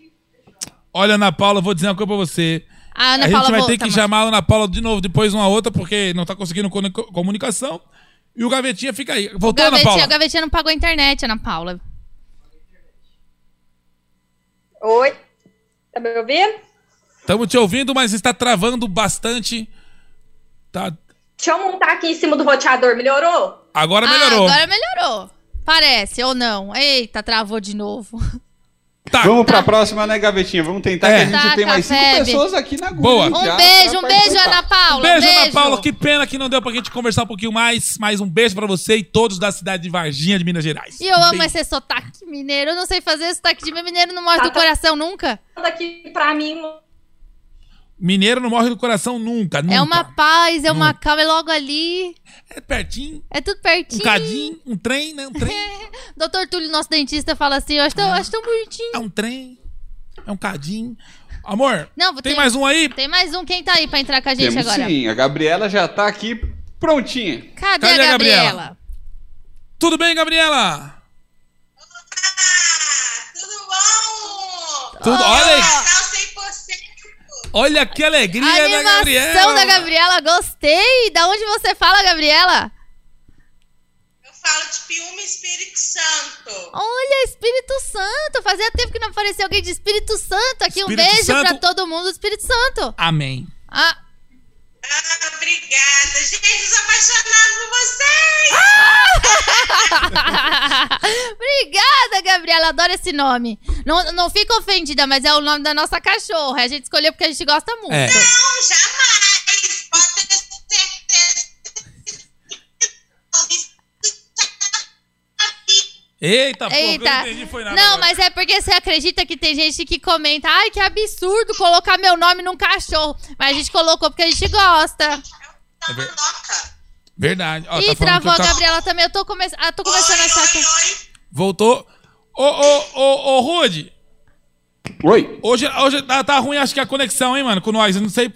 Speaker 2: Olha, Ana Paula, eu vou dizer uma coisa pra você.
Speaker 1: A Ana
Speaker 2: a gente
Speaker 1: Paula
Speaker 2: vai
Speaker 1: volta,
Speaker 2: ter que
Speaker 1: mano.
Speaker 2: chamar a Ana Paula de novo, depois uma outra, porque não tá conseguindo coni- comunicação. E o Gavetinha fica aí. Voltou, Ana
Speaker 1: Gavetinha,
Speaker 2: Paula?
Speaker 1: o Gavetinha não pagou a internet, Ana Paula.
Speaker 11: Oi. Tá me ouvindo?
Speaker 2: Estamos te ouvindo, mas está travando bastante. Tá...
Speaker 11: Deixa eu montar aqui em cima do roteador. Melhorou?
Speaker 2: Agora melhorou.
Speaker 1: Ah, agora melhorou. Parece, ou não. Eita, travou de novo.
Speaker 2: Tá.
Speaker 4: Vamos pra próxima, né, Gavetinha? Vamos tentar,
Speaker 2: É.
Speaker 4: que a gente
Speaker 1: Tá,
Speaker 4: tem
Speaker 1: tá,
Speaker 4: mais cinco
Speaker 1: Feb.
Speaker 4: pessoas aqui na agulha.
Speaker 2: Boa.
Speaker 1: Um
Speaker 4: já
Speaker 1: beijo,
Speaker 4: pra
Speaker 1: um beijo,
Speaker 4: participar.
Speaker 1: Ana Paula.
Speaker 2: Beijo,
Speaker 1: um
Speaker 2: Ana Paula. Que pena que não deu pra gente conversar um pouquinho mais. Mais um beijo pra você e todos da cidade de Varginha, de Minas Gerais.
Speaker 1: E eu amo
Speaker 2: Beijo.
Speaker 1: esse sotaque mineiro. Eu não sei fazer sotaque de mineiro, não morre
Speaker 11: Tá,
Speaker 1: do
Speaker 11: tá.
Speaker 1: coração nunca.
Speaker 11: Manda aqui pra mim
Speaker 2: Mineiro não morre do coração nunca, nunca.
Speaker 1: É uma paz, é uma calma, é logo ali.
Speaker 2: É pertinho,
Speaker 1: É tudo
Speaker 2: um
Speaker 1: pertinho.
Speaker 2: cadinho, um trem, né? Um trem.
Speaker 1: Doutor Túlio, nosso dentista, fala assim: eu acho tão, acho tão bonitinho.
Speaker 2: É um trem. É um cadinho. Amor,
Speaker 1: Não,
Speaker 2: tem mais um aí?
Speaker 1: Tem mais um, quem tá aí pra entrar com a gente
Speaker 4: Temos
Speaker 1: agora?
Speaker 4: sim, a Gabriela já tá aqui prontinha.
Speaker 1: Cadê,
Speaker 2: Cadê a
Speaker 1: a
Speaker 2: Gabriela?
Speaker 1: Gabriela?
Speaker 2: Tudo bem, Gabriela?
Speaker 11: Tudo bom?
Speaker 2: Tudo... Olha, aí.
Speaker 11: Natal 100%.
Speaker 2: olha que alegria
Speaker 1: A
Speaker 2: da
Speaker 1: animação
Speaker 2: Gabriela.
Speaker 1: da Gabriela, gostei! Da onde você fala, Gabriela?
Speaker 11: Eu falo de Piúma Espírito Santo.
Speaker 1: Olha, Espírito Santo! Fazia tempo que não aparecia alguém de Espírito Santo aqui. um
Speaker 2: Espírito
Speaker 1: beijo pra
Speaker 2: Santo.
Speaker 1: todo mundo do Espírito Santo.
Speaker 2: Amém.
Speaker 1: Ah,
Speaker 11: Ah, obrigada. Gente, os apaixonados por vocês.
Speaker 1: Ah! Obrigada, Gabriela. Adoro esse nome. Não, não fica ofendida, mas é o nome da nossa cachorra. A gente escolheu porque a gente gosta muito.
Speaker 2: É.
Speaker 11: Não, jamais. Pode ter certeza.
Speaker 2: Eita, porra, eu
Speaker 1: Eita.
Speaker 2: não entendi foi nada.
Speaker 1: Não,
Speaker 2: agora.
Speaker 1: mas é porque você acredita que tem gente que comenta, ai, que absurdo colocar meu nome num cachorro. Mas a gente colocou porque a gente gosta.
Speaker 2: É ver-
Speaker 11: Louca.
Speaker 2: Verdade. Ó,
Speaker 1: Ih,
Speaker 2: tá falando que
Speaker 1: travou
Speaker 2: eu
Speaker 1: a
Speaker 2: tá-
Speaker 1: Gabriela também. Eu tô, come... ah, tô começando a achar que.
Speaker 11: oi.
Speaker 2: Voltou. Ô, ô, ô, ô, Rude.
Speaker 4: Oi.
Speaker 2: Hoje, hoje tá, tá ruim, acho que a conexão, hein, mano, com nós. Eu não sei.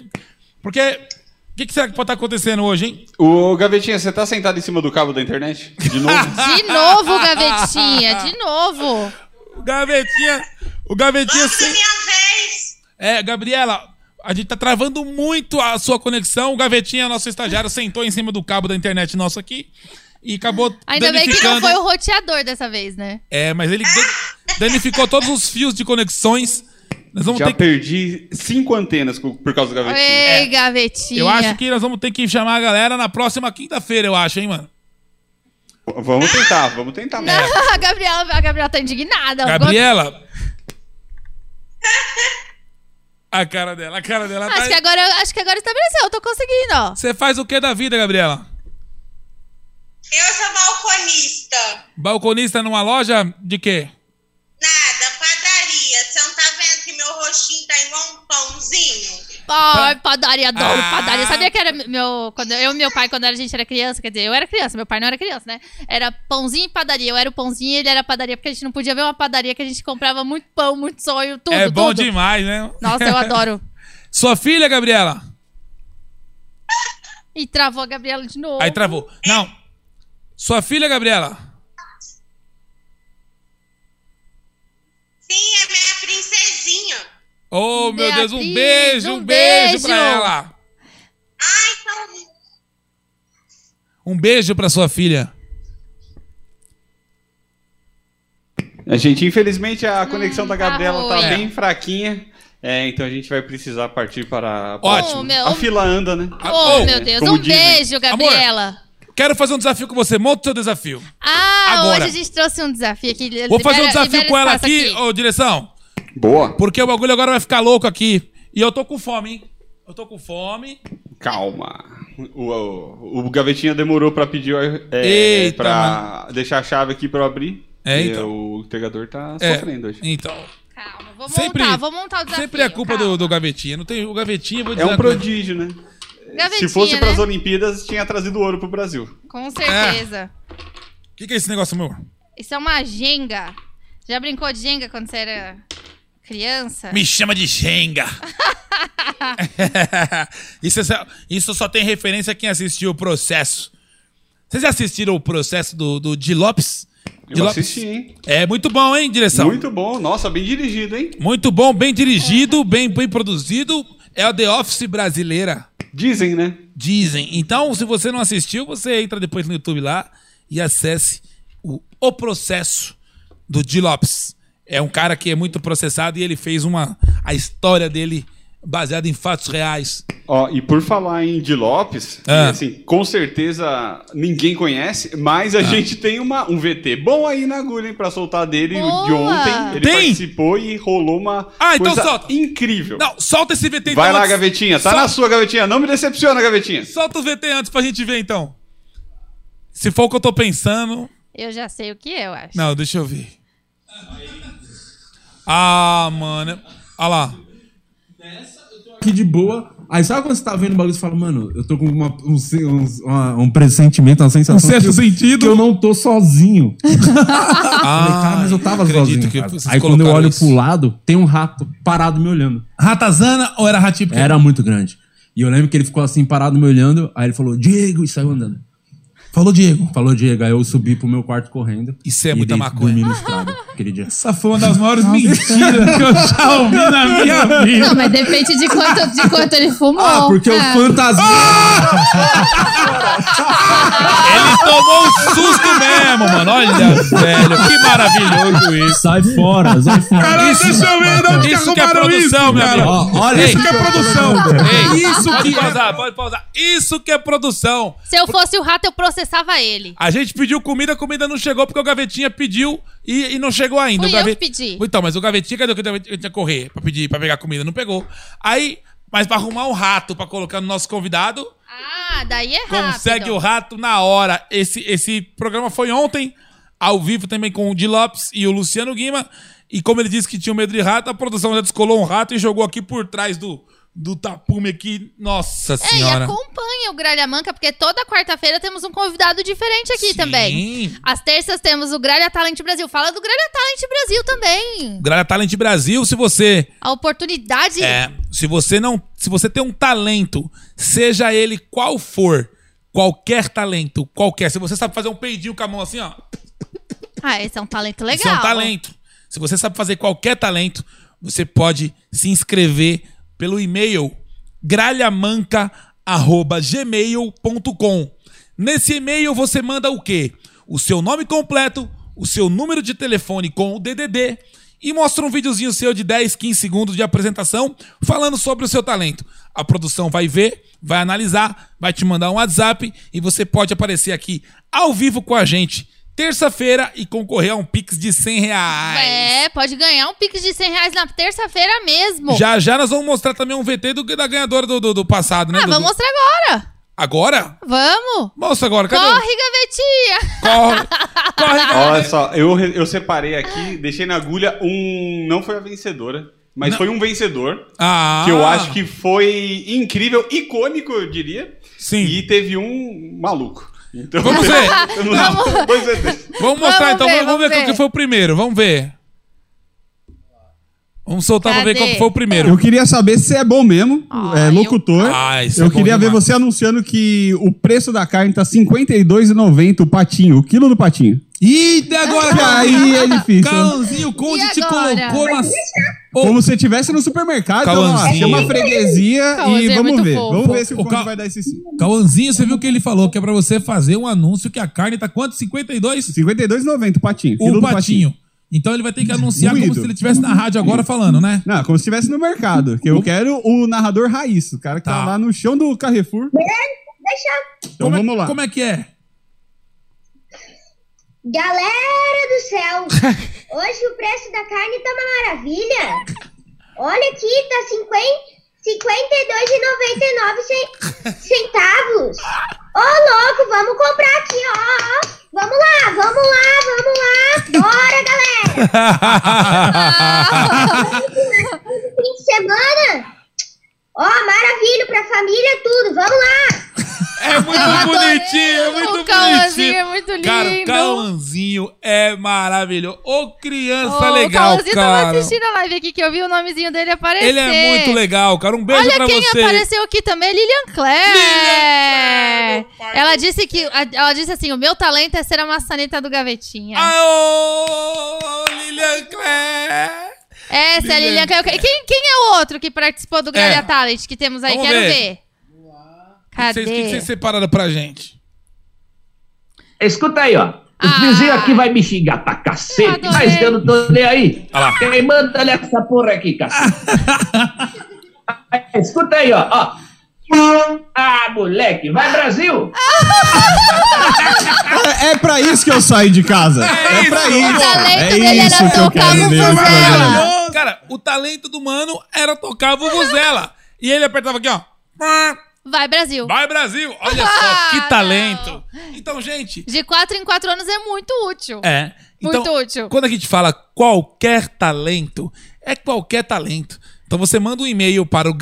Speaker 2: Porque. O que, que será que pode estar acontecendo hoje, hein?
Speaker 4: Ô, Gavetinha, você tá sentado em cima do cabo da internet? De novo?
Speaker 1: De novo, gavetinha, de novo.
Speaker 2: O Gavetinha. O Gavetinha. sem-
Speaker 11: Minha vez.
Speaker 2: É, Gabriela, A gente tá travando muito a sua conexão. O Gavetinha, nosso estagiário, sentou em cima do cabo da internet nosso aqui e acabou
Speaker 1: Ainda bem que não
Speaker 2: danificando-
Speaker 1: foi o roteador dessa vez, né?
Speaker 2: É, mas ele dan- danificou todos os fios de conexões. Nós vamos
Speaker 4: Já
Speaker 2: ter que...
Speaker 4: perdi cinco antenas co- por causa do gaveta.
Speaker 1: Ei, gavetinha.
Speaker 2: É. Eu acho que nós vamos ter que chamar a galera na próxima quinta-feira, eu acho, hein, mano?
Speaker 4: Vamos tentar, vamos tentar.
Speaker 1: Não, a Gabriela, a Gabriela tá indignada.
Speaker 2: Gabriela. A cara dela, a cara dela
Speaker 1: Acho que
Speaker 2: tá...
Speaker 1: agora, acho que agora estabeleceu, eu tô conseguindo, ó.
Speaker 2: Você faz o que da vida, Gabriela?
Speaker 12: Eu sou balconista.
Speaker 2: Balconista numa loja de quê?
Speaker 12: Nada, padaria. Você não tá vendo que meu roxinho tá igual um pãozinho?
Speaker 1: Ai, padaria, adoro
Speaker 2: Ah.
Speaker 1: padaria. Sabia que era meu. Quando eu e meu pai, quando a gente era criança, quer dizer, eu era criança, meu pai não era criança, né? Era pãozinho e padaria. Eu era o pãozinho e ele era padaria, porque a gente não podia ver uma padaria que a gente comprava muito pão, muito sonho, tudo.
Speaker 2: é bom
Speaker 1: tudo.
Speaker 2: demais, né?
Speaker 1: Nossa, eu adoro.
Speaker 2: Sua filha, Gabriela?
Speaker 1: E travou a Gabriela de novo.
Speaker 2: Aí travou. Não. Sua filha, Gabriela?
Speaker 12: Sim, é minha princesinha.
Speaker 2: Oh, meu
Speaker 12: Beatriz,
Speaker 2: Deus, um beijo, um
Speaker 12: um
Speaker 2: beijo, pra
Speaker 12: beijo.
Speaker 2: ela.
Speaker 12: Ai, então.
Speaker 2: Um beijo pra sua filha.
Speaker 4: A gente, infelizmente, a conexão da Gabriela tá
Speaker 1: ruim.
Speaker 4: bem fraquinha. É, então a gente vai precisar partir para.
Speaker 2: Ótimo.
Speaker 1: Oh, meu-
Speaker 4: A fila anda, né?
Speaker 1: Oh, meu Deus.
Speaker 4: Como
Speaker 1: Um
Speaker 4: dizem.
Speaker 1: beijo, Gabriela.
Speaker 2: Quero fazer um desafio com você. Monta o seu desafio.
Speaker 1: Ah,
Speaker 2: Agora.
Speaker 1: hoje a gente trouxe um desafio aqui.
Speaker 2: Vou fazer um
Speaker 1: Libera-
Speaker 2: desafio
Speaker 1: libera
Speaker 2: com ela
Speaker 1: espaço
Speaker 2: aqui, ô direção.
Speaker 4: Boa.
Speaker 2: Porque o bagulho agora vai ficar louco aqui. E eu tô com fome, hein? Eu tô com fome.
Speaker 4: Calma. O, o, o gavetinha demorou pra pedir. É,
Speaker 2: Eita,
Speaker 4: pra deixar a chave aqui pra eu abrir.
Speaker 2: É,
Speaker 4: E
Speaker 2: então.
Speaker 4: O entregador tá
Speaker 2: É,
Speaker 4: sofrendo hoje.
Speaker 2: Então.
Speaker 1: Vou
Speaker 2: Sempre-
Speaker 1: montar, vou montar o desafio.
Speaker 2: Sempre é culpa do, do gavetinha. Não tem o gavetinha, vou dizer.
Speaker 4: É um
Speaker 2: uma coisa.
Speaker 4: prodígio, né?
Speaker 1: Gavetinha,
Speaker 4: Se fosse pras
Speaker 1: né?
Speaker 4: Olimpíadas, tinha trazido ouro pro Brasil.
Speaker 1: Com certeza.
Speaker 2: O que, que é esse negócio, meu?
Speaker 1: Isso é uma jenga. Já brincou de jenga quando você era criança?
Speaker 2: Me chama de Jenga. isso, é só, isso só tem referência a quem assistiu o processo. Vocês já assistiram o processo do, do Di Lopes?
Speaker 4: Eu
Speaker 2: Di Lopes?
Speaker 4: assisti, hein?
Speaker 2: É muito bom, hein, direção?
Speaker 4: Muito bom. Nossa, bem dirigido, hein?
Speaker 2: Muito bom, bem dirigido, bem, bem produzido. É a The Office brasileira.
Speaker 4: Dizem, né?
Speaker 2: Dizem. Então, se você não assistiu, você entra depois no YouTube lá e acesse o, o processo do Di Lopes. É um cara que é muito processado e ele fez uma a história dele baseada em fatos reais.
Speaker 4: Ó, e por falar em Di Lopes,
Speaker 2: Ah.
Speaker 4: assim, com certeza ninguém conhece, mas a
Speaker 2: Ah.
Speaker 4: gente tem uma, um VT bom aí na agulha, hein, pra soltar dele
Speaker 1: Boa!
Speaker 4: de ontem. Ele
Speaker 2: Tem?
Speaker 4: participou e rolou uma
Speaker 2: Ah, então
Speaker 4: coisa
Speaker 2: solta.
Speaker 4: incrível.
Speaker 2: Não, solta esse VT
Speaker 4: Vai
Speaker 2: então,
Speaker 4: lá,
Speaker 2: antes-
Speaker 4: gavetinha. Tá
Speaker 2: Sol-
Speaker 4: na sua, gavetinha. Não me decepciona, gavetinha.
Speaker 2: Solta o VT antes pra gente ver então. Se for o que eu tô pensando.
Speaker 1: Eu já sei o que é, eu acho.
Speaker 2: Não, deixa eu ver. Ah, mano. Olha lá.
Speaker 13: aqui de boa. Aí sabe quando você tá vendo o bagulho e fala, mano, eu tô com uma- um, sen- um, uma- um pressentimento, uma sensação.
Speaker 2: certo
Speaker 13: que eu-
Speaker 2: sentido.
Speaker 13: Que eu não tô sozinho. Falei, cara, mas eu tava sozinho.
Speaker 2: Ah, que
Speaker 13: cara."
Speaker 2: vocês
Speaker 13: Aí quando eu
Speaker 2: colocaram
Speaker 13: olho
Speaker 2: isso.
Speaker 13: pro lado, tem um rato parado me olhando.
Speaker 2: Ratazana ou era ratinho pequeno?
Speaker 13: Era muito grande. E eu lembro que ele ficou assim parado me olhando. Aí ele falou, Diego, e saiu andando. Falou, Diego. Falou, Diego. Aí eu subi pro meu quarto correndo.
Speaker 2: Isso é
Speaker 13: e
Speaker 2: muita
Speaker 13: dei-
Speaker 2: maconha.
Speaker 13: dormi no estrado, aquele dia.
Speaker 2: Essa foi uma das maiores mentiras que eu já ouvi na minha vida.
Speaker 1: Não, mas depende de quanto, de quanto ele fumou.
Speaker 13: Ah, porque eu
Speaker 2: É.
Speaker 1: Ah.
Speaker 13: fantasmei.
Speaker 2: Ele tomou um susto mesmo, mano. Olha, velho, que maravilhoso isso.
Speaker 13: Sai fora, sai fora.
Speaker 2: isso, isso que é produção, meu amigo.
Speaker 13: Ó, olha
Speaker 2: isso
Speaker 13: que é produção.
Speaker 2: Ei,
Speaker 13: Isso
Speaker 2: pode
Speaker 13: que é-
Speaker 2: pausar, pode pausar. Isso que é produção.
Speaker 1: Se eu fosse o rato, eu processava ele.
Speaker 2: A gente pediu comida, a comida não chegou porque o Gavetinha pediu e, e não chegou ainda.
Speaker 1: Fui
Speaker 2: o gavet...
Speaker 1: eu que pedi.
Speaker 2: Então, mas o Gavetinha, cadê o Gavetinha tinha que correr pra pedir, pra pegar comida? Não pegou. Aí, mas pra arrumar um rato pra colocar no nosso convidado,
Speaker 1: Ah, daí é rápido.
Speaker 2: consegue o rato na hora. Esse, esse programa foi ontem, ao vivo também com o Di Lopes e o Luciano Guima. E como ele disse que tinha um medo de rato, a produção já descolou um rato e jogou aqui por trás do, do tapume aqui. Nossa
Speaker 1: É, e
Speaker 2: senhora.
Speaker 1: acompanha o Gralha Manca, porque toda quarta-feira temos um convidado diferente aqui também. Às terças temos o Gralha Talent Brasil. Fala do Gralha Talent Brasil também.
Speaker 2: Gralha Talent Brasil, se você
Speaker 1: A oportunidade.
Speaker 2: É, se você não, se você tem um talento, seja ele qual for, qualquer talento, qualquer, se você sabe fazer um peidinho com a mão assim, ó,
Speaker 1: Ah, esse é um talento legal.
Speaker 2: isso é um talento. Se você sabe fazer qualquer talento, você pode se inscrever pelo e-mail gralhamanca.gmail.com. Nesse e-mail você manda o quê? O seu nome completo, o seu número de telefone com o DDD e mostra um videozinho seu de 10, 15 segundos de apresentação falando sobre o seu talento. A produção vai ver, vai analisar, vai te mandar um WhatsApp e você pode aparecer aqui ao vivo com a gente terça-feira e concorrer a um Pix de 100 reais.
Speaker 1: É, pode ganhar um pix de 100 reais na terça-feira mesmo.
Speaker 2: Já né, já nós vamos mostrar também um VT do, da ganhadora do, do, do passado, né?
Speaker 1: Ah,
Speaker 2: Dudu?
Speaker 1: vamos mostrar agora.
Speaker 2: Agora?
Speaker 1: Vamos.
Speaker 2: Mostra agora, cadê?
Speaker 1: Corre, gavetinha.
Speaker 2: Corre. Ah,
Speaker 4: Olha só, eu, re- eu separei aqui, deixei na agulha um. Não foi a vencedora, mas foi um vencedor.
Speaker 2: Ah.
Speaker 4: Que eu acho que foi incrível, icônico, eu diria.
Speaker 2: Sim.
Speaker 4: E teve um maluco. Então,
Speaker 2: Vamos ver.
Speaker 4: eu não- Pois é.
Speaker 2: Vamos mostrar então, vamos, ver, qual que foi o primeiro, vamos ver. Vamos soltar pra ver qual que foi o primeiro.
Speaker 14: Eu queria saber se é bom mesmo, é, locutor.
Speaker 2: Ah, isso
Speaker 14: eu
Speaker 2: é bom
Speaker 14: queria ver
Speaker 2: demais.
Speaker 14: você anunciando que o preço da carne tá R$ 52,90 o patinho, o quilo do patinho.
Speaker 2: Ih, agora,
Speaker 14: aí é difícil.
Speaker 2: Carlãozinho, o Conde te colocou na...
Speaker 14: Como se tivesse no supermercado, então, ó,
Speaker 2: Calãozinho.
Speaker 14: chama a freguesia
Speaker 2: Calãozinho
Speaker 14: e
Speaker 2: é
Speaker 14: vamos
Speaker 2: muito
Speaker 14: ver.
Speaker 2: fofo.
Speaker 14: Vamos ver se o,
Speaker 2: O Cal-
Speaker 14: Conde vai dar esse sim.
Speaker 2: Cauanzinho, você viu o que ele falou? Que é pra você fazer um anúncio que a carne tá quanto? 52?
Speaker 14: 52,90 o patinho.
Speaker 2: O
Speaker 14: Quilo do
Speaker 2: patinho. Então ele vai ter que anunciar como
Speaker 14: Moído.
Speaker 2: se ele estivesse na rádio agora falando, né?
Speaker 14: Não, como se estivesse no mercado. Que eu
Speaker 2: Hum.
Speaker 14: quero o narrador raiz, o cara que tá, lá no chão do Carrefour.
Speaker 12: Deixa.
Speaker 14: Então vamos lá.
Speaker 2: Como é que é?
Speaker 12: Galera do céu, hoje o preço da carne tá uma maravilha. Olha aqui, tá 50, 52,99 cen- centavos. Ô louco, vamos comprar aqui, ó. Vamos lá, vamos lá, vamos lá. Bora, galera. Fim de semana. Ó, maravilha pra família, tudo. Vamos lá.
Speaker 2: É muito bonitinho, é muito
Speaker 12: O Cauãzinho
Speaker 2: bonitinho.
Speaker 12: é muito
Speaker 2: Cara, o
Speaker 12: lindo.
Speaker 2: Cauãzinho é maravilhoso. Ô, criança
Speaker 1: Ô,
Speaker 2: legal,
Speaker 1: o Cauãzinho tava
Speaker 2: cara.
Speaker 1: assistindo a live aqui que eu vi o nomezinho dele aparecer.
Speaker 2: Ele é muito legal, cara. Um beijo
Speaker 1: Olha
Speaker 2: pra
Speaker 1: quem
Speaker 2: você.
Speaker 1: apareceu aqui também, Lilian Clare. ela disse que a- ela disse assim: "O meu talento é ser a maçaneta do gavetinha".
Speaker 2: Ah, Aô, Lilian Clare.
Speaker 1: Essa é a Lilian
Speaker 2: Lilian
Speaker 1: Clare. Quem, quem é o outro que participou do Galha
Speaker 2: É.
Speaker 1: Talent que temos aí?
Speaker 2: Vamos
Speaker 1: Quero
Speaker 2: ver.
Speaker 1: ver.
Speaker 2: O que
Speaker 1: Cadê?
Speaker 2: vocês- o que vocês separaram pra gente?
Speaker 15: Escuta aí, ó. Os vizinhos aqui vai me xingar pra cacete,
Speaker 2: Ah. Eu adorei.
Speaker 15: mas eu não tô nem aí. Quem manda é essa porra aqui, cacete. Escuta aí, ó, ó. Ah, moleque, vai Brasil!
Speaker 14: É, é pra isso que eu saí de casa. É, pra
Speaker 2: isso,
Speaker 14: isso.
Speaker 2: O talento
Speaker 14: é isso que eu quero ver. esse programa.
Speaker 1: Tá.
Speaker 2: Cara, o talento do mano era tocar a vuvuzela. E ele apertava aqui, ó.
Speaker 1: Vai Brasil.
Speaker 2: Vai, Brasil! Olha
Speaker 1: Ah,
Speaker 2: só que talento. Então, gente...
Speaker 1: De 4 em 4 anos é muito útil.
Speaker 2: É. Então,
Speaker 1: Muito útil.
Speaker 2: Quando a gente fala qualquer talento, é qualquer talento. Então você manda um e-mail para o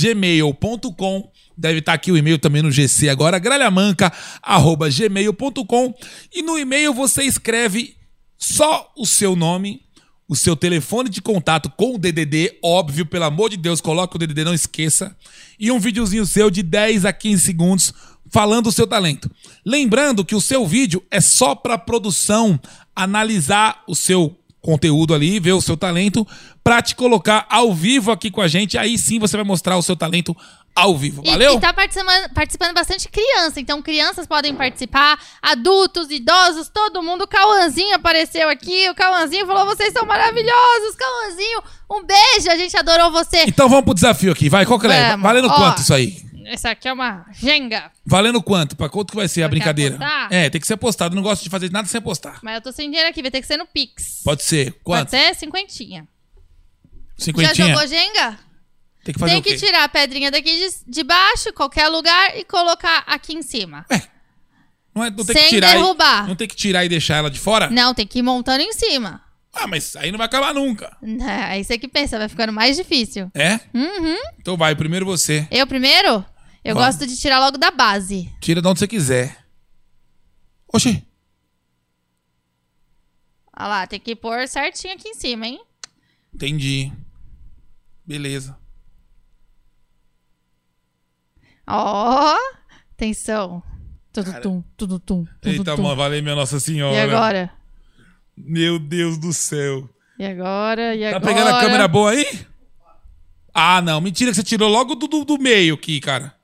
Speaker 2: gralhamanca.gmail.com. Deve estar aqui o e-mail também no GC agora, gralhamanca.gmail.com. E no e-mail você escreve só o seu nome, o seu telefone de contato com o DDD, óbvio, pelo amor de Deus, coloca o DDD, não esqueça. E um videozinho seu de 10 a 15 segundos falando o seu talento. Lembrando que o seu vídeo é só para produção analisar o seu conteúdo ali, ver o seu talento, para te colocar ao vivo aqui com a gente. Aí sim você vai mostrar o seu talento ao vivo.
Speaker 1: E-
Speaker 2: Valeu?
Speaker 1: E, tá participando, participando bastante criança. Então, crianças podem participar, adultos, idosos, todo mundo. O Cauãzinho apareceu aqui. O Cauãzinho falou: vocês são maravilhosos, Cauãzinho. Um beijo, a gente adorou você.
Speaker 2: Então vamos pro desafio aqui, vai. Qual que é?
Speaker 1: Vamos.
Speaker 2: Valendo
Speaker 1: Ó.
Speaker 2: quanto isso aí?
Speaker 1: Essa aqui é uma jenga.
Speaker 2: Valendo quanto? Pra quanto que vai ser a brincadeira?
Speaker 1: apostar?
Speaker 2: É, tem que ser apostado. Eu Não gosto de fazer nada sem apostar.
Speaker 1: Mas eu tô sem dinheiro aqui, vai ter que ser no Pix.
Speaker 2: Pode ser.
Speaker 1: Pode
Speaker 2: Quanto?
Speaker 1: ser cinquentinha. Já
Speaker 2: Cinquentinha?
Speaker 1: jogou jenga?
Speaker 2: Tem que fazer
Speaker 1: Tem
Speaker 2: o quê?
Speaker 1: que tirar a pedrinha daqui de, de baixo, qualquer lugar, e colocar aqui em cima.
Speaker 2: Não, é, não tem
Speaker 1: Sem
Speaker 2: que tirar
Speaker 1: derrubar.
Speaker 2: E, não tem que tirar e deixar ela de fora?
Speaker 1: Não, tem que ir montando em cima.
Speaker 2: Ah, mas aí não vai acabar nunca.
Speaker 1: Né, Aí você que pensa, vai ficando mais difícil.
Speaker 2: É?
Speaker 1: Uhum.
Speaker 2: Então vai, primeiro você.
Speaker 1: Eu primeiro? Eu
Speaker 2: Vamos.
Speaker 1: gosto de tirar logo da base.
Speaker 2: Tira de onde você quiser. Oxi.
Speaker 1: Olha lá, tem que pôr certinho aqui em cima, hein?
Speaker 2: Entendi. Beleza.
Speaker 1: Ó, atenção. Tudo tum, tudo tum. tudo
Speaker 2: Eita,
Speaker 1: tum.
Speaker 2: mano, valeu minha Nossa Senhora.
Speaker 1: E agora?
Speaker 2: Meu Deus do céu.
Speaker 1: E agora? E
Speaker 2: Tá
Speaker 1: agora?
Speaker 2: pegando a câmera boa aí? Ah, não. Mentira que você tirou logo do, do, do meio aqui, cara.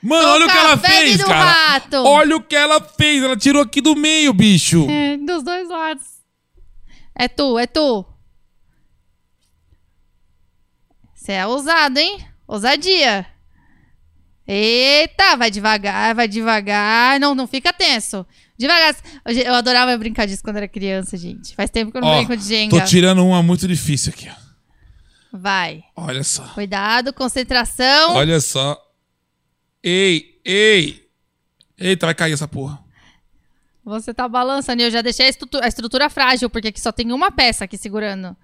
Speaker 2: Mano, olha o que ela
Speaker 1: Café
Speaker 2: fez,
Speaker 1: do
Speaker 2: cara.
Speaker 1: rato.
Speaker 2: Olha o que ela fez. Ela tirou aqui do meio, bicho.
Speaker 1: É, dos dois lados. É tu, é tu. Você é ousado, hein? Ousadia. Eita, vai devagar, vai devagar. Não, não fica tenso. Devagar. Eu eu adorava brincar disso quando era criança, gente. Faz tempo que eu não
Speaker 2: Ó,
Speaker 1: brinco de Jenga.
Speaker 2: Tô tirando uma muito difícil aqui, ó.
Speaker 1: Vai.
Speaker 2: Olha só.
Speaker 1: Cuidado, concentração.
Speaker 2: Olha só. Ei, ei. Eita, vai cair essa porra.
Speaker 1: Você tá balançando e eu já deixei a, estrutu- a estrutura frágil, porque aqui só tem uma peça aqui segurando.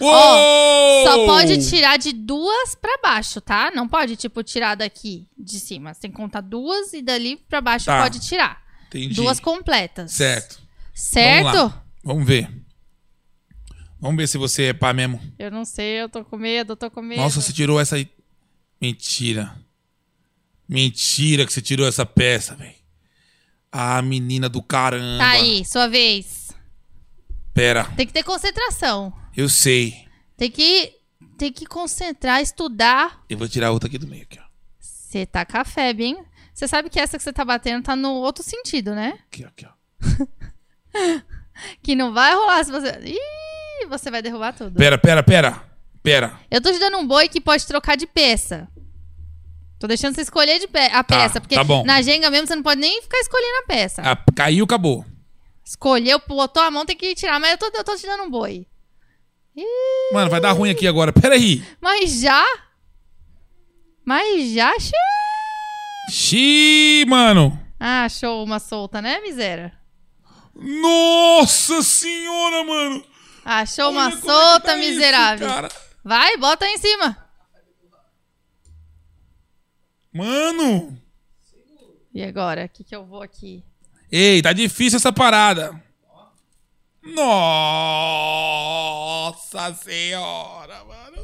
Speaker 1: Ó, só
Speaker 2: Uou!
Speaker 1: pode tirar de duas pra baixo, tá? Não pode, tipo, tirar daqui de cima. Você tem que contar duas e dali pra baixo
Speaker 2: Tá.
Speaker 1: pode tirar.
Speaker 2: Entendi.
Speaker 1: Duas completas.
Speaker 2: Certo.
Speaker 1: Certo?
Speaker 2: Vamos, lá. Vamos ver. Vamos ver se você é pá mesmo.
Speaker 1: Eu não sei, eu tô com medo, eu tô com medo.
Speaker 2: Nossa, você tirou essa aí. Mentira. Mentira que você tirou essa peça, velho. Ah, menina do caramba.
Speaker 1: Tá aí, sua vez.
Speaker 2: Pera,
Speaker 1: Tem que ter concentração.
Speaker 2: eu sei.
Speaker 1: Tem que, tem que concentrar, estudar.
Speaker 2: Eu vou tirar outra aqui do meio. Aqui, ó.
Speaker 1: Você tá com a febre, hein? Você sabe que essa que você tá batendo tá no outro sentido, né?
Speaker 2: Aqui, ó, aqui, ó.
Speaker 1: Que não vai rolar se você. Ih, você vai derrubar tudo.
Speaker 2: Pera, pera, pera. Pera.
Speaker 1: Eu tô te dando um boi que pode trocar de peça. Tô deixando você escolher de pe- a
Speaker 2: Tá,
Speaker 1: peça, porque
Speaker 2: tá bom.
Speaker 1: na Jenga mesmo você não pode nem ficar escolhendo a peça.
Speaker 2: Ah, caiu, acabou.
Speaker 1: Escolheu, botou a mão, tem que tirar, mas eu tô, eu tô te dando um boi.
Speaker 2: Mano, vai dar ruim aqui agora. Pera aí.
Speaker 1: Mas já? Mas já? Xê?
Speaker 2: Xiii, mano.
Speaker 1: Ah, achou uma solta, né, miséria?
Speaker 2: Nossa senhora, mano!
Speaker 1: Achou uma
Speaker 2: Olha como é que
Speaker 1: solta,
Speaker 2: tá isso,
Speaker 1: miserável.
Speaker 2: cara.
Speaker 1: Vai, bota aí em cima.
Speaker 2: Mano!
Speaker 1: E agora? O que, que eu vou aqui?
Speaker 2: Ei, tá difícil essa parada. Nossa senhora, mano.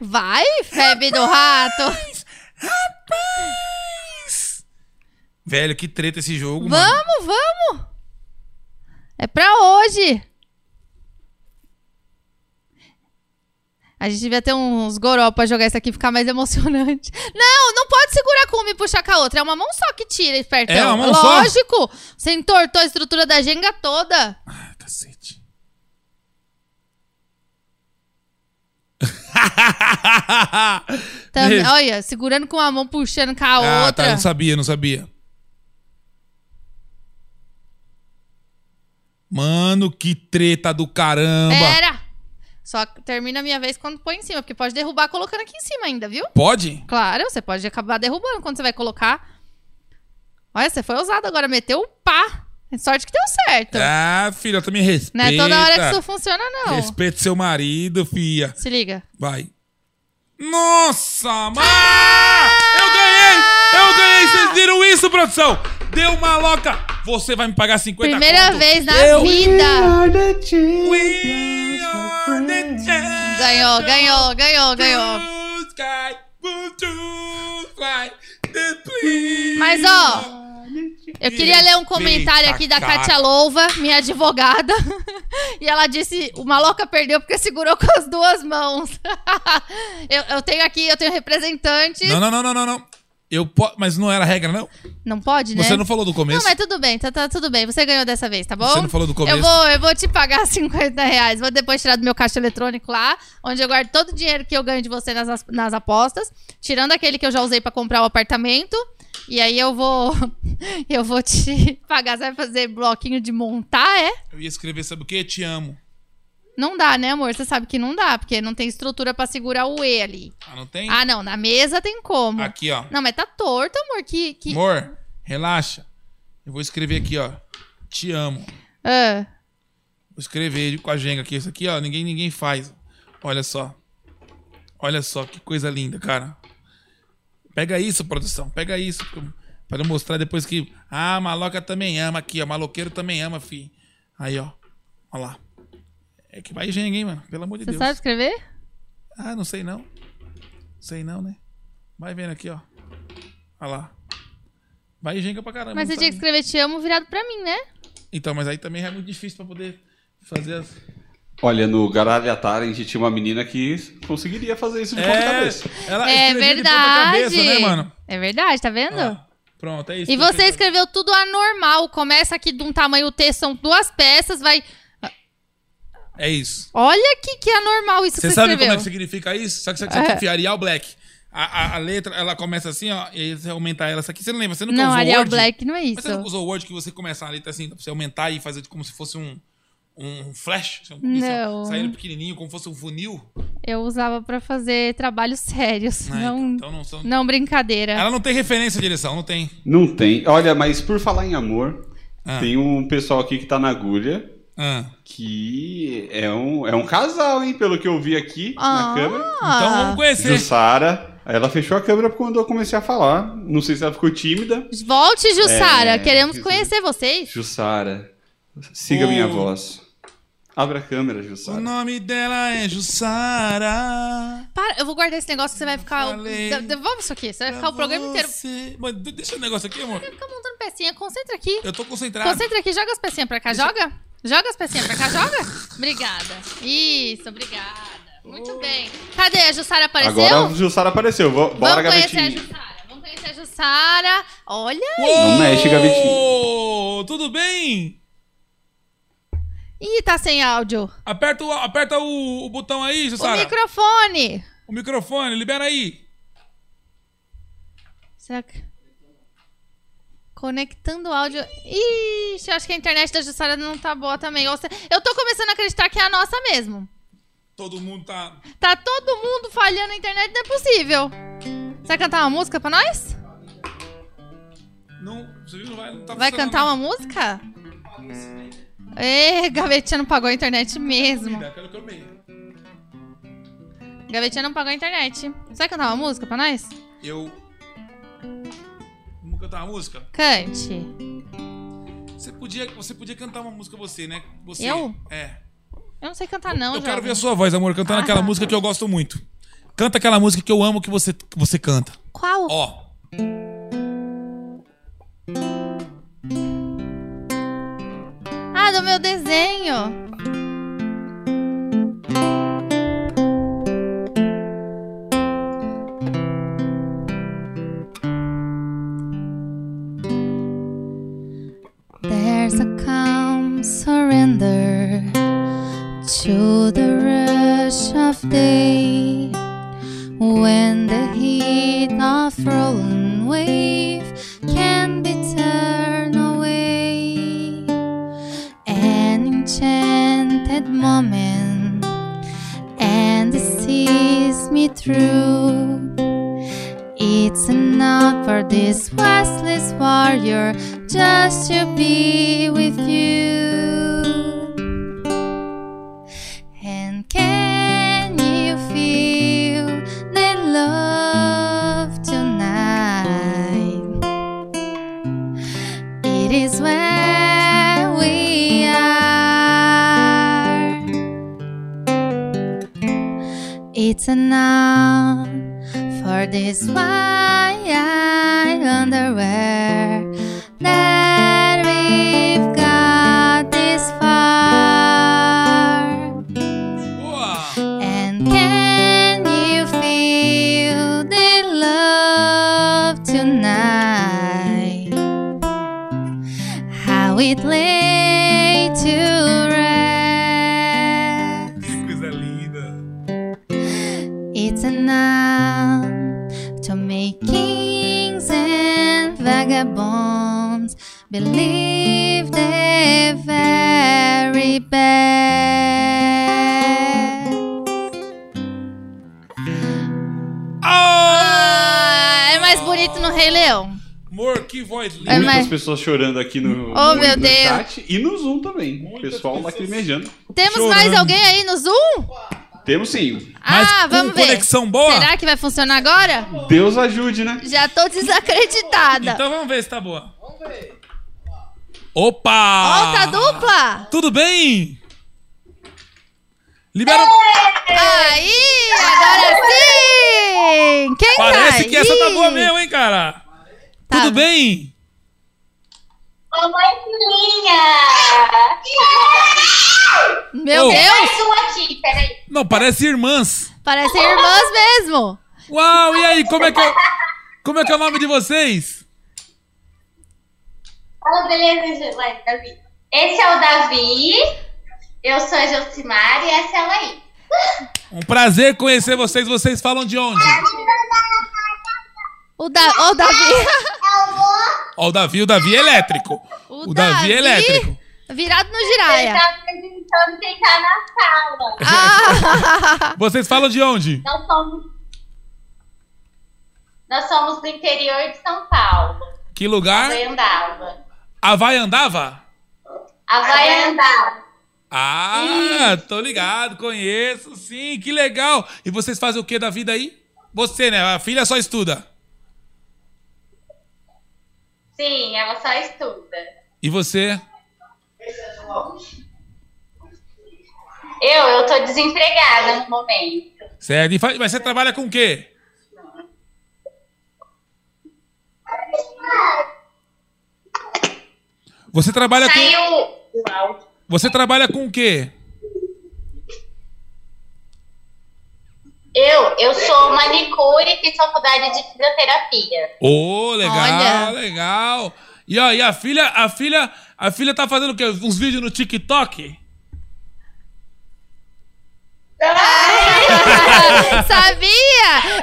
Speaker 1: Vai, febre do rato!
Speaker 2: Velho, que treta esse jogo, mano.
Speaker 1: Vamos, vamos! É pra hoje! A gente devia ter uns goró pra jogar isso aqui e ficar mais emocionante. Não, não pode segurar com uma e puxar com a outra. É uma mão só que tira, espertão.
Speaker 2: É uma mão só?
Speaker 1: Lógico! Você entortou a estrutura da jenga toda.
Speaker 2: Cacete.
Speaker 1: Também- olha, segurando com uma mão, puxando com a
Speaker 2: ah,
Speaker 1: outra.
Speaker 2: tá, não sabia, não sabia. Mano, que treta do caramba.
Speaker 1: Pera! Só termina a minha vez quando põe em cima, porque pode derrubar colocando aqui em cima ainda, viu?
Speaker 2: Pode?
Speaker 1: Claro, você pode acabar derrubando quando você vai colocar. Olha, você foi ousado agora, meteu o pá. Sorte que deu certo.
Speaker 2: Ah, filha, tu me respeita.
Speaker 1: não é toda hora que isso funciona, não.
Speaker 2: Respeita seu marido, filha.
Speaker 1: Se liga.
Speaker 2: Vai. Nossa, mano!
Speaker 1: Ah!
Speaker 2: Eu ganhei! Eu ganhei! Vocês viram isso, produção? Deu maloca! Você vai me pagar 50
Speaker 1: Primeira
Speaker 2: conto.
Speaker 1: vez na
Speaker 2: Eu-
Speaker 1: vida.
Speaker 2: Ganhou,
Speaker 1: Ganhou, ganhou, ganhou, ganhou. Mas, ó, eu queria ler um comentário aqui da
Speaker 2: cara.
Speaker 1: Katia Louva, minha advogada. E ela disse: o maloca perdeu porque segurou com as duas mãos. eu, eu tenho aqui, eu tenho representante.
Speaker 2: Não, não, não, não, não, não. Eu po... Mas não era regra, não?
Speaker 1: Não pode, né?
Speaker 2: Você não falou do começo.
Speaker 1: Não, mas tudo bem, tá, tá tudo bem. Você ganhou dessa vez, tá bom?
Speaker 2: Você não falou do começo.
Speaker 1: Eu vou, eu vou te pagar 50 reais. Vou depois tirar do meu caixa eletrônico lá, onde eu guardo todo o dinheiro que eu ganho de você nas, as- nas apostas, tirando aquele que eu já usei pra comprar o apartamento. E aí eu vou. Eu vou te pagar. Você vai fazer bloquinho de montar, é?
Speaker 2: Eu ia escrever, sabe o quê? Te amo.
Speaker 1: Não dá, né, amor? Você sabe que não dá, porque não tem estrutura pra segurar o E ali.
Speaker 2: Ah, não tem?
Speaker 1: Ah, não, na mesa tem como.
Speaker 2: Aqui, ó.
Speaker 1: Não, mas tá torto, amor. Que. que...
Speaker 2: Ah. Amor, relaxa. Eu vou escrever aqui, ó. Te amo.
Speaker 1: Ah.
Speaker 2: Vou escrever com a Jenga aqui. Isso aqui, ó, ninguém, ninguém faz. Olha só. Olha só que coisa linda, cara. Pega isso, produção. Pega isso. Pra eu mostrar depois que. Ah, maloca também ama aqui, ó. Maloqueiro também ama, fi. Aí, ó. Olha lá. É que vai Jenga, hein, mano? Pelo amor de
Speaker 1: Você
Speaker 2: Deus.
Speaker 1: sabe escrever?
Speaker 2: Ah, não sei não. Sei não, né? Vai vendo aqui, ó. Olha lá. Vai Jenga pra caramba.
Speaker 1: Mas
Speaker 2: não
Speaker 1: você tinha que
Speaker 2: sabe?
Speaker 1: escrever te amo virado pra mim, né?
Speaker 2: Então, mas aí também é muito difícil pra poder fazer as.
Speaker 4: Olha, no Garalha Talent tinha uma menina que conseguiria fazer
Speaker 2: É.
Speaker 4: isso de ponta cabeça.
Speaker 2: Ela
Speaker 1: é
Speaker 2: escrevia de ponta
Speaker 1: verdade.
Speaker 2: cabeça, né, mano?
Speaker 1: É verdade, tá vendo?
Speaker 2: Pronto, é isso.
Speaker 1: E você escreveu tudo anormal. Começa aqui de um tamanho T, são duas peças, vai.
Speaker 2: É isso.
Speaker 1: Olha que, que anormal isso que
Speaker 2: Você
Speaker 1: você
Speaker 2: sabe
Speaker 1: escreveu.
Speaker 2: como é que significa isso? Só que você sabe
Speaker 1: É.
Speaker 2: que Arial Black. A, a- a letra, ela começa assim, ó, e aí você aumentar ela. Essa aqui, você não lembra? Você nunca
Speaker 1: Não,
Speaker 2: usou
Speaker 1: Arial
Speaker 2: Word?
Speaker 1: Black não é
Speaker 2: Mas você
Speaker 1: isso.
Speaker 2: nunca usou o Word que você começa a letra assim, pra você aumentar e fazer como se fosse um, um flash? assim, um-
Speaker 1: Não.
Speaker 2: Saindo pequenininho, como fosse um funil?
Speaker 1: Eu usava pra fazer trabalhos sérios.
Speaker 2: Ah,
Speaker 1: não,
Speaker 2: então, Ah, então não são-
Speaker 1: não brincadeira.
Speaker 2: Ela não tem referência à direção, não tem.
Speaker 4: Não tem. Olha, mas por falar em amor,
Speaker 2: Ah.
Speaker 4: tem um pessoal aqui que tá na agulha. Que é um, é um casal, hein? Pelo que eu vi aqui
Speaker 1: Ah.
Speaker 4: na câmera.
Speaker 1: Então vamos
Speaker 2: conhecer.
Speaker 4: Jussara. Ela fechou a câmera quando eu comecei a falar. Não sei se ela ficou tímida.
Speaker 1: Volte, Jussara.
Speaker 4: É,
Speaker 1: Queremos conhecer vocês.
Speaker 4: Jussara, siga
Speaker 2: O-
Speaker 4: minha
Speaker 1: Hum.
Speaker 4: voz. Abra a câmera, Jussara.
Speaker 2: O nome dela é Jussara.
Speaker 1: Para, eu vou guardar esse negócio que você vai ficar.
Speaker 2: Falei. Tá
Speaker 1: De- Devolve isso aqui. Você vai ficar o programa inteiro.
Speaker 2: Você... Mano, de- deixa o negócio aqui, amor.
Speaker 1: Fica montando pecinha. Concentra aqui.
Speaker 2: Eu tô concentrado.
Speaker 1: Concentra aqui. Joga as pecinhas pra cá. Joga. Joga as pecinhas pra cá. Joga. Obrigada. Isso, obrigada. Muito bem. Cadê? A Jussara apareceu?
Speaker 4: Agora a Jussara apareceu. Vo- Bora,
Speaker 1: Vamos conhecer a
Speaker 4: gavetinha.
Speaker 1: Jussara. Vamos conhecer a Jussara. Olha
Speaker 4: Não
Speaker 1: aí.
Speaker 4: mexe, gavetinha.
Speaker 2: Ô, tudo bem?
Speaker 1: Ih, tá sem áudio.
Speaker 2: Aperta o, aperta o, o botão aí, Jussara.
Speaker 1: O microfone.
Speaker 2: O microfone, libera aí.
Speaker 1: Será que... Conectando o áudio. Ixi, eu acho que a internet da Jussara não tá boa também. Ou se- Eu tô começando a acreditar que é a nossa mesmo.
Speaker 2: Todo mundo tá.
Speaker 1: Tá todo mundo falhando a internet, não é possível. Você vai cantar uma música pra nós?
Speaker 2: Não, você viu? Não vai. Não tá
Speaker 1: Vai
Speaker 2: funcionando.
Speaker 1: cantar uma música? Ê, Gavetinha não pagou a internet mesmo.
Speaker 2: Aquela que eu amei.
Speaker 1: Gavetinha não pagou a internet. Você vai cantar uma música pra nós?
Speaker 2: Eu. Vamos cantar uma música?
Speaker 1: Cante.
Speaker 2: Você podia, você podia cantar uma música, você, né? Você,
Speaker 1: Eu?
Speaker 2: É.
Speaker 1: Eu não sei cantar, não, Ah,
Speaker 2: Eu quero
Speaker 1: jovem.
Speaker 2: ver a sua voz, amor, cantando
Speaker 1: tá.
Speaker 2: aquela música que eu gosto muito. Canta aquela música que eu amo que você, que você canta.
Speaker 1: Qual?
Speaker 2: Ó.
Speaker 1: Ah, do meu desenho. There's a calm surrender to the rush of day when the heat of rolling wave can be turned away. An enchanted moment, and it sees me through. It's enough for this restless warrior just to be with you. And can you feel the love tonight? It is where we are. It's enough for this white underwear that we've got this far. And can you feel the love tonight? How it lay to rest.
Speaker 2: Que coisa linda.
Speaker 1: It's enough to make kings and vagabonds believe the very best. Ah, é mais bonito no Rei Leão.
Speaker 2: Amor, que voz linda.
Speaker 1: É,
Speaker 4: Muitas
Speaker 1: mas-
Speaker 4: pessoas chorando aqui no,
Speaker 1: Oh,
Speaker 4: no-
Speaker 1: meu
Speaker 4: no
Speaker 1: Deus.
Speaker 4: chat e no Zoom também. pessoal tá lacrimejando.
Speaker 1: Temos
Speaker 4: Chorando.
Speaker 2: né?
Speaker 1: mais alguém aí no Zoom?
Speaker 4: Temos sim.
Speaker 1: ah, vamos ver.
Speaker 2: conexão boa?
Speaker 1: Será que vai funcionar agora?
Speaker 4: Deus ajude, né?
Speaker 1: Já tô desacreditada.
Speaker 2: Então vamos ver se tá boa. Vamos ver. Opa!
Speaker 1: Volta tá dupla!
Speaker 2: Tudo bem? Libera.
Speaker 1: Aí, agora sim! Quem
Speaker 2: Parece
Speaker 1: tá
Speaker 2: que essa tá
Speaker 1: aí? Tá.
Speaker 2: boa mesmo, hein, cara? Tudo bem?
Speaker 12: Mamãe Filhinha!
Speaker 1: Meu
Speaker 2: Oh.
Speaker 1: Deus!
Speaker 12: Mais um aqui, peraí.
Speaker 2: Não, parece irmãs.
Speaker 1: Parecem irmãs mesmo.
Speaker 2: Uau, e aí, como é que é, como é, que é o nome de vocês?
Speaker 12: Fala, beleza, Gilete, Davi. Esse é o Davi. Eu sou a Josimar e essa é a Laís.
Speaker 2: Um prazer conhecer vocês. Vocês falam de onde?
Speaker 1: O, da, o Davi.
Speaker 2: Ó, o Davi, o Davi é elétrico. O, Davi, é elétrico.
Speaker 1: Virado no
Speaker 12: Ele
Speaker 1: giraia.
Speaker 12: tá apresentando quem tá na sala.
Speaker 1: Ah,
Speaker 2: Vocês falam de onde?
Speaker 12: Nós somos. Nós somos do interior de São Paulo.
Speaker 2: Que lugar?
Speaker 12: Goiandava.
Speaker 2: Havaí andava?
Speaker 12: Havaiandava.
Speaker 2: Ah, tô ligado, conheço, sim, que legal. E vocês fazem o que da vida aí? Você, né? A filha só estuda.
Speaker 12: Sim, ela só estuda.
Speaker 2: E você?
Speaker 12: Eu, eu tô desempregada no momento.
Speaker 2: Certo. E fa- Mas você trabalha com o quê? Você trabalha com.
Speaker 12: Saiu o áudio.
Speaker 2: Você trabalha com o quê?
Speaker 12: Eu, eu sou manicure e fiz faculdade de fisioterapia.
Speaker 2: Ô, legal,
Speaker 12: Olha.
Speaker 2: legal. E ó, e a filha, a filha, a filha tá fazendo o quê? Uns vídeos no TikTok?
Speaker 1: Sabia?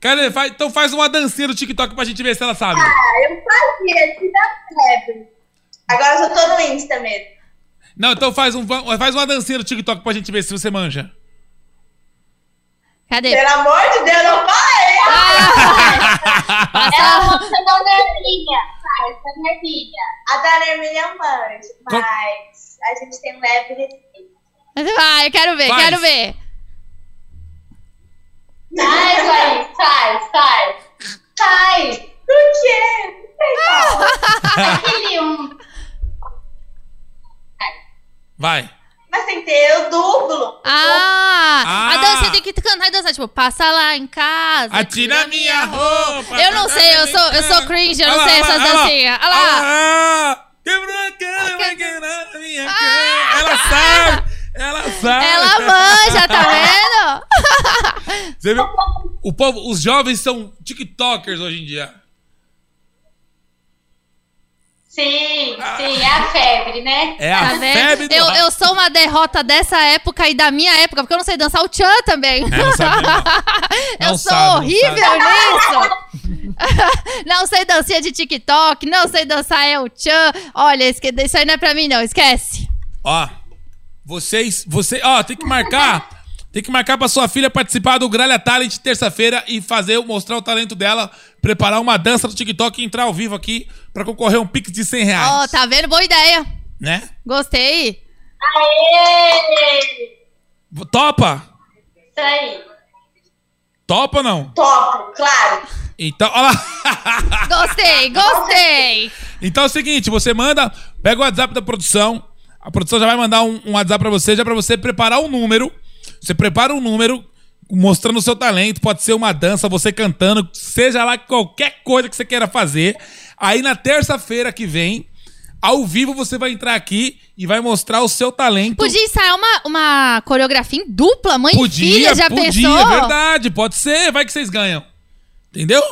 Speaker 2: Cadê? Faz- então faz uma dancinha no TikTok pra gente ver se ela sabe.
Speaker 16: Ah, eu fazia, te dá febre. Agora eu só tô no Insta mesmo.
Speaker 2: Não, então faz, um, faz uma dancinha no TikTok pra gente ver se você manja.
Speaker 1: Cadê?
Speaker 16: Pelo amor de Deus, não
Speaker 12: Ah,
Speaker 16: vai!
Speaker 12: ela gosta da Nervinha. Vai, da Nervinha.
Speaker 16: A Dana minha mãe,
Speaker 2: Com-
Speaker 16: mas a gente tem um leve receio.
Speaker 1: Vai, quero ver,
Speaker 2: Faz.
Speaker 1: quero ver.
Speaker 12: Sai, vai, sai, sai. Sai. Por quê? Aquele um.
Speaker 2: Vai.
Speaker 16: Mas tem que ter o duplo.
Speaker 1: Ah,
Speaker 2: Ah.
Speaker 1: A dança tem que cantar e dançar. Tipo, passa lá em casa.
Speaker 2: Atira a minha roupa.
Speaker 1: Eu não sei, eu sou, eu sou cringe, eu
Speaker 2: Olha
Speaker 1: não
Speaker 2: lá,
Speaker 1: sei
Speaker 2: olha
Speaker 1: essas
Speaker 2: lá,
Speaker 1: dancinhas. Olha lá.
Speaker 2: Ah, quebrou a cama, vai quebrar a minha cama. Ela sabe, ela
Speaker 1: Ah!
Speaker 2: sabe.
Speaker 1: Ela manja, tá vendo?
Speaker 2: Você viu? O povo, os jovens são TikTokers hoje em dia.
Speaker 12: Sim, sim, é a febre, né?
Speaker 2: É a
Speaker 1: Tá vendo?
Speaker 2: febre do
Speaker 1: eu,
Speaker 2: rap.
Speaker 1: eu sou uma derrota dessa época e da minha época, porque eu não sei dançar o tchan também.
Speaker 2: É, não sabe mesmo,
Speaker 1: eu
Speaker 2: Não
Speaker 1: sou
Speaker 2: sabe, não
Speaker 1: horrível
Speaker 2: sabe.
Speaker 1: nisso. não sei dancinha de TikTok, não sei dançar é o tchan. Olha, esque- isso aí não é pra mim não, esquece.
Speaker 2: Ó, vocês, você, ó, tem que marcar, tem que marcar pra sua filha participar do Gralha Talent terça-feira e fazer, mostrar o talento dela, preparar uma dança no TikTok e entrar ao vivo aqui pra concorrer a um pix de 100 reais,
Speaker 1: Ó, tá vendo? Boa ideia.
Speaker 2: né?
Speaker 1: Gostei.
Speaker 12: Aê!
Speaker 2: Topa?
Speaker 12: Isso aí.
Speaker 2: Topa ou não?
Speaker 16: Topo, claro.
Speaker 2: Então, ó lá.
Speaker 1: Gostei, gostei.
Speaker 2: Então é o seguinte, você manda, pega o WhatsApp da produção, a produção já vai mandar um, um WhatsApp pra você, já pra você preparar um número. Você prepara um número mostrando o seu talento, pode ser uma dança, você cantando, seja lá qualquer coisa que você queira fazer. Aí na terça-feira que vem, ao vivo você vai entrar aqui e vai mostrar o seu talento.
Speaker 1: Podia ensaiar uma, uma coreografia em dupla, mãe e filha, já
Speaker 2: podia,
Speaker 1: pensou?
Speaker 2: é verdade, pode ser, vai que vocês ganham. Entendeu?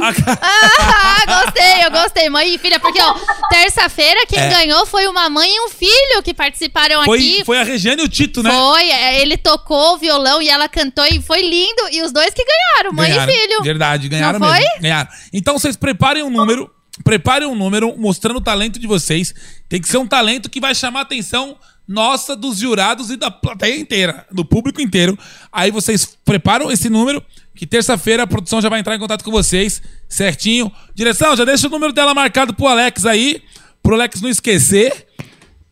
Speaker 1: Ah, gostei, eu gostei, mãe e filha, porque ó, terça-feira quem
Speaker 2: É.
Speaker 1: ganhou foi uma mãe e um filho que participaram
Speaker 2: Foi,
Speaker 1: aqui.
Speaker 2: foi a Regiane e o Tito, né?
Speaker 1: Foi, é, ele tocou o violão e ela cantou e foi lindo. E os dois que ganharam, mãe
Speaker 2: Ganharam,
Speaker 1: e filho.
Speaker 2: Verdade, ganharam
Speaker 1: Não
Speaker 2: mesmo.
Speaker 1: foi?
Speaker 2: Ganharam. Então vocês preparem um número, preparem um número mostrando o talento de vocês. Tem que ser um talento que vai chamar a atenção nossa, dos jurados e da plateia inteira, do público inteiro. Aí vocês preparam esse número, que terça-feira a produção já vai entrar em contato com vocês, certinho. Direção, já deixa o número dela marcado pro Alex aí, pro Alex não esquecer.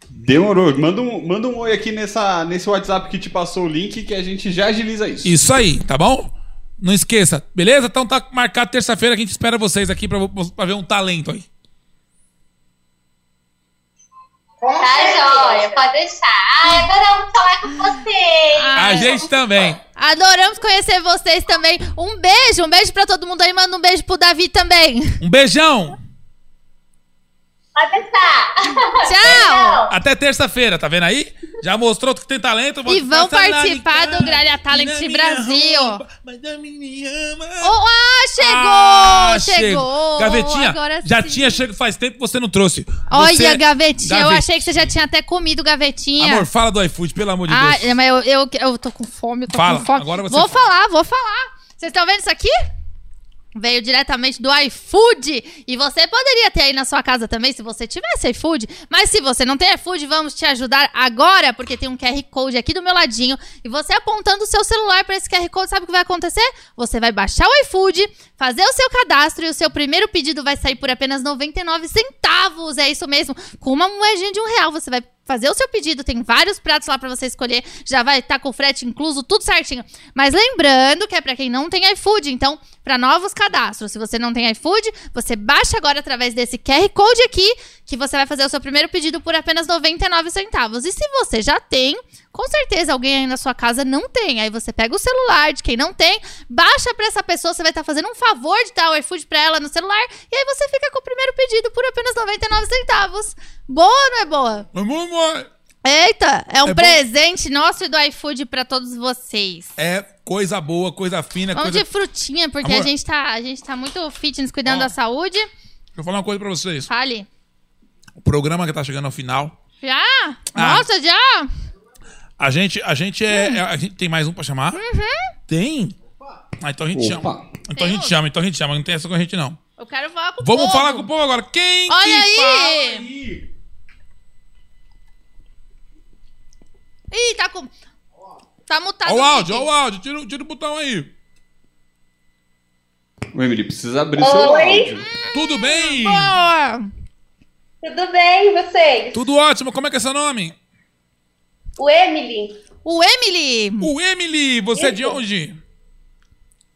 Speaker 4: Demorou. Manda um, manda um oi aqui nessa, nesse WhatsApp que te passou o link que a gente já agiliza isso.
Speaker 2: Isso aí, tá bom? Não esqueça, beleza? Então tá marcado terça-feira que a gente espera vocês aqui pra, pra ver um talento aí.
Speaker 12: Tá joia, pode deixar. Ai, agora vamos falar com vocês.
Speaker 1: Ah, é.
Speaker 2: A gente também.
Speaker 1: Adoramos conhecer vocês também. Um beijo, um beijo pra todo mundo aí. Manda um beijo pro Davi também.
Speaker 2: Um beijão!
Speaker 12: Vai pensar.
Speaker 1: Tchau!
Speaker 2: Até terça-feira, tá vendo aí? Já mostrou que tem talento.
Speaker 1: E vão
Speaker 2: passa na
Speaker 1: participar do Gralha Talent
Speaker 2: na minha
Speaker 1: Brasil.
Speaker 2: roupa,
Speaker 1: Oh, ah, chegou!
Speaker 2: Ah,
Speaker 1: chegou!
Speaker 2: Gavetinha,
Speaker 1: Agora
Speaker 2: já
Speaker 1: sim.
Speaker 2: tinha chego faz tempo que você não trouxe.
Speaker 1: Olha,
Speaker 2: Você-
Speaker 1: gavetinha, eu
Speaker 2: Gaveti-
Speaker 1: achei que você já tinha até comido gavetinha.
Speaker 2: Amor, fala do iFood, pelo amor de
Speaker 1: ah,
Speaker 2: Deus.
Speaker 1: mas eu, eu, eu tô com fome, eu tô
Speaker 2: Fala,
Speaker 1: com fome.
Speaker 2: agora você
Speaker 1: vou
Speaker 2: fala.
Speaker 1: falar, vou falar. Vocês estão vendo isso aqui? Veio diretamente do iFood. E você poderia ter aí na sua casa também, se você tivesse iFood. Mas se você não tem iFood, vamos te ajudar agora, porque tem um QR Code aqui do meu ladinho. E você apontando o seu celular para esse QR Code, sabe o que vai acontecer? Você vai baixar o iFood, fazer o seu cadastro e o seu primeiro pedido vai sair por apenas 99 centavos. É isso mesmo. Com uma moedinha de um real, você vai fazer o seu pedido, tem vários pratos lá pra você escolher, já vai estar com frete incluso, tudo certinho. Mas lembrando que é pra quem não tem iFood, então, pra novos cadastros. Se você não tem iFood, você baixa agora através desse QR Code aqui, que você vai fazer o seu primeiro pedido por apenas 99 centavos. E se você já tem, com certeza alguém aí na sua casa não tem. Aí você pega o celular de quem não tem, baixa pra essa pessoa, você vai estar fazendo um favor de dar o iFood pra ela no celular, e aí você fica com o primeiro pedido por apenas 99 centavos. Boa, não é boa? Eita, é um
Speaker 2: É bom.
Speaker 1: presente nosso e do iFood pra todos vocês.
Speaker 2: É coisa boa, coisa fina,
Speaker 1: Vamos
Speaker 2: É coisa...
Speaker 1: de frutinha, porque
Speaker 2: Amor.
Speaker 1: a, gente tá, a gente tá muito fitness cuidando da saúde.
Speaker 2: Deixa eu falar uma coisa pra vocês.
Speaker 1: Fale.
Speaker 2: O programa que tá chegando ao final.
Speaker 1: Já?
Speaker 2: Ah.
Speaker 1: Nossa, já?
Speaker 2: A gente, a gente é... é- a gente tem mais um pra chamar?
Speaker 1: Hum. Uhum.
Speaker 2: Tem? Ah, então a gente
Speaker 4: Opa.
Speaker 2: chama. Então a gente chama, então a gente chama. Não tem essa com a gente, não.
Speaker 1: Eu quero falar com o
Speaker 2: Vamos
Speaker 1: povo.
Speaker 2: falar com o povo agora. Quem que
Speaker 1: Olha aí!
Speaker 2: fala?
Speaker 1: Ih, tá com... Tá mutado.
Speaker 2: Ó o áudio,
Speaker 1: Mickey.
Speaker 2: ó o áudio. Tira, o- tira o botão aí.
Speaker 4: O Emily precisa abrir
Speaker 16: Oi.
Speaker 4: seu áudio.
Speaker 2: Tudo bem?
Speaker 1: Boa!
Speaker 16: Tudo bem, e vocês?
Speaker 2: Tudo ótimo. Como é que é seu nome?
Speaker 16: O Emily,
Speaker 1: O Emily!
Speaker 2: O Emily. Você é de onde?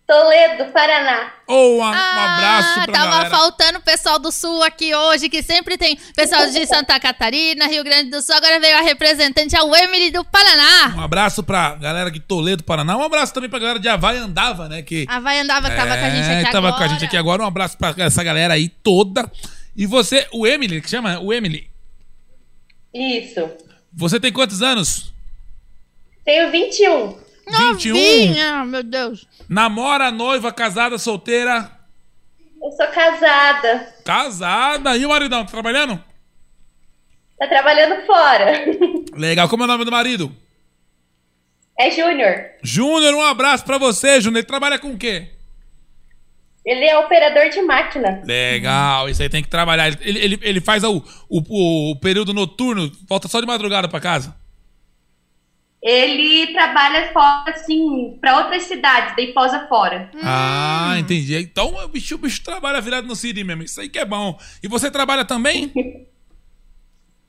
Speaker 16: Toledo, Paraná.
Speaker 2: Ou um abraço
Speaker 1: Ah,
Speaker 2: pra
Speaker 1: tava
Speaker 2: galera.
Speaker 1: faltando o pessoal do Sul aqui hoje, que sempre tem pessoal de Santa Catarina, Rio Grande do Sul. Agora veio a representante, a Emily do Paraná.
Speaker 2: Um abraço pra galera de Toledo, Paraná. Um abraço também pra galera de Havaí Andava, né? Que
Speaker 1: A Vai andava que tava com Ah, a gente
Speaker 2: É,
Speaker 1: aqui
Speaker 2: tava
Speaker 1: agora.
Speaker 2: com a gente aqui agora. Um abraço pra essa galera aí toda. E você, o Emily, que chama? O Emily.
Speaker 16: Isso.
Speaker 2: Você tem quantos anos?
Speaker 16: Tenho 21.
Speaker 2: 21.
Speaker 1: Novinha, meu Deus.
Speaker 2: Namora, noiva, casada, solteira,
Speaker 16: Eu sou casada.
Speaker 2: casada. E o maridão, tá trabalhando?
Speaker 16: Tá trabalhando fora.
Speaker 2: Legal. Como é o nome do marido?
Speaker 16: É júnior.
Speaker 2: Júnior, um abraço pra você, Júnior. Ele trabalha com o quê?
Speaker 16: Ele é operador de máquina.
Speaker 2: Legal, isso aí tem que trabalhar. Ele, ele, ele faz o, o, o período noturno, volta só de madrugada pra casa.
Speaker 16: Ele trabalha fora, assim, pra outras cidades, daí posa fora.
Speaker 2: Ah,
Speaker 1: Hum.
Speaker 2: entendi. Então o bicho, o bicho trabalha virado no Siri mesmo. Isso aí que é bom. E você trabalha também?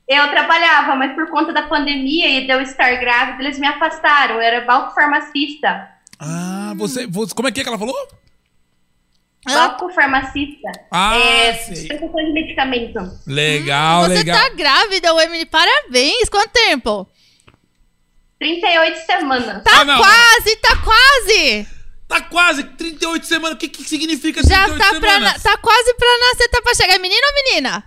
Speaker 16: Eu trabalhava, mas por conta da pandemia e de eu estar grávida, eles me afastaram. Eu era balco-farmacista.
Speaker 2: Ah, você, você- Como é que, é que ela falou? Tá
Speaker 16: Balco-farmacista.
Speaker 2: Ah,
Speaker 16: é,
Speaker 2: sei.
Speaker 16: dispensação de medicamento.
Speaker 2: Legal,
Speaker 1: Você
Speaker 2: legal.
Speaker 1: tá grávida, o Emily, parabéns. Quanto tempo?
Speaker 16: 38 semanas.
Speaker 1: Tá
Speaker 2: Ah, não,
Speaker 1: quase, tá quase.
Speaker 2: Tá quase 38 semanas. O que, que significa
Speaker 1: Já tá
Speaker 2: 38
Speaker 1: pra, na-
Speaker 2: Então, semanas?
Speaker 1: tá quase pra nascer, tá pra chegar. É menino ou menina?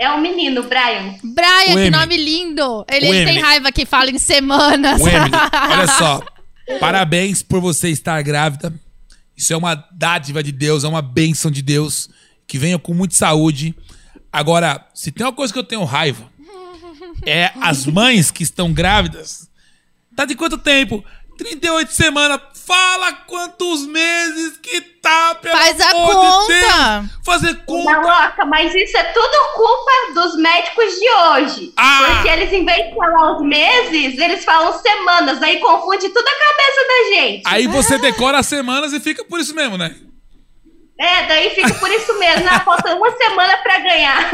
Speaker 16: É um menino, Brian.
Speaker 1: Brian,
Speaker 2: O
Speaker 1: que
Speaker 2: Emily.
Speaker 1: nome lindo. Ele,
Speaker 2: O
Speaker 1: ele tem
Speaker 2: Emily.
Speaker 1: raiva que fala em semanas.
Speaker 2: Ô, Emily, olha só. Parabéns por você estar grávida. Isso é uma dádiva de Deus, é uma bênção de Deus. Que venha com muita saúde. Agora, se tem uma coisa que eu tenho raiva, é as mães que estão grávidas. Tá de quanto tempo? 38 semanas. Fala quantos meses que tá, pelo
Speaker 1: Faz a
Speaker 2: amor de
Speaker 1: conta.
Speaker 2: Deus. Fazer conta.
Speaker 16: Maloca, mas isso é tudo culpa dos médicos de hoje. Porque eles, em vez de falar os meses, eles falam semanas. Aí confunde tudo a cabeça da gente.
Speaker 2: Aí você decora as semanas e fica por isso mesmo, né?
Speaker 16: É, daí fica por isso mesmo. Ah, falta uma semana pra ganhar.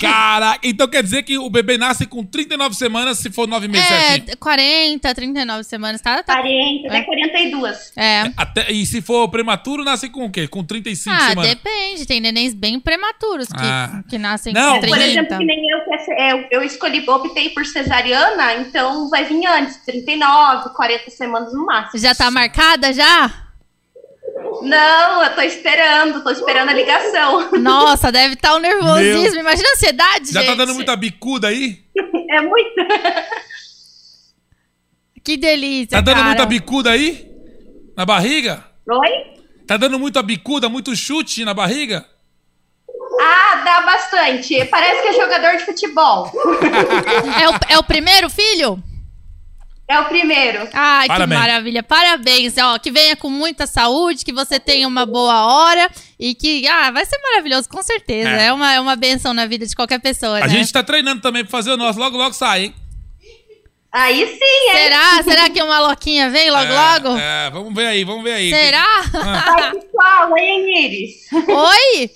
Speaker 2: Cara, então quer dizer que o bebê nasce com 39 semanas se for 9 meses certinho?
Speaker 1: É, 40, 39 semanas, tá? tá
Speaker 16: 40, até 42.
Speaker 1: É.
Speaker 2: Até- e se for prematuro, nasce com o quê? Com 35
Speaker 1: Ah,
Speaker 2: semanas.
Speaker 1: depende. Tem nenéns bem prematuros que,
Speaker 2: Ah.
Speaker 1: que nascem com
Speaker 2: Não,
Speaker 16: Por
Speaker 1: 30.
Speaker 16: exemplo, que nem eu, que é ce- eu, eu escolhi, optei por cesariana, então vai vir antes, 39, 40 semanas no máximo.
Speaker 1: Já tá marcada já?
Speaker 16: Não, eu tô esperando, tô esperando a ligação.
Speaker 1: Nossa, deve estar um nervosismo.
Speaker 2: Meu.
Speaker 1: Imagina a ansiedade,
Speaker 2: Já
Speaker 1: gente.
Speaker 2: tá dando muita bicuda aí?
Speaker 16: É muito.
Speaker 1: Que delícia,
Speaker 2: Tá dando
Speaker 1: cara.
Speaker 2: muita bicuda aí? Na barriga?
Speaker 16: Oi?
Speaker 2: Tá dando muita bicuda, muito chute na barriga?
Speaker 16: Ah, dá bastante. Parece que é jogador de futebol.
Speaker 1: é, o, é o primeiro filho?
Speaker 16: É o primeiro.
Speaker 1: Ai,
Speaker 2: Parabéns.
Speaker 1: que maravilha. Parabéns. Ó, que venha com muita saúde, que você tenha uma boa hora e que, ah, vai ser maravilhoso, com certeza.
Speaker 2: É.
Speaker 1: É, uma, é uma benção na vida de qualquer pessoa,
Speaker 2: A
Speaker 1: né?
Speaker 2: gente tá treinando também pra fazer o nosso. Logo, logo sai, hein?
Speaker 16: Aí sim,
Speaker 1: hein? Será? Será que uma loquinha vem logo,
Speaker 2: É, Ah.
Speaker 1: logo?
Speaker 2: É, vamos ver aí, vamos ver aí.
Speaker 1: Será?
Speaker 16: Vai que cola, hein, Iris?
Speaker 1: Oi?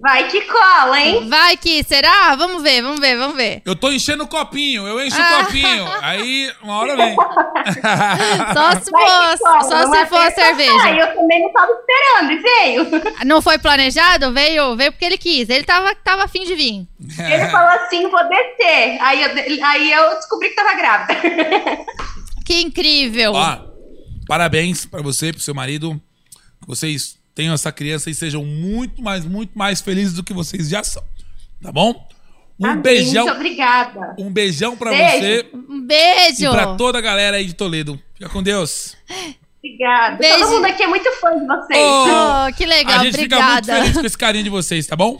Speaker 16: Vai que cola, hein?
Speaker 1: Vai que, será? Vamos ver, vamos ver, vamos ver.
Speaker 2: Eu tô enchendo o copinho, eu encho
Speaker 1: Ah.
Speaker 2: o copinho. Aí, uma hora vem.
Speaker 1: Só se for,
Speaker 16: Vai que cola,
Speaker 1: só se
Speaker 16: uma
Speaker 1: for a
Speaker 16: terça
Speaker 1: cerveja.
Speaker 16: sai, eu também não tava esperando e veio.
Speaker 1: Não foi planejado? Veio, veio porque ele quis. Ele tava, tava afim de vir.
Speaker 16: Ele falou assim, vou descer. Aí eu, aí eu descobri que tava grávida.
Speaker 1: Que incrível.
Speaker 2: Ó, parabéns pra você, pro seu marido. Que vocês tenham essa criança e sejam muito mais, muito mais felizes do que vocês já são. Tá bom? Um
Speaker 16: Amém,
Speaker 2: beijão.
Speaker 16: Muito obrigada.
Speaker 2: Um beijão pra
Speaker 16: Beijo.
Speaker 2: você
Speaker 1: Um beijo.
Speaker 2: e pra toda a galera aí de Toledo. Fica com Deus.
Speaker 16: Obrigada.
Speaker 1: Beijo.
Speaker 16: Todo mundo aqui é muito fã de vocês.
Speaker 1: Oh, que legal,
Speaker 2: a gente fica muito
Speaker 1: obrigada.
Speaker 2: feliz com esse carinho de vocês, tá bom?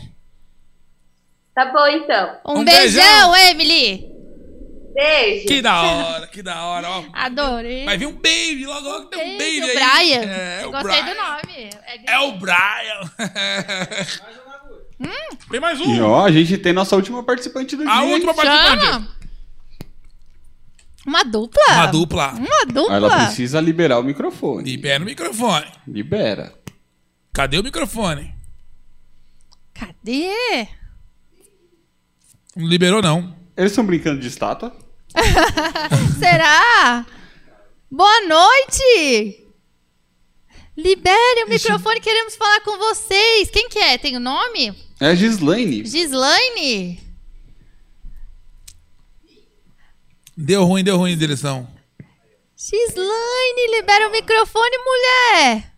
Speaker 16: Tá bom, então.
Speaker 1: Um,
Speaker 2: Um
Speaker 1: beijão,
Speaker 2: beijão.
Speaker 1: Emily.
Speaker 16: Beijo.
Speaker 2: Que da hora, que da hora, ó.
Speaker 1: Adorei.
Speaker 2: Vai vir um baby, logo logo tem um baby
Speaker 1: O
Speaker 2: aí.
Speaker 1: Brian.
Speaker 2: É, o
Speaker 1: Gostei
Speaker 2: Brian.
Speaker 1: do nome. É,
Speaker 2: É o Brian. Tem mais um.
Speaker 4: E ó, a gente tem nossa última participante do
Speaker 2: A
Speaker 4: dia.
Speaker 2: última participante.
Speaker 1: Chama. Uma dupla?
Speaker 4: Uma dupla.
Speaker 1: Uma dupla.
Speaker 4: Ela precisa liberar o microfone.
Speaker 2: Libera o microfone.
Speaker 4: Libera.
Speaker 2: Cadê o microfone?
Speaker 1: Cadê?
Speaker 2: Não liberou, não.
Speaker 4: Eles estão brincando de estátua?
Speaker 1: Será? Boa noite! Libere o microfone, queremos falar com vocês. Quem que é? Tem o nome?
Speaker 4: É a Gislaine.
Speaker 1: Gislaine?
Speaker 2: Deu ruim, deu ruim, direção.
Speaker 1: Gislaine, libera o microfone, mulher!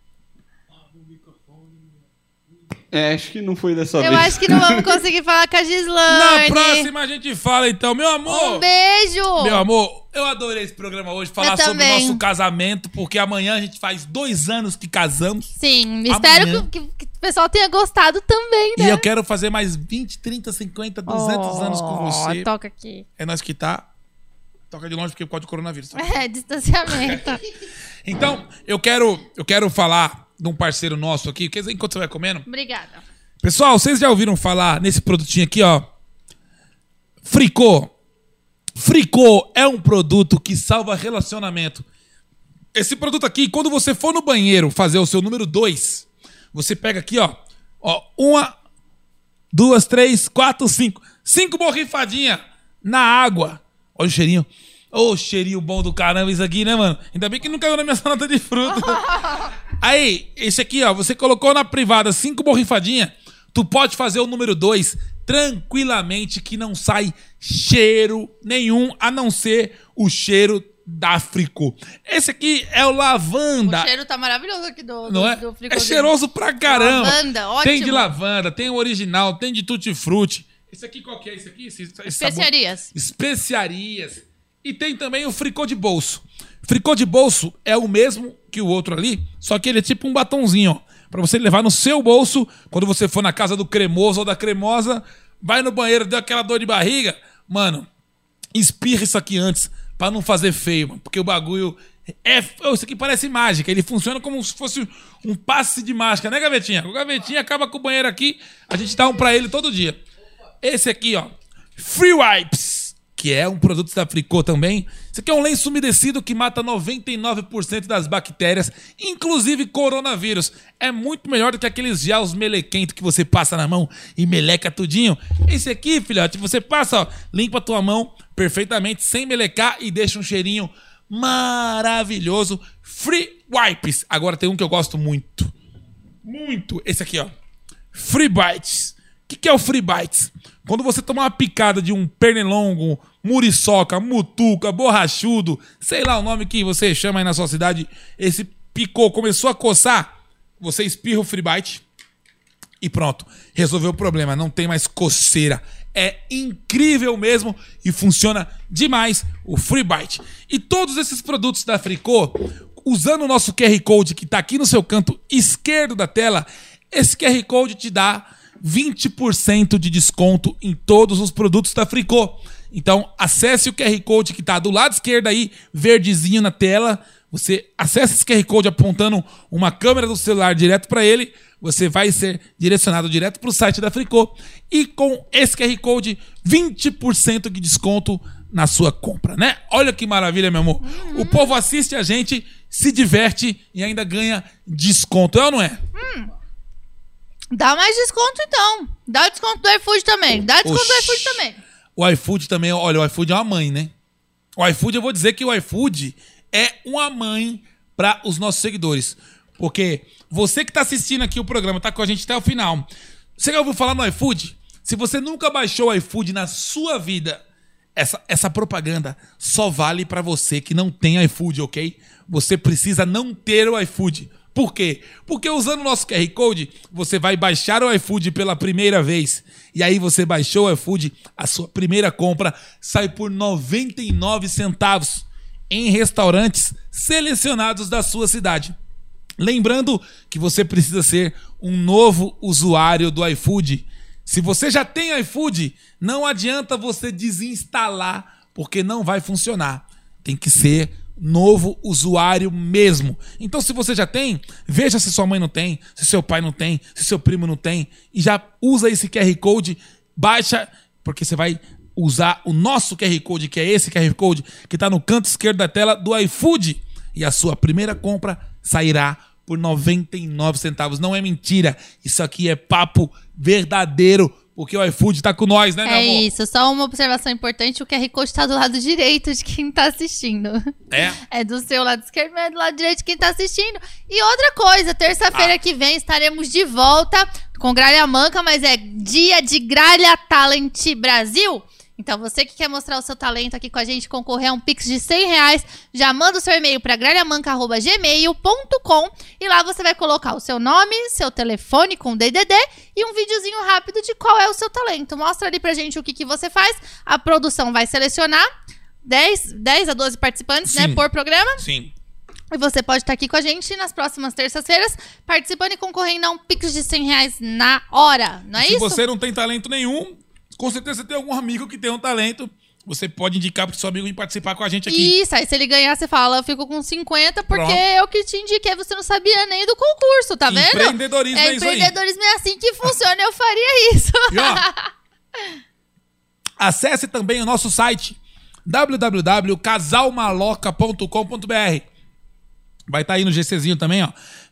Speaker 4: É, acho que não foi dessa
Speaker 1: Eu
Speaker 4: vez.
Speaker 1: acho que não vamos conseguir falar com a
Speaker 2: Na
Speaker 1: Gislaine.
Speaker 2: próxima a gente fala, então. Meu amor.
Speaker 1: Um beijo!
Speaker 2: Meu amor, eu adorei esse programa hoje. Falar
Speaker 1: Eu
Speaker 2: sobre o
Speaker 1: também.
Speaker 2: nosso casamento, porque amanhã a gente faz dois anos que casamos.
Speaker 1: Sim, espero
Speaker 2: Amanhã.
Speaker 1: que, que- que o pessoal tenha gostado também, né?
Speaker 2: E eu quero fazer mais 20, 30, 50, 200 anos com você.
Speaker 1: toca aqui.
Speaker 2: É nós que tá. Toca de longe porque pode coronavírus. tá?
Speaker 1: É, distanciamento.
Speaker 2: Então, eu quero, eu quero falar de um parceiro nosso aqui. Quer dizer, enquanto você vai comendo.
Speaker 1: Obrigada.
Speaker 2: Pessoal, vocês já ouviram falar nesse produtinho aqui, ó? Fricô. Fricô é um produto que salva relacionamento. Esse produto aqui, quando você for no banheiro fazer o seu número 2, você pega aqui, ó. Ó, uma, duas, três, quatro, cinco. Cinco borrifadinhas na água. Olha o cheirinho. Ô, cheirinho bom do caramba isso aqui, né, mano? Ainda bem que não caiu na minha salada de fruta. Aí, esse aqui, ó, você colocou na privada cinco borrifadinhas, tu pode fazer o número dois tranquilamente que não sai cheiro nenhum, a não ser o cheiro da Frico. Esse aqui é o lavanda.
Speaker 1: O cheiro tá maravilhoso aqui do, do,
Speaker 2: Não é?
Speaker 1: do
Speaker 2: É
Speaker 1: frigorífico.
Speaker 2: cheiroso pra caramba.
Speaker 1: Lavanda, ótimo.
Speaker 2: Tem de lavanda, tem o original, tem de tutti-frutti. Esse aqui qual que é? Esse aqui? Esse, esse sabor-
Speaker 1: Especiarias.
Speaker 2: Especiarias. E tem também o fricô de bolso. Fricô de bolso é o mesmo que o outro ali, só que ele é tipo um batonzinho, ó. Pra você levar no seu bolso, quando você for na casa do cremoso ou da cremosa, vai no banheiro, deu aquela dor de barriga, mano, espirra isso aqui antes, pra não fazer feio, mano. Porque o bagulho é. Ô, Isso aqui parece mágica. Ele funciona como se fosse um passe de mágica, né, gavetinha? O gavetinha acaba com o banheiro aqui, a gente dá um pra ele todo dia. Esse aqui, ó. Free Wipes, que é um produto da Fricô também. Isso aqui é um lenço umedecido que mata 99% das bactérias, inclusive coronavírus. É muito melhor do que aqueles gels melequento que você passa na mão e meleca tudinho. Esse aqui, filhote, você passa, ó, limpa a tua mão perfeitamente, sem melecar e deixa um cheirinho maravilhoso. Free Wipes. Agora tem um que eu gosto muito. Muito. Esse aqui, ó. Free Bites. O que, que é o Free Bites? Quando você tomar uma picada de um pernilongo, muriçoca, mutuca, borrachudo, sei lá o nome que você chama aí na sua cidade, esse picou, começou a coçar, Você espirra o FreeBite e pronto. Resolveu o problema, não tem mais coceira. É incrível mesmo e funciona demais o FreeBite. E todos esses produtos da Fricô, usando o nosso QR Code que está aqui no seu canto esquerdo da tela, esse QR Code te dá 20% de desconto em todos os produtos da Fricô. Então, acesse o QR Code que está do lado esquerdo aí, verdezinho na tela. Você acessa esse QR Code apontando uma câmera do celular direto para ele. Você vai ser direcionado direto para o site da Fricô. E com esse QR Code, 20% de desconto na sua compra, né? Olha que maravilha, meu amor. O povo assiste a gente, se diverte e ainda ganha desconto. É ou não é?
Speaker 1: Dá mais desconto, então. Dá o desconto do iFood também. Dá o desconto do
Speaker 2: Oxi.
Speaker 1: iFood também.
Speaker 2: O iFood também, olha, o iFood é uma mãe, né? O iFood, eu vou dizer que o iFood é uma mãe para os nossos seguidores. Porque você que tá assistindo aqui o programa, tá com a gente até o final. Você já ouviu falar no iFood? Se você nunca baixou o iFood na sua vida, essa, essa propaganda só vale para você que não tem iFood, ok? Você precisa não ter o iFood. Por quê? Porque usando o nosso QR Code, você vai baixar o iFood pela primeira vez. E aí você baixou o iFood, a sua primeira compra sai por 99 centavos em restaurantes selecionados da sua cidade. Lembrando que você precisa ser um novo usuário do iFood. Se você já tem iFood, não adianta você desinstalar, porque não vai funcionar. Tem que ser novo usuário mesmo. Então, se você já tem, veja se sua mãe não tem, se seu pai não tem, se seu primo não tem, e já usa esse QR Code, baixa, porque você vai usar o nosso QR Code, que é esse QR Code que está no canto esquerdo da tela do iFood, e a sua primeira compra sairá por 99 centavos. Não é mentira, isso aqui é papo verdadeiro, porque o iFood tá com nós, né, meu
Speaker 1: É
Speaker 2: amor?
Speaker 1: isso, só uma observação importante: o QR Code tá do lado direito de quem tá assistindo.
Speaker 2: É.
Speaker 1: É do seu lado esquerdo, mas é do lado direito de quem tá assistindo. E outra coisa,
Speaker 2: Ah.
Speaker 1: terça-feira que vem estaremos de volta com Gralha Manca, mas é dia de Gralha Talent Brasil. Então, você que quer mostrar o seu talento aqui com a gente, concorrer a um Pix de 100 reais, já manda o seu e-mail para gralhamanca.gmail.com e lá você vai colocar o seu nome, seu telefone com DDD e um videozinho rápido de qual é o seu talento. Mostra ali pra gente o que, que você faz, a produção vai selecionar 10, 10 a 12 participantes, né,
Speaker 2: Sim.
Speaker 1: por programa.
Speaker 2: Sim.
Speaker 1: E você pode estar aqui com a gente nas próximas terças-feiras, participando e concorrendo a um Pix de 100 reais na hora, não é
Speaker 2: se
Speaker 1: isso?
Speaker 2: você não tem talento nenhum, com certeza você tem algum amigo que tem um talento. Você pode indicar pro seu amigo vir participar com a gente aqui.
Speaker 1: Isso, aí se ele ganhar, você fala, eu fico com 50, porque
Speaker 2: Pronto.
Speaker 1: eu que te indiquei, você não sabia nem do concurso, tá vendo?
Speaker 2: Empreendedorismo é isso aí.
Speaker 1: Empreendedorismo é assim que funciona, eu faria isso.
Speaker 2: E ó, Acesse também o nosso site www.casalmaloca.com.br. Vai estar aí no GCzinho também, ó.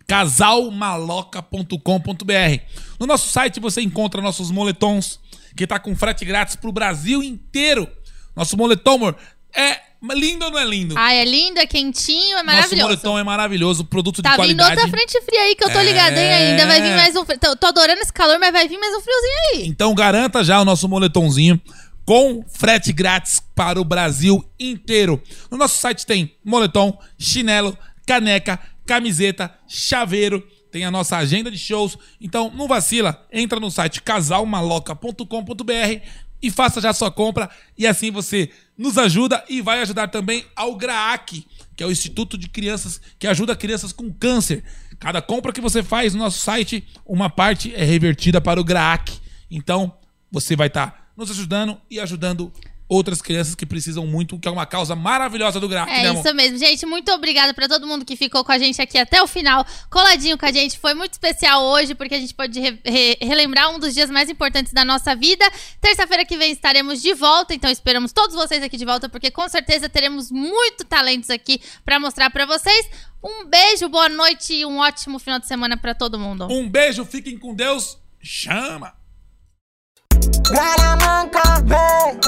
Speaker 2: casalmaloca.com.br. No nosso site você encontra nossos moletons, que tá com frete grátis pro Brasil inteiro. Nosso moletom, amor, é lindo ou não é lindo?
Speaker 1: Ah, é lindo, é quentinho, é
Speaker 2: Nosso
Speaker 1: maravilhoso.
Speaker 2: moletom é maravilhoso, produto de
Speaker 1: Tá vindo
Speaker 2: qualidade.
Speaker 1: outra frente fria aí que eu tô ligada, hein,
Speaker 2: É.
Speaker 1: ainda. Vai vir mais um. fri- Tô, tô adorando esse calor, mas vai vir mais um friozinho aí.
Speaker 2: Então garanta já o nosso moletomzinho com frete grátis para o Brasil inteiro. No nosso site tem moletom, chinelo, caneca, camiseta, chaveiro, tem a nossa agenda de shows. Então não vacila, entra no site casalmaloca.com.br e faça já sua compra e assim você nos ajuda e vai ajudar também ao GRAAC, que é o Instituto de Crianças que ajuda crianças com câncer. Cada compra que você faz no nosso site, uma parte é revertida para o GRAAC. Então, você vai estar nos ajudando e ajudando outras crianças que precisam muito, que é uma causa maravilhosa do GRAAC, né,
Speaker 1: É
Speaker 2: amor?
Speaker 1: isso mesmo, gente. Muito obrigada pra todo mundo que ficou com a gente aqui até o final, coladinho com a gente. Foi muito especial hoje, porque a gente pode re- re- relembrar um dos dias mais importantes da nossa vida. Terça-feira que vem estaremos de volta, então esperamos todos vocês aqui de volta, porque com certeza teremos muito talentos aqui pra mostrar pra vocês. Um beijo, boa noite e um ótimo final de semana pra todo mundo.
Speaker 2: Um beijo, fiquem com Deus. Chama!
Speaker 7: Gralha manca, vem,